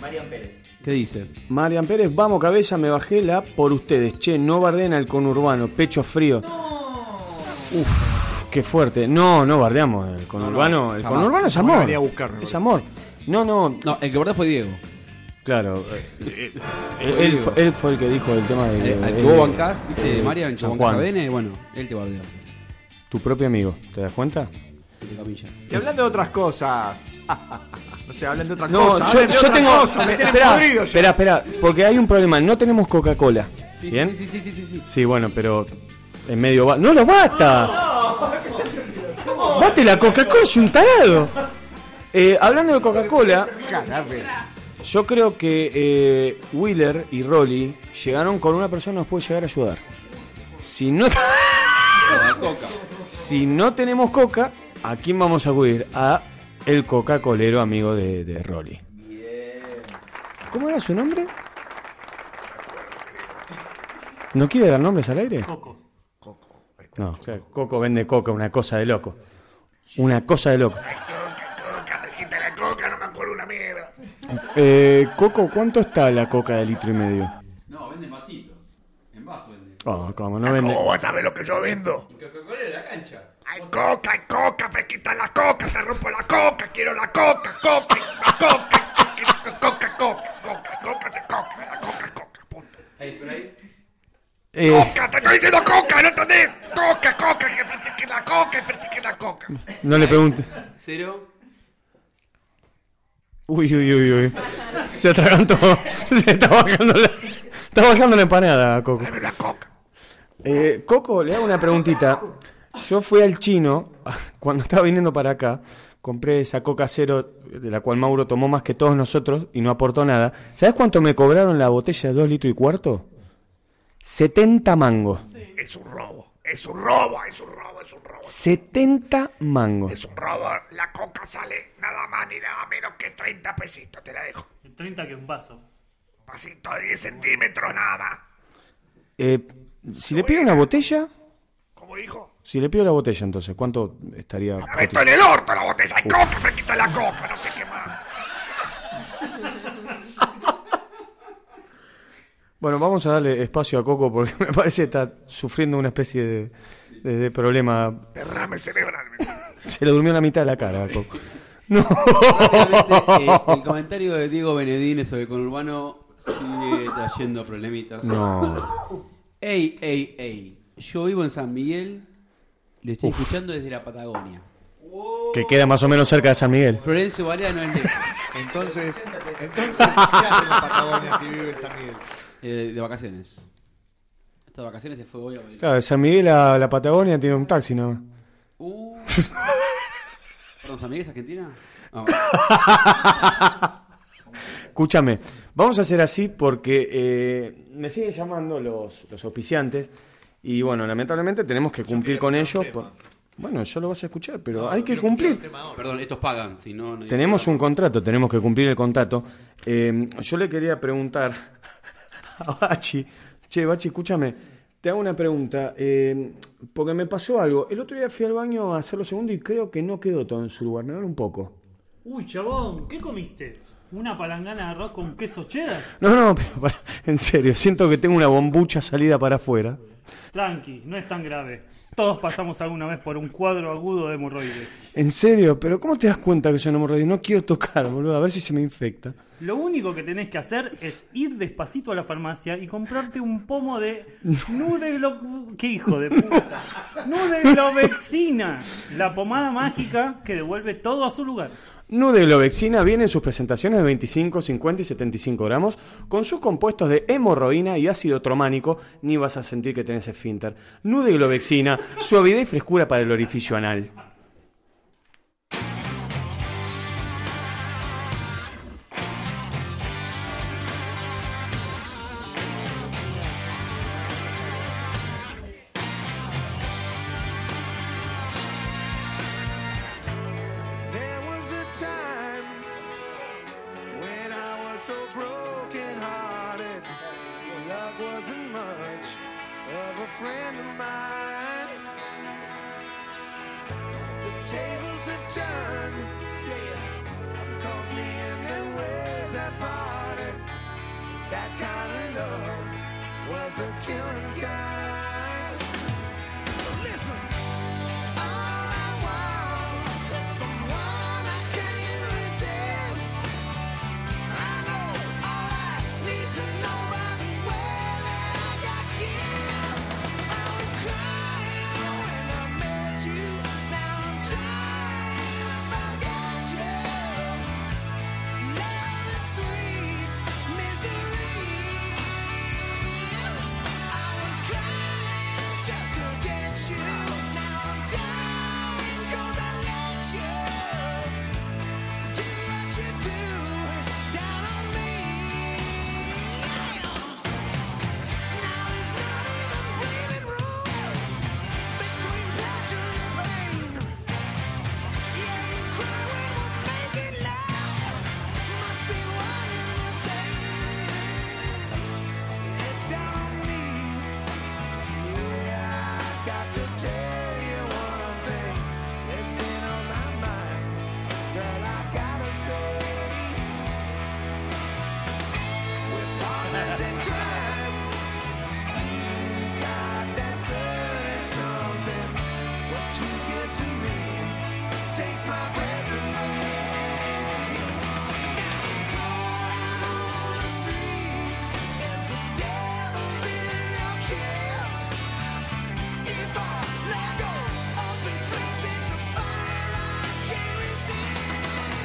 Marian Pérez. ¿Qué dice? Marian Pérez, vamos cabeza, me bajé la por ustedes. Che, no barden al conurbano, pecho frío. Uf, qué fuerte. No, no bardeamos el conurbano. No, no, el jamás. conurbano es Bueno, amor. venía a buscarme, es amor. No, no. No, el que bordó fue Diego. Claro. eh, él, él fue, él fue el que dijo el tema de. Al, al eh, que vos bancás, viste, eh, Marian, que San vos Juan, bancás a Bene, bueno, él te bardeó. tu propio amigo. ¿Te das cuenta? entre comillas. Y hablando de otras cosas. no sé, hablan de otras No, cosas. yo, hablan de yo otras tengo. cosas, me tienen Espera, podrido ya. espera, espera, porque hay un problema. No tenemos Coca-Cola. Sí, ¿Bien? sí, sí, sí, sí, sí. Sí, bueno, pero en medio va. ¡No lo matas! ¡Mate la Coca-Cola, es un tarado! Eh, hablando de Coca-Cola, yo creo que eh, Wheeler y Rolly llegaron con una persona que nos puede llegar a ayudar. Si no, Ah, La coca. si no tenemos Coca, ¿a quién vamos a acudir? A el Coca-Colero amigo de, de Rolly. ¿Cómo era su nombre? ¿No quiere dar nombres al aire? Coco. No, claro, Coco vende coca, una cosa de loco. Una cosa de loco. Quita la coca, no me acuerdo una mierda. Eh, Coco, ¿cuánto está la coca de litro y medio? No, vende en vasito. En vaso vende. Oh, como no vende. Ah, ¿Cómo vos sabés lo que yo vendo? Coca-Cola en la cancha. Hay coca, hay coca, me quita la coca, te rompo la coca, quiero la coca, coca, la coca, coca, coca, coca, coca, coca, se coca, la coca, coca, Ahí, por ahí. Eh, coca, te estoy diciendo coca, no entendés, coca, coca, que practique la coca, que practique la coca. no le pregunte. Cero. Uy, uy, uy, uy. Se atragantó. Se está bajando la, está bajando la empanada, Coco. Eh, Coco, le hago una preguntita. Yo fui al chino cuando estaba viniendo para acá. Compré esa coca cero de la cual Mauro tomó más que todos nosotros y no aportó nada. ¿Sabes cuánto me cobraron la botella de 2 litros y cuarto? 70 mangos. Es un robo, es un robo, es un robo, es un robo. 70 mangos. Es un robo. La coca sale nada más ni nada menos que 30 pesitos, te la dejo. 30 que un vaso. Un vasito de 10 centímetros nada más. Eh, si le pido una botella, Como dijo, si le pido la botella, entonces, ¿cuánto estaría? meto en el orto la botella de coca, me quita la coca, no sé qué más. Bueno, vamos a darle espacio a Coco porque me parece que está sufriendo una especie de, de- de problema. Derrame cerebral. Se le durmió la mitad de la cara a Coco. No. Rápidamente, eh, el comentario de Diego Benedine sobre Conurbano sigue trayendo problemitas. No. Ey, ey, ey. Yo vivo en San Miguel, le estoy escuchando desde la Patagonia. Que queda más o menos cerca de San Miguel. Florencio Varela no es lejos. Entonces, entonces, ¿qué hace en la Patagonia si vive en San Miguel? Eh, de vacaciones. Estas vacaciones se fue hoy a Bariloche. Claro, de San Miguel a la Patagonia tiene un taxi nada más. Uh. Perdón, ¿San Miguel es Argentina? Ah, No. Escúchame, vamos a hacer así porque eh, me siguen llamando los, los auspiciantes y bueno, lamentablemente tenemos que cumplir con ellos. por- Bueno, ya lo vas a escuchar, pero hay que cumplir. Perdón, estos pagan, si no... no- Tenemos un contrato, tenemos que cumplir el contrato. Eh, yo le quería preguntar a Bachi, che, Bachi, escúchame, te hago una pregunta, eh, porque me pasó algo. El otro día fui al baño a hacerlo segundo y creo que no quedó todo en su lugar, me duele un poco. Uy, chabón, ¿qué comiste? ¿Una palangana de arroz con queso cheddar? No, no, pero para- en serio, siento que tengo una bombucha salida para afuera. Tranqui, no es tan grave. Todos pasamos alguna vez por un cuadro agudo de hemorroides. En serio, pero ¿cómo te das cuenta que yo no morro? No quiero tocar, boludo, a ver si se me infecta. Lo único que tenés que hacer es ir despacito a la farmacia y comprarte un pomo de Nudeglo... ¿Qué hijo de puta? Nudeglovexina, la pomada mágica que devuelve todo a su lugar. Nudeglovexina viene en sus presentaciones de 25, 50 y 75 gramos, con sus compuestos de hemorroína y ácido trománico, ni vas a sentir que tenés esfínter. Nudeglovexina, suavidad y frescura para el orificio anal. There was a time when I was so broken hearted. Love wasn't much of a friend of mine. The tables have turned, yeah. One calls me and then where's that party? That kind of love was the killing kind. So listen, all I want is someone I can resist. I know all I need to know right away that I got kissed. I was crying when I met you. Now I'm trying to forget you. Now the sweet misery. I was crying just to get you. Now I'm dying 'cause I let you do what you do down on me. Now there's not even breathing room between pleasure and pain. Yeah, you cry when we're making love. Must be one and the same. It's down on me. Yeah, I got to tell you one thing. It's been on my mind. Girl, I gotta say. We're partners in crime. You got that certain something. What you give to me takes my breath away. Now, rolling on the street. Is the devil's in your kiss? If our love goes up in flames, it's a fire I can't resist.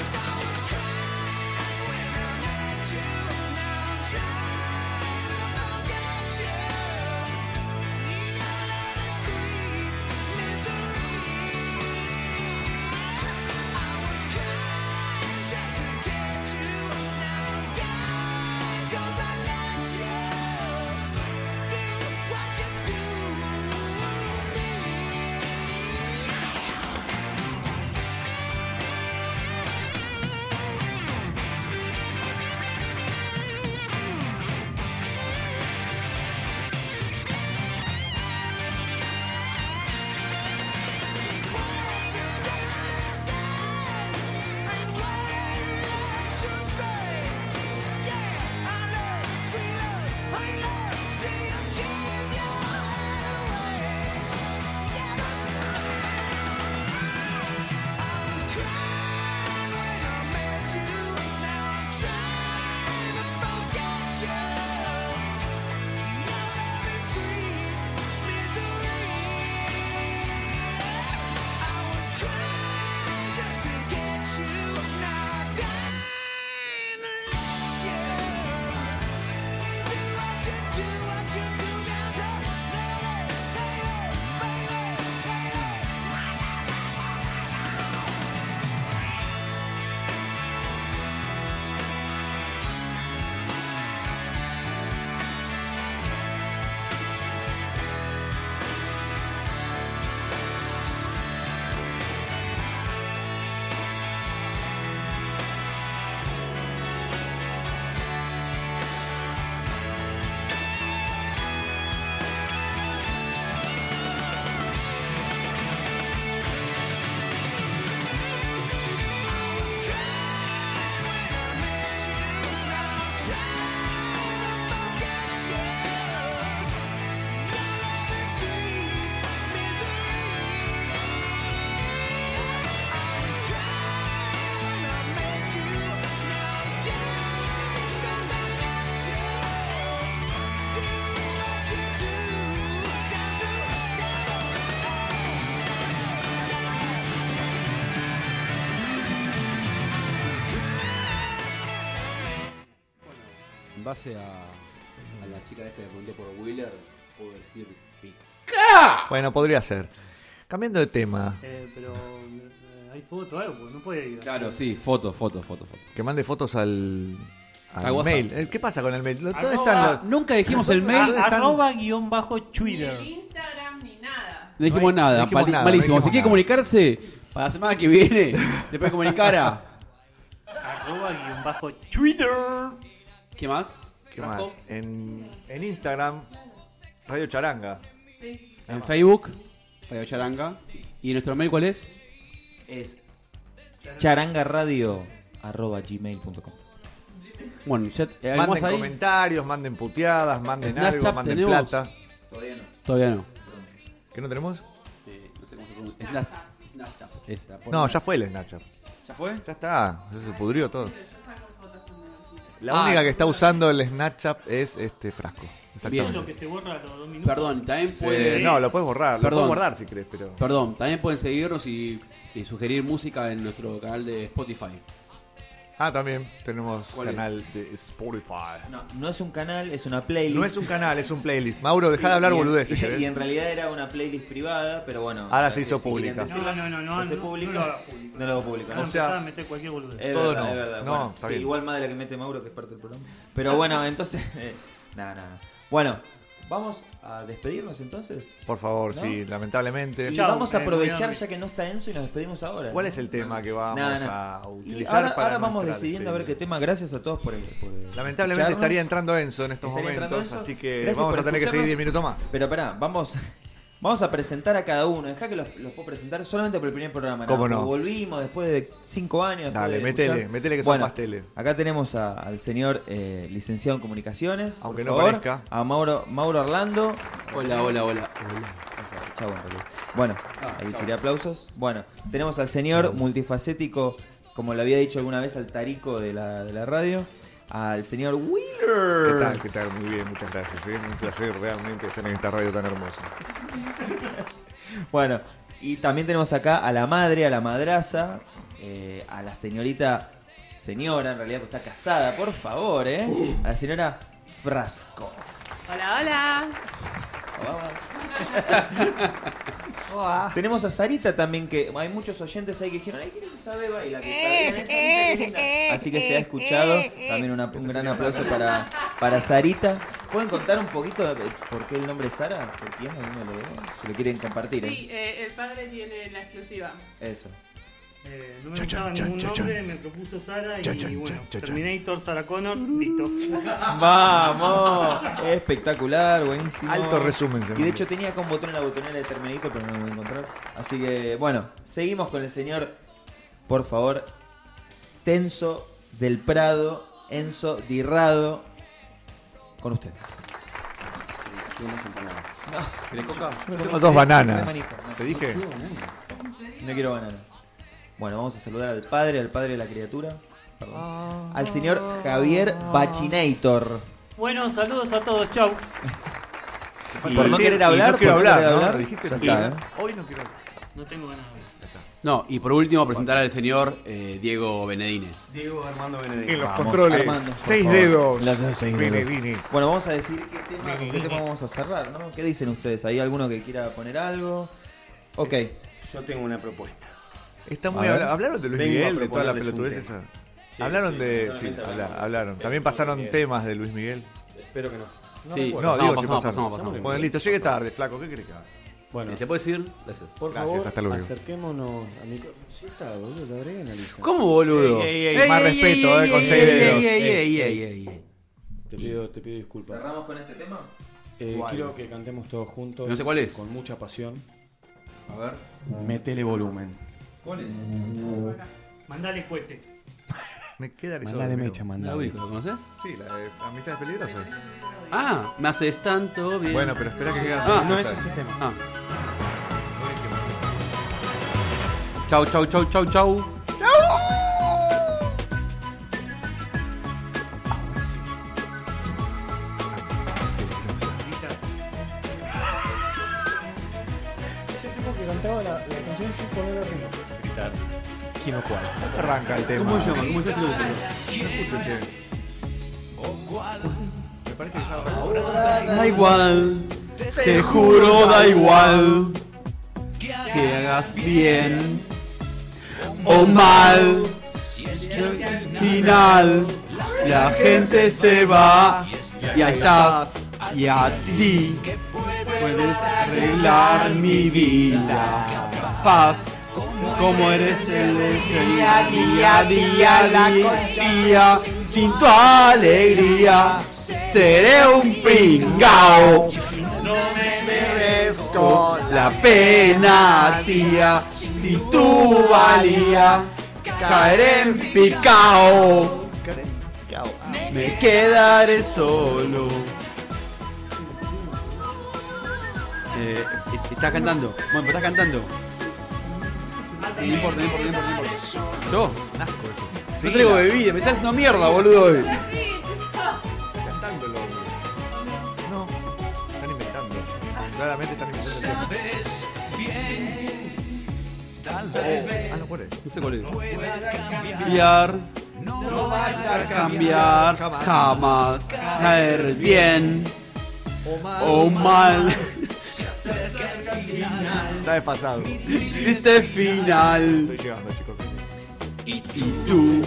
base a, a, la chica esta que pregunté por Wheeler, puedo decir pica. Bueno, podría ser. Cambiando de tema. Eh, pero eh, hay foto, algo, no puede ir. Claro, sí, foto, foto, foto, foto. Que mande fotos al. Al, Al WhatsApp. mail. Eh, ¿Qué pasa con el mail? ¿Dónde Arroba- están los- Nunca dijimos el mail. ¿Dónde están- Arroba guión bajo Twitter. Instagram ni nada. No dijimos No hay- nada, no dijimos pali- nada, malísimo. no dijimos si quiere nada. comunicarse, para la semana que viene, se puede comunicar a. Arroba guión bajo Twitter. ¿Qué más? ¿Qué más? En, en Instagram, Radio Charanga. En Facebook, Radio Charanga. ¿Y nuestro mail cuál es? Es charangaradio.gmail.com Bueno, ya eh, ¿algo más Manden ahí? comentarios, manden puteadas, manden Snapchat algo, manden tenemos- plata. Todavía no. Todavía no. ¿Qué no tenemos? Eh, no sé cómo se pronuncia. Snap- Snapchat. Esa, por- No, ya fue el Snapchat. ¿Ya fue? Ya está, ya se pudrió todo. La Ah. única que está usando el Snapchat es este frasco. Es lo Exactamente. que se borra a los dos minutos. Perdón, también Sí, pueden. no, lo puedes borrar, lo puedes guardar si querés, pero- Perdón, también pueden seguirnos y, y sugerir música en nuestro canal de Spotify. Ah, también tenemos ¿Cuál es? canal de Spotify. No, no es un canal, es una playlist. No es un canal, es un playlist. Mauro, dejá de hablar Y en- boludeces. Y, ¿querés? y en realidad era una playlist privada, pero bueno. ya Ahora se que hizo si quieren pública. decirla, No, no, no, ya no, se no, publica. no lo hagas público. No lo hago público. No, ¿no? o sea, a meter cualquier boludez. Es Todo verdad, no. es verdad. No, Bueno, está sí, bien. igual más de la que mete Mauro, que es parte del programa. Pero bueno, entonces. eh, Nada, nada. Bueno, vamos a despedirnos entonces. Por favor, ¿No? sí, lamentablemente. Y vamos a aprovechar ya que no está Enzo y nos despedimos ahora. ¿Cuál es el tema que vamos Nada, nada. a Y utilizar ahora, para ahora vamos nuestra decidiendo a ver qué despedida? tema. Gracias a todos por, por Lamentablemente estaría escucharnos. entrando Enzo en estos Estaría entrando momentos, Enzo. así que Gracias vamos por a tener que seguir 10 escucharnos. minutos más. Pero pará, vamos, vamos a presentar a cada uno. Dejá que los, los puedo presentar solamente por el primer programa. ¿Cómo no? Volvimos después de 5 años. después Dale, de metele, escuchar. metele que son Bueno, más tele. Acá tenemos a- al señor eh, licenciado en comunicaciones. por Aunque no favor. parezca. A Mauro, Mauro Orlando. Hola, hola, hola. Chau, en realidad. Bueno, ahí tiré aplausos. Bueno, tenemos al señor multifacético, como le había dicho alguna vez al tarico de la, de la radio, al señor Wheeler. ¿Qué tal? ¿Qué tal? Muy bien, muchas gracias. Es un placer realmente estar en esta radio tan hermosa. Bueno, y también tenemos acá a la madre, a la madraza, eh, a la señorita, señora en realidad, que está casada, por favor, ¿eh? A la señora Frasco. Hola, hola. Tenemos a Sarita también, que hay muchos oyentes ahí que dijeron, ay, ¿quién sabe bailar? Así Eh, que se ha escuchado. También una- un gran aplauso para, para Sarita. ¿Pueden contar un poquito de por qué el nombre es Sara? ¿Por quién? ¿Alguno lo, se lo quieren compartir? eh? Sí, eh, el padre tiene la exclusiva. Eso. Eh, no me Chon, gustaba chon, ningún chon, chon. nombre, me propuso Sara y, Chon, chon, bueno, chon, chon, chon. Terminator, Sara Connor, listo. Vamos, espectacular, buenísimo. Alto resumen, se Y de mandó. hecho tenía con botón en la botonera de Terminator, pero no lo voy a encontrar. Así que, bueno, seguimos con el señor, por favor, Tenso del Prado, Enzo Dirrado, con usted. ¿Querés coca? Yo tengo dos bananas. ¿Te dije? No quiero banana. Bueno, vamos a saludar al padre, al padre de la criatura. Perdón. Al señor Javier Bachinator. Bueno, saludos a todos, chau. Y- Por no querer hablar, no quiero por no hablar, querer ¿no? hablar, Dijiste, ya no está, quiero ¿eh? Hoy no quiero No tengo ganas de hablar. No, y por último presentar al señor eh, Diego Benedine. Diego Armando Benedicto. En los Vamos, controles, Armando, por seis favor. dedos. Las- seis dedos. Benedini. Bueno, vamos a decir qué tema, con qué tema vamos a cerrar, ¿no? ¿Qué dicen ustedes? ¿Hay alguno que quiera poner algo? Ok. Eh, Yo tengo una propuesta. Está A muy ver. habla- hablaron de Luis Vengo a Miguel, de toda la proponerles un pelotudez esa. tema. Sí, hablaron sí, de. Sí, totalmente habla- hablamos. hablaron. También Luis pasaron Miguel. temas de Luis Miguel. Espero que no. No, Sí, pasamos, digo, si pasamos, pasaron. pasamos, pasamos. Bueno, listo, llegué tarde, flaco, ¿qué crees que haga? Bueno. ¿Te puedes ir? Gracias. Por Gracias, favor, hasta luego. acerquémonos a mi... co- Sí está, boludo, te agregué en la lista. ¿Cómo, boludo? Ey, Ey, más ey, respeto, ey, eh, con ey, seis ey, dedos. ey, ey, Ey, ey, ey. Te pido, te pido disculpas. ¿Cerramos con este tema? Eh, ¿Cuál? quiero que cantemos todos juntos. No sé cuál es. Con mucha pasión. A ver. Metele volumen. ¿Cuál es? Mandale cohete. Me queda Mandale mecha, ¿La mandale. ubico? ¿Lo conoces? Sí, la de Amistades Peligrosas. Ah, me haces tanto bien. Bueno, pero espera que quede Ah, antes. No, ese sistema. Ah. Chau, chau, chau, chau, chau. Ese tipo que cantaba la, la canción sin poner el ritmo. Gritar. ¿Quién o cuál? Arranca el tema. ¿Cómo se llama? ¿Cómo se llama? escucho, Me parece que ya Da igual, te juro, da igual que hagas bien o mal. Al final, la gente se va y ahí estás. Y a ti puedes arreglar mi vida. Paz, como eres el este día, día, día, día, día, sin tu alegría, seré un pringao. No me Con la pena, tía, si tú valía, caeré en picao. Me quedaré solo. Eh, está cantando. Bueno, pero está cantando. No importa, no importa, no importa. No importa. Yo, Asco eso. no traigo bebida, me estás haciendo mierda, boludo. hoy. Cantándolo, hombre. No, están inventando. Claramente están inventando. el tema. Tal Ah, no, ¿cuál es? No sé cuál es. cambiar. Cambiar, No vaya a cambiar, jamás. Caer bien o mal. Está desfasado. Triste final. Estoy llegando, chicos. Tú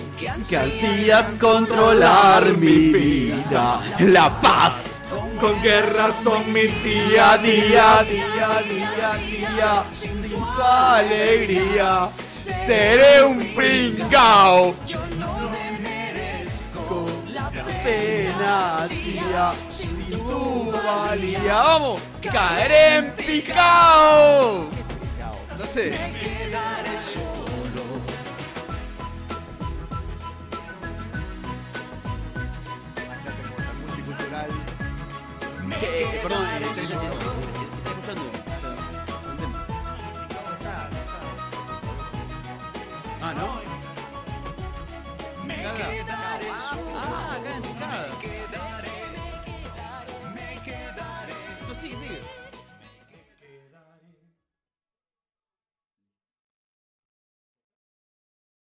que hacías controlar mi vida, la paz. Con qué razón mi tía, día, día, día, día, sin tu alegría, seré un pringao. Pena, tía, sin tu valía, vamos, caeré en picao. No sé. Multicultural. Eh, eh, perdón, eh, estoy- estoy escuchando. Ah, Ah,